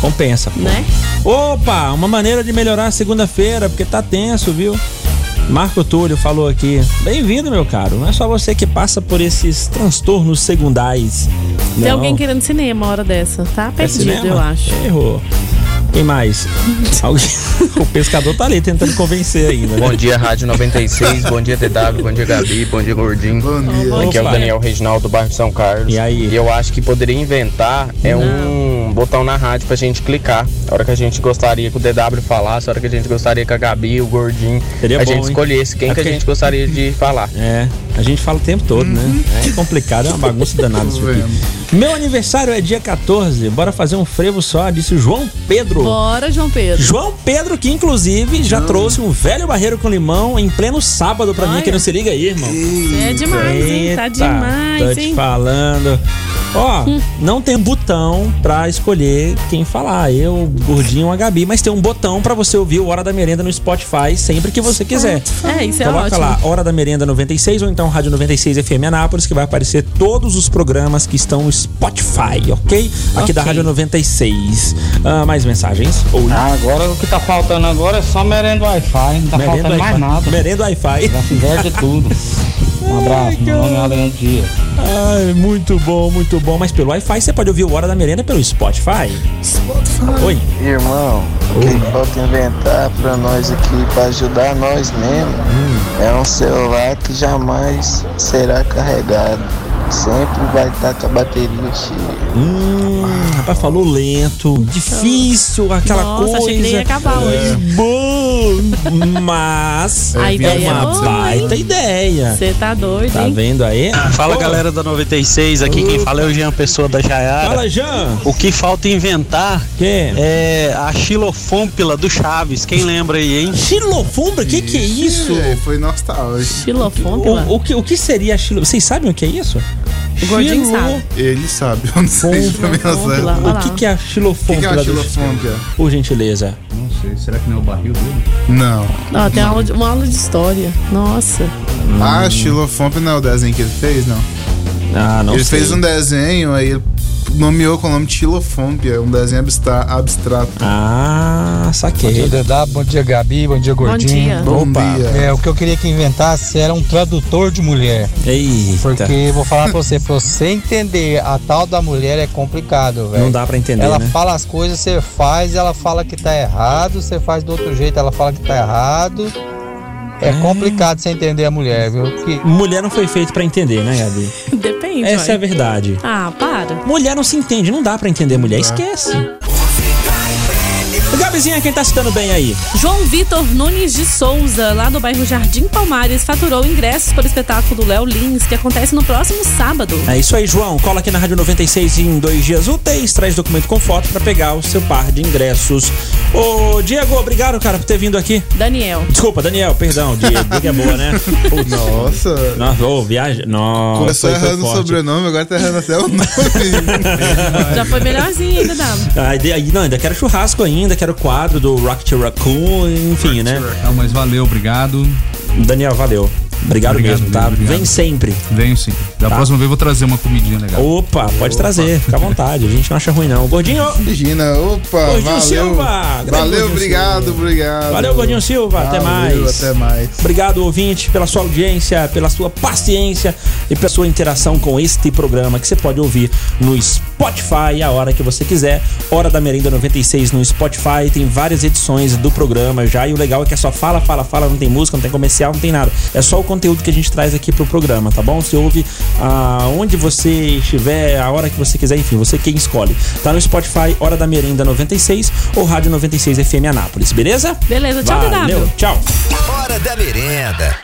Speaker 4: Compensa, pô.
Speaker 8: Né?
Speaker 4: Opa, uma maneira de melhorar a segunda-feira, porque tá tenso, viu? Marco Túlio falou aqui. Bem-vindo, meu caro. Não é só você que passa por esses transtornos segundais.
Speaker 5: Tem
Speaker 4: Não.
Speaker 5: alguém querendo cinema uma hora dessa. Tá
Speaker 4: É
Speaker 5: perdido,
Speaker 4: cinema?
Speaker 5: eu acho.
Speaker 4: Errou.
Speaker 5: [LAUGHS]
Speaker 4: Quem mais? Alguém- o pescador tá ali tentando convencer ainda. né?
Speaker 9: Bom dia, Rádio 96, bom dia DW, bom dia Gabi, bom dia Gordinho. Bom
Speaker 4: dia.
Speaker 9: Aqui é o
Speaker 4: Opa.
Speaker 9: Daniel Reginaldo do bairro de São Carlos. E aí? eu acho que poderia inventar é um botão na rádio pra gente clicar. A hora que a gente gostaria que o DW falasse, a hora que a gente gostaria que a Gabi, o Gordinho,
Speaker 4: Seria
Speaker 9: a
Speaker 4: bom,
Speaker 9: gente
Speaker 4: hein?
Speaker 9: escolhesse quem
Speaker 4: É
Speaker 9: que a
Speaker 4: porque-
Speaker 9: gente gostaria de falar.
Speaker 4: É, a gente fala o tempo todo, né?
Speaker 5: Uhum.
Speaker 4: É complicado, é uma bagunça danada isso aqui. Meu aniversário é dia 14, bora fazer um frevo só, disse o João Pedro.
Speaker 5: Bora, João Pedro.
Speaker 4: João Pedro, que inclusive já trouxe um velho barreiro com limão em pleno sábado pra mim aqui no Se Liga aí, irmão.
Speaker 5: É demais, hein? Tá
Speaker 4: Eita,
Speaker 5: demais,
Speaker 4: Tô te
Speaker 5: hein? Hum.
Speaker 4: falando. Ó, não tem botão pra escolher quem falar, eu, o Gordinho ou a Gabi, mas tem um botão pra você ouvir o Hora da Merenda no Spotify sempre que você quiser.
Speaker 5: É, isso é
Speaker 4: Coloca
Speaker 5: ótimo.
Speaker 4: lá, Hora da Merenda 96 ou então Rádio 96 FM Anápolis, que vai aparecer todos os programas que estão no Spotify, ok? Aqui da Rádio 96. Ah, mais mensagens? Ou
Speaker 23: Ah, agora o que tá faltando agora é só merenda Wi-Fi, não tá
Speaker 4: Merenda
Speaker 23: faltando mais
Speaker 4: Wi-Fi.
Speaker 23: nada.
Speaker 4: Merenda Wi-Fi.
Speaker 23: Já se inverte tudo. Um abraço, meu nome é Adriano Dias.
Speaker 4: Ai, muito bom, muito bom. Mas pelo Wi-Fi você pode ouvir o Hora da Merenda pelo Spotify. Oi.
Speaker 24: Irmão, o que falta inventar pra nós aqui, pra ajudar nós mesmo, é um celular que jamais será carregado. sempre vai estar com a bateria cheia.
Speaker 4: Hum, rapaz, falou lento, difícil, aquela
Speaker 5: Nossa,
Speaker 4: coisa. É.
Speaker 5: achei que ele ia acabar hoje.
Speaker 4: Bom, mas
Speaker 5: A ideia
Speaker 4: é
Speaker 5: é
Speaker 4: uma
Speaker 5: boa,
Speaker 4: baita
Speaker 5: hein?
Speaker 4: ideia.
Speaker 5: Você tá doido,
Speaker 4: Tá
Speaker 5: hein?
Speaker 4: vendo aí?
Speaker 2: Fala galera da 96, aqui quem fala é o Jean Pessoa da Jaiara.
Speaker 4: Fala, Jean.
Speaker 2: O que falta inventar é a xilofômpila do Chaves. Quem lembra aí, hein?
Speaker 4: Xilofômbra? O que, que é isso?
Speaker 6: Foi nostálgico.
Speaker 5: Xilofômbra?
Speaker 4: O, o que, o que seria xilofômbra? Vocês sabem o que é isso?
Speaker 5: O gordinho sabe.
Speaker 6: Ele sabe, eu não sei se também não sabe.
Speaker 4: O que, que é a xilofômbra?
Speaker 6: O que que é a
Speaker 4: do-
Speaker 6: xilofômbra?
Speaker 4: Por gentileza.
Speaker 11: Não sei, será que não é o barril dele?
Speaker 6: Não.
Speaker 5: Ó, tem uma aula, de, uma aula de história. Nossa.
Speaker 4: Hum.
Speaker 6: Ah, Xilofomp não é o desenho que ele fez, não.
Speaker 4: Ah, não
Speaker 6: Ele
Speaker 4: sei.
Speaker 6: fez um desenho, aí ele nomeou com o nome de Xilofomp, é um desenho abstra- abstrato.
Speaker 4: Ah,
Speaker 23: Bom dia,
Speaker 4: saquei.
Speaker 23: DW, bom dia, Gabi, bom dia, Gordinho.
Speaker 6: dia. Bom Opa. dia.
Speaker 23: É, o que eu queria que inventasse era um tradutor de mulher.
Speaker 4: Eita.
Speaker 23: Porque, vou falar pra você, pra você entender a tal da mulher é complicado, velho.
Speaker 4: Não dá pra entender,
Speaker 23: Ela
Speaker 4: né?
Speaker 23: fala as coisas, você faz, ela fala que tá errado, você faz do outro jeito, ela fala que tá errado. É
Speaker 4: Ah.
Speaker 23: complicado você entender a mulher, viu? Que...
Speaker 4: Mulher não foi feita pra entender, né, Gabi?
Speaker 5: [LAUGHS] Depende.
Speaker 4: Essa é
Speaker 5: ué.
Speaker 4: a verdade.
Speaker 5: Ah, para.
Speaker 4: Mulher não se entende, não dá pra entender mulher, esquece. Gabizinha, quem tá se dando bem aí?
Speaker 5: João Vitor Nunes de Souza, lá do bairro Jardim Palmares, faturou ingressos para o espetáculo do Léo Lins, que acontece no próximo sábado.
Speaker 4: É isso aí, João. Cola aqui na Rádio 96 em dois dias úteis, traz documento com foto pra pegar o seu par de ingressos. Ô, Diego, obrigado, cara, por ter vindo aqui.
Speaker 5: Daniel.
Speaker 4: Desculpa, Daniel, perdão. Diego, Diego é
Speaker 6: [LAUGHS]
Speaker 4: boa, né? Nossa. Nossa, ô, viagem. Nossa.
Speaker 6: Começou
Speaker 4: foi- foi
Speaker 6: errando o
Speaker 4: forte.
Speaker 6: sobrenome, agora tá errando até o nome.
Speaker 4: [LAUGHS]
Speaker 5: Já foi melhorzinho ainda, Dá.
Speaker 4: Ah, de- aí, não, ainda quero churrasco ainda, quero quadro do Rock to Raccoon, enfim, né?
Speaker 11: Ah, mas valeu, obrigado.
Speaker 4: Daniel, valeu. Obrigado, mesmo, tá?
Speaker 11: obrigado.
Speaker 4: Vem sempre.
Speaker 11: Venho sim. Da
Speaker 4: Tá.
Speaker 11: próxima vez eu vou trazer uma comidinha legal.
Speaker 4: Opa, pode trazer, fica à vontade, a gente não acha ruim não. Gordinho!
Speaker 6: Regina, opa,
Speaker 4: Gordinho
Speaker 6: valeu.
Speaker 4: Silva! Grande
Speaker 6: Valeu,
Speaker 4: Gordinho
Speaker 6: obrigado,
Speaker 4: Silva.
Speaker 6: obrigado.
Speaker 4: Valeu, Gordinho Silva, até
Speaker 6: Valeu,
Speaker 4: mais.
Speaker 6: até mais.
Speaker 4: Obrigado, ouvinte, pela sua audiência, pela sua paciência e pela sua interação com este programa que você pode ouvir no Spotify a hora que você quiser. Hora da Merenda 96 no Spotify, tem várias edições do programa já e o legal é que é só fala, fala, fala, não tem música, não tem comercial, não tem nada. É só o conteúdo que a gente traz aqui pro programa, tá bom? Você ouve aonde você estiver, a hora que você quiser, enfim, você quem escolhe. Tá no Spotify, Hora da Merenda 96 ou Rádio 96 FM Anápolis, beleza?
Speaker 5: Beleza, tchau,
Speaker 4: Valeu,
Speaker 5: DW.
Speaker 4: Tchau.
Speaker 1: Hora da merenda.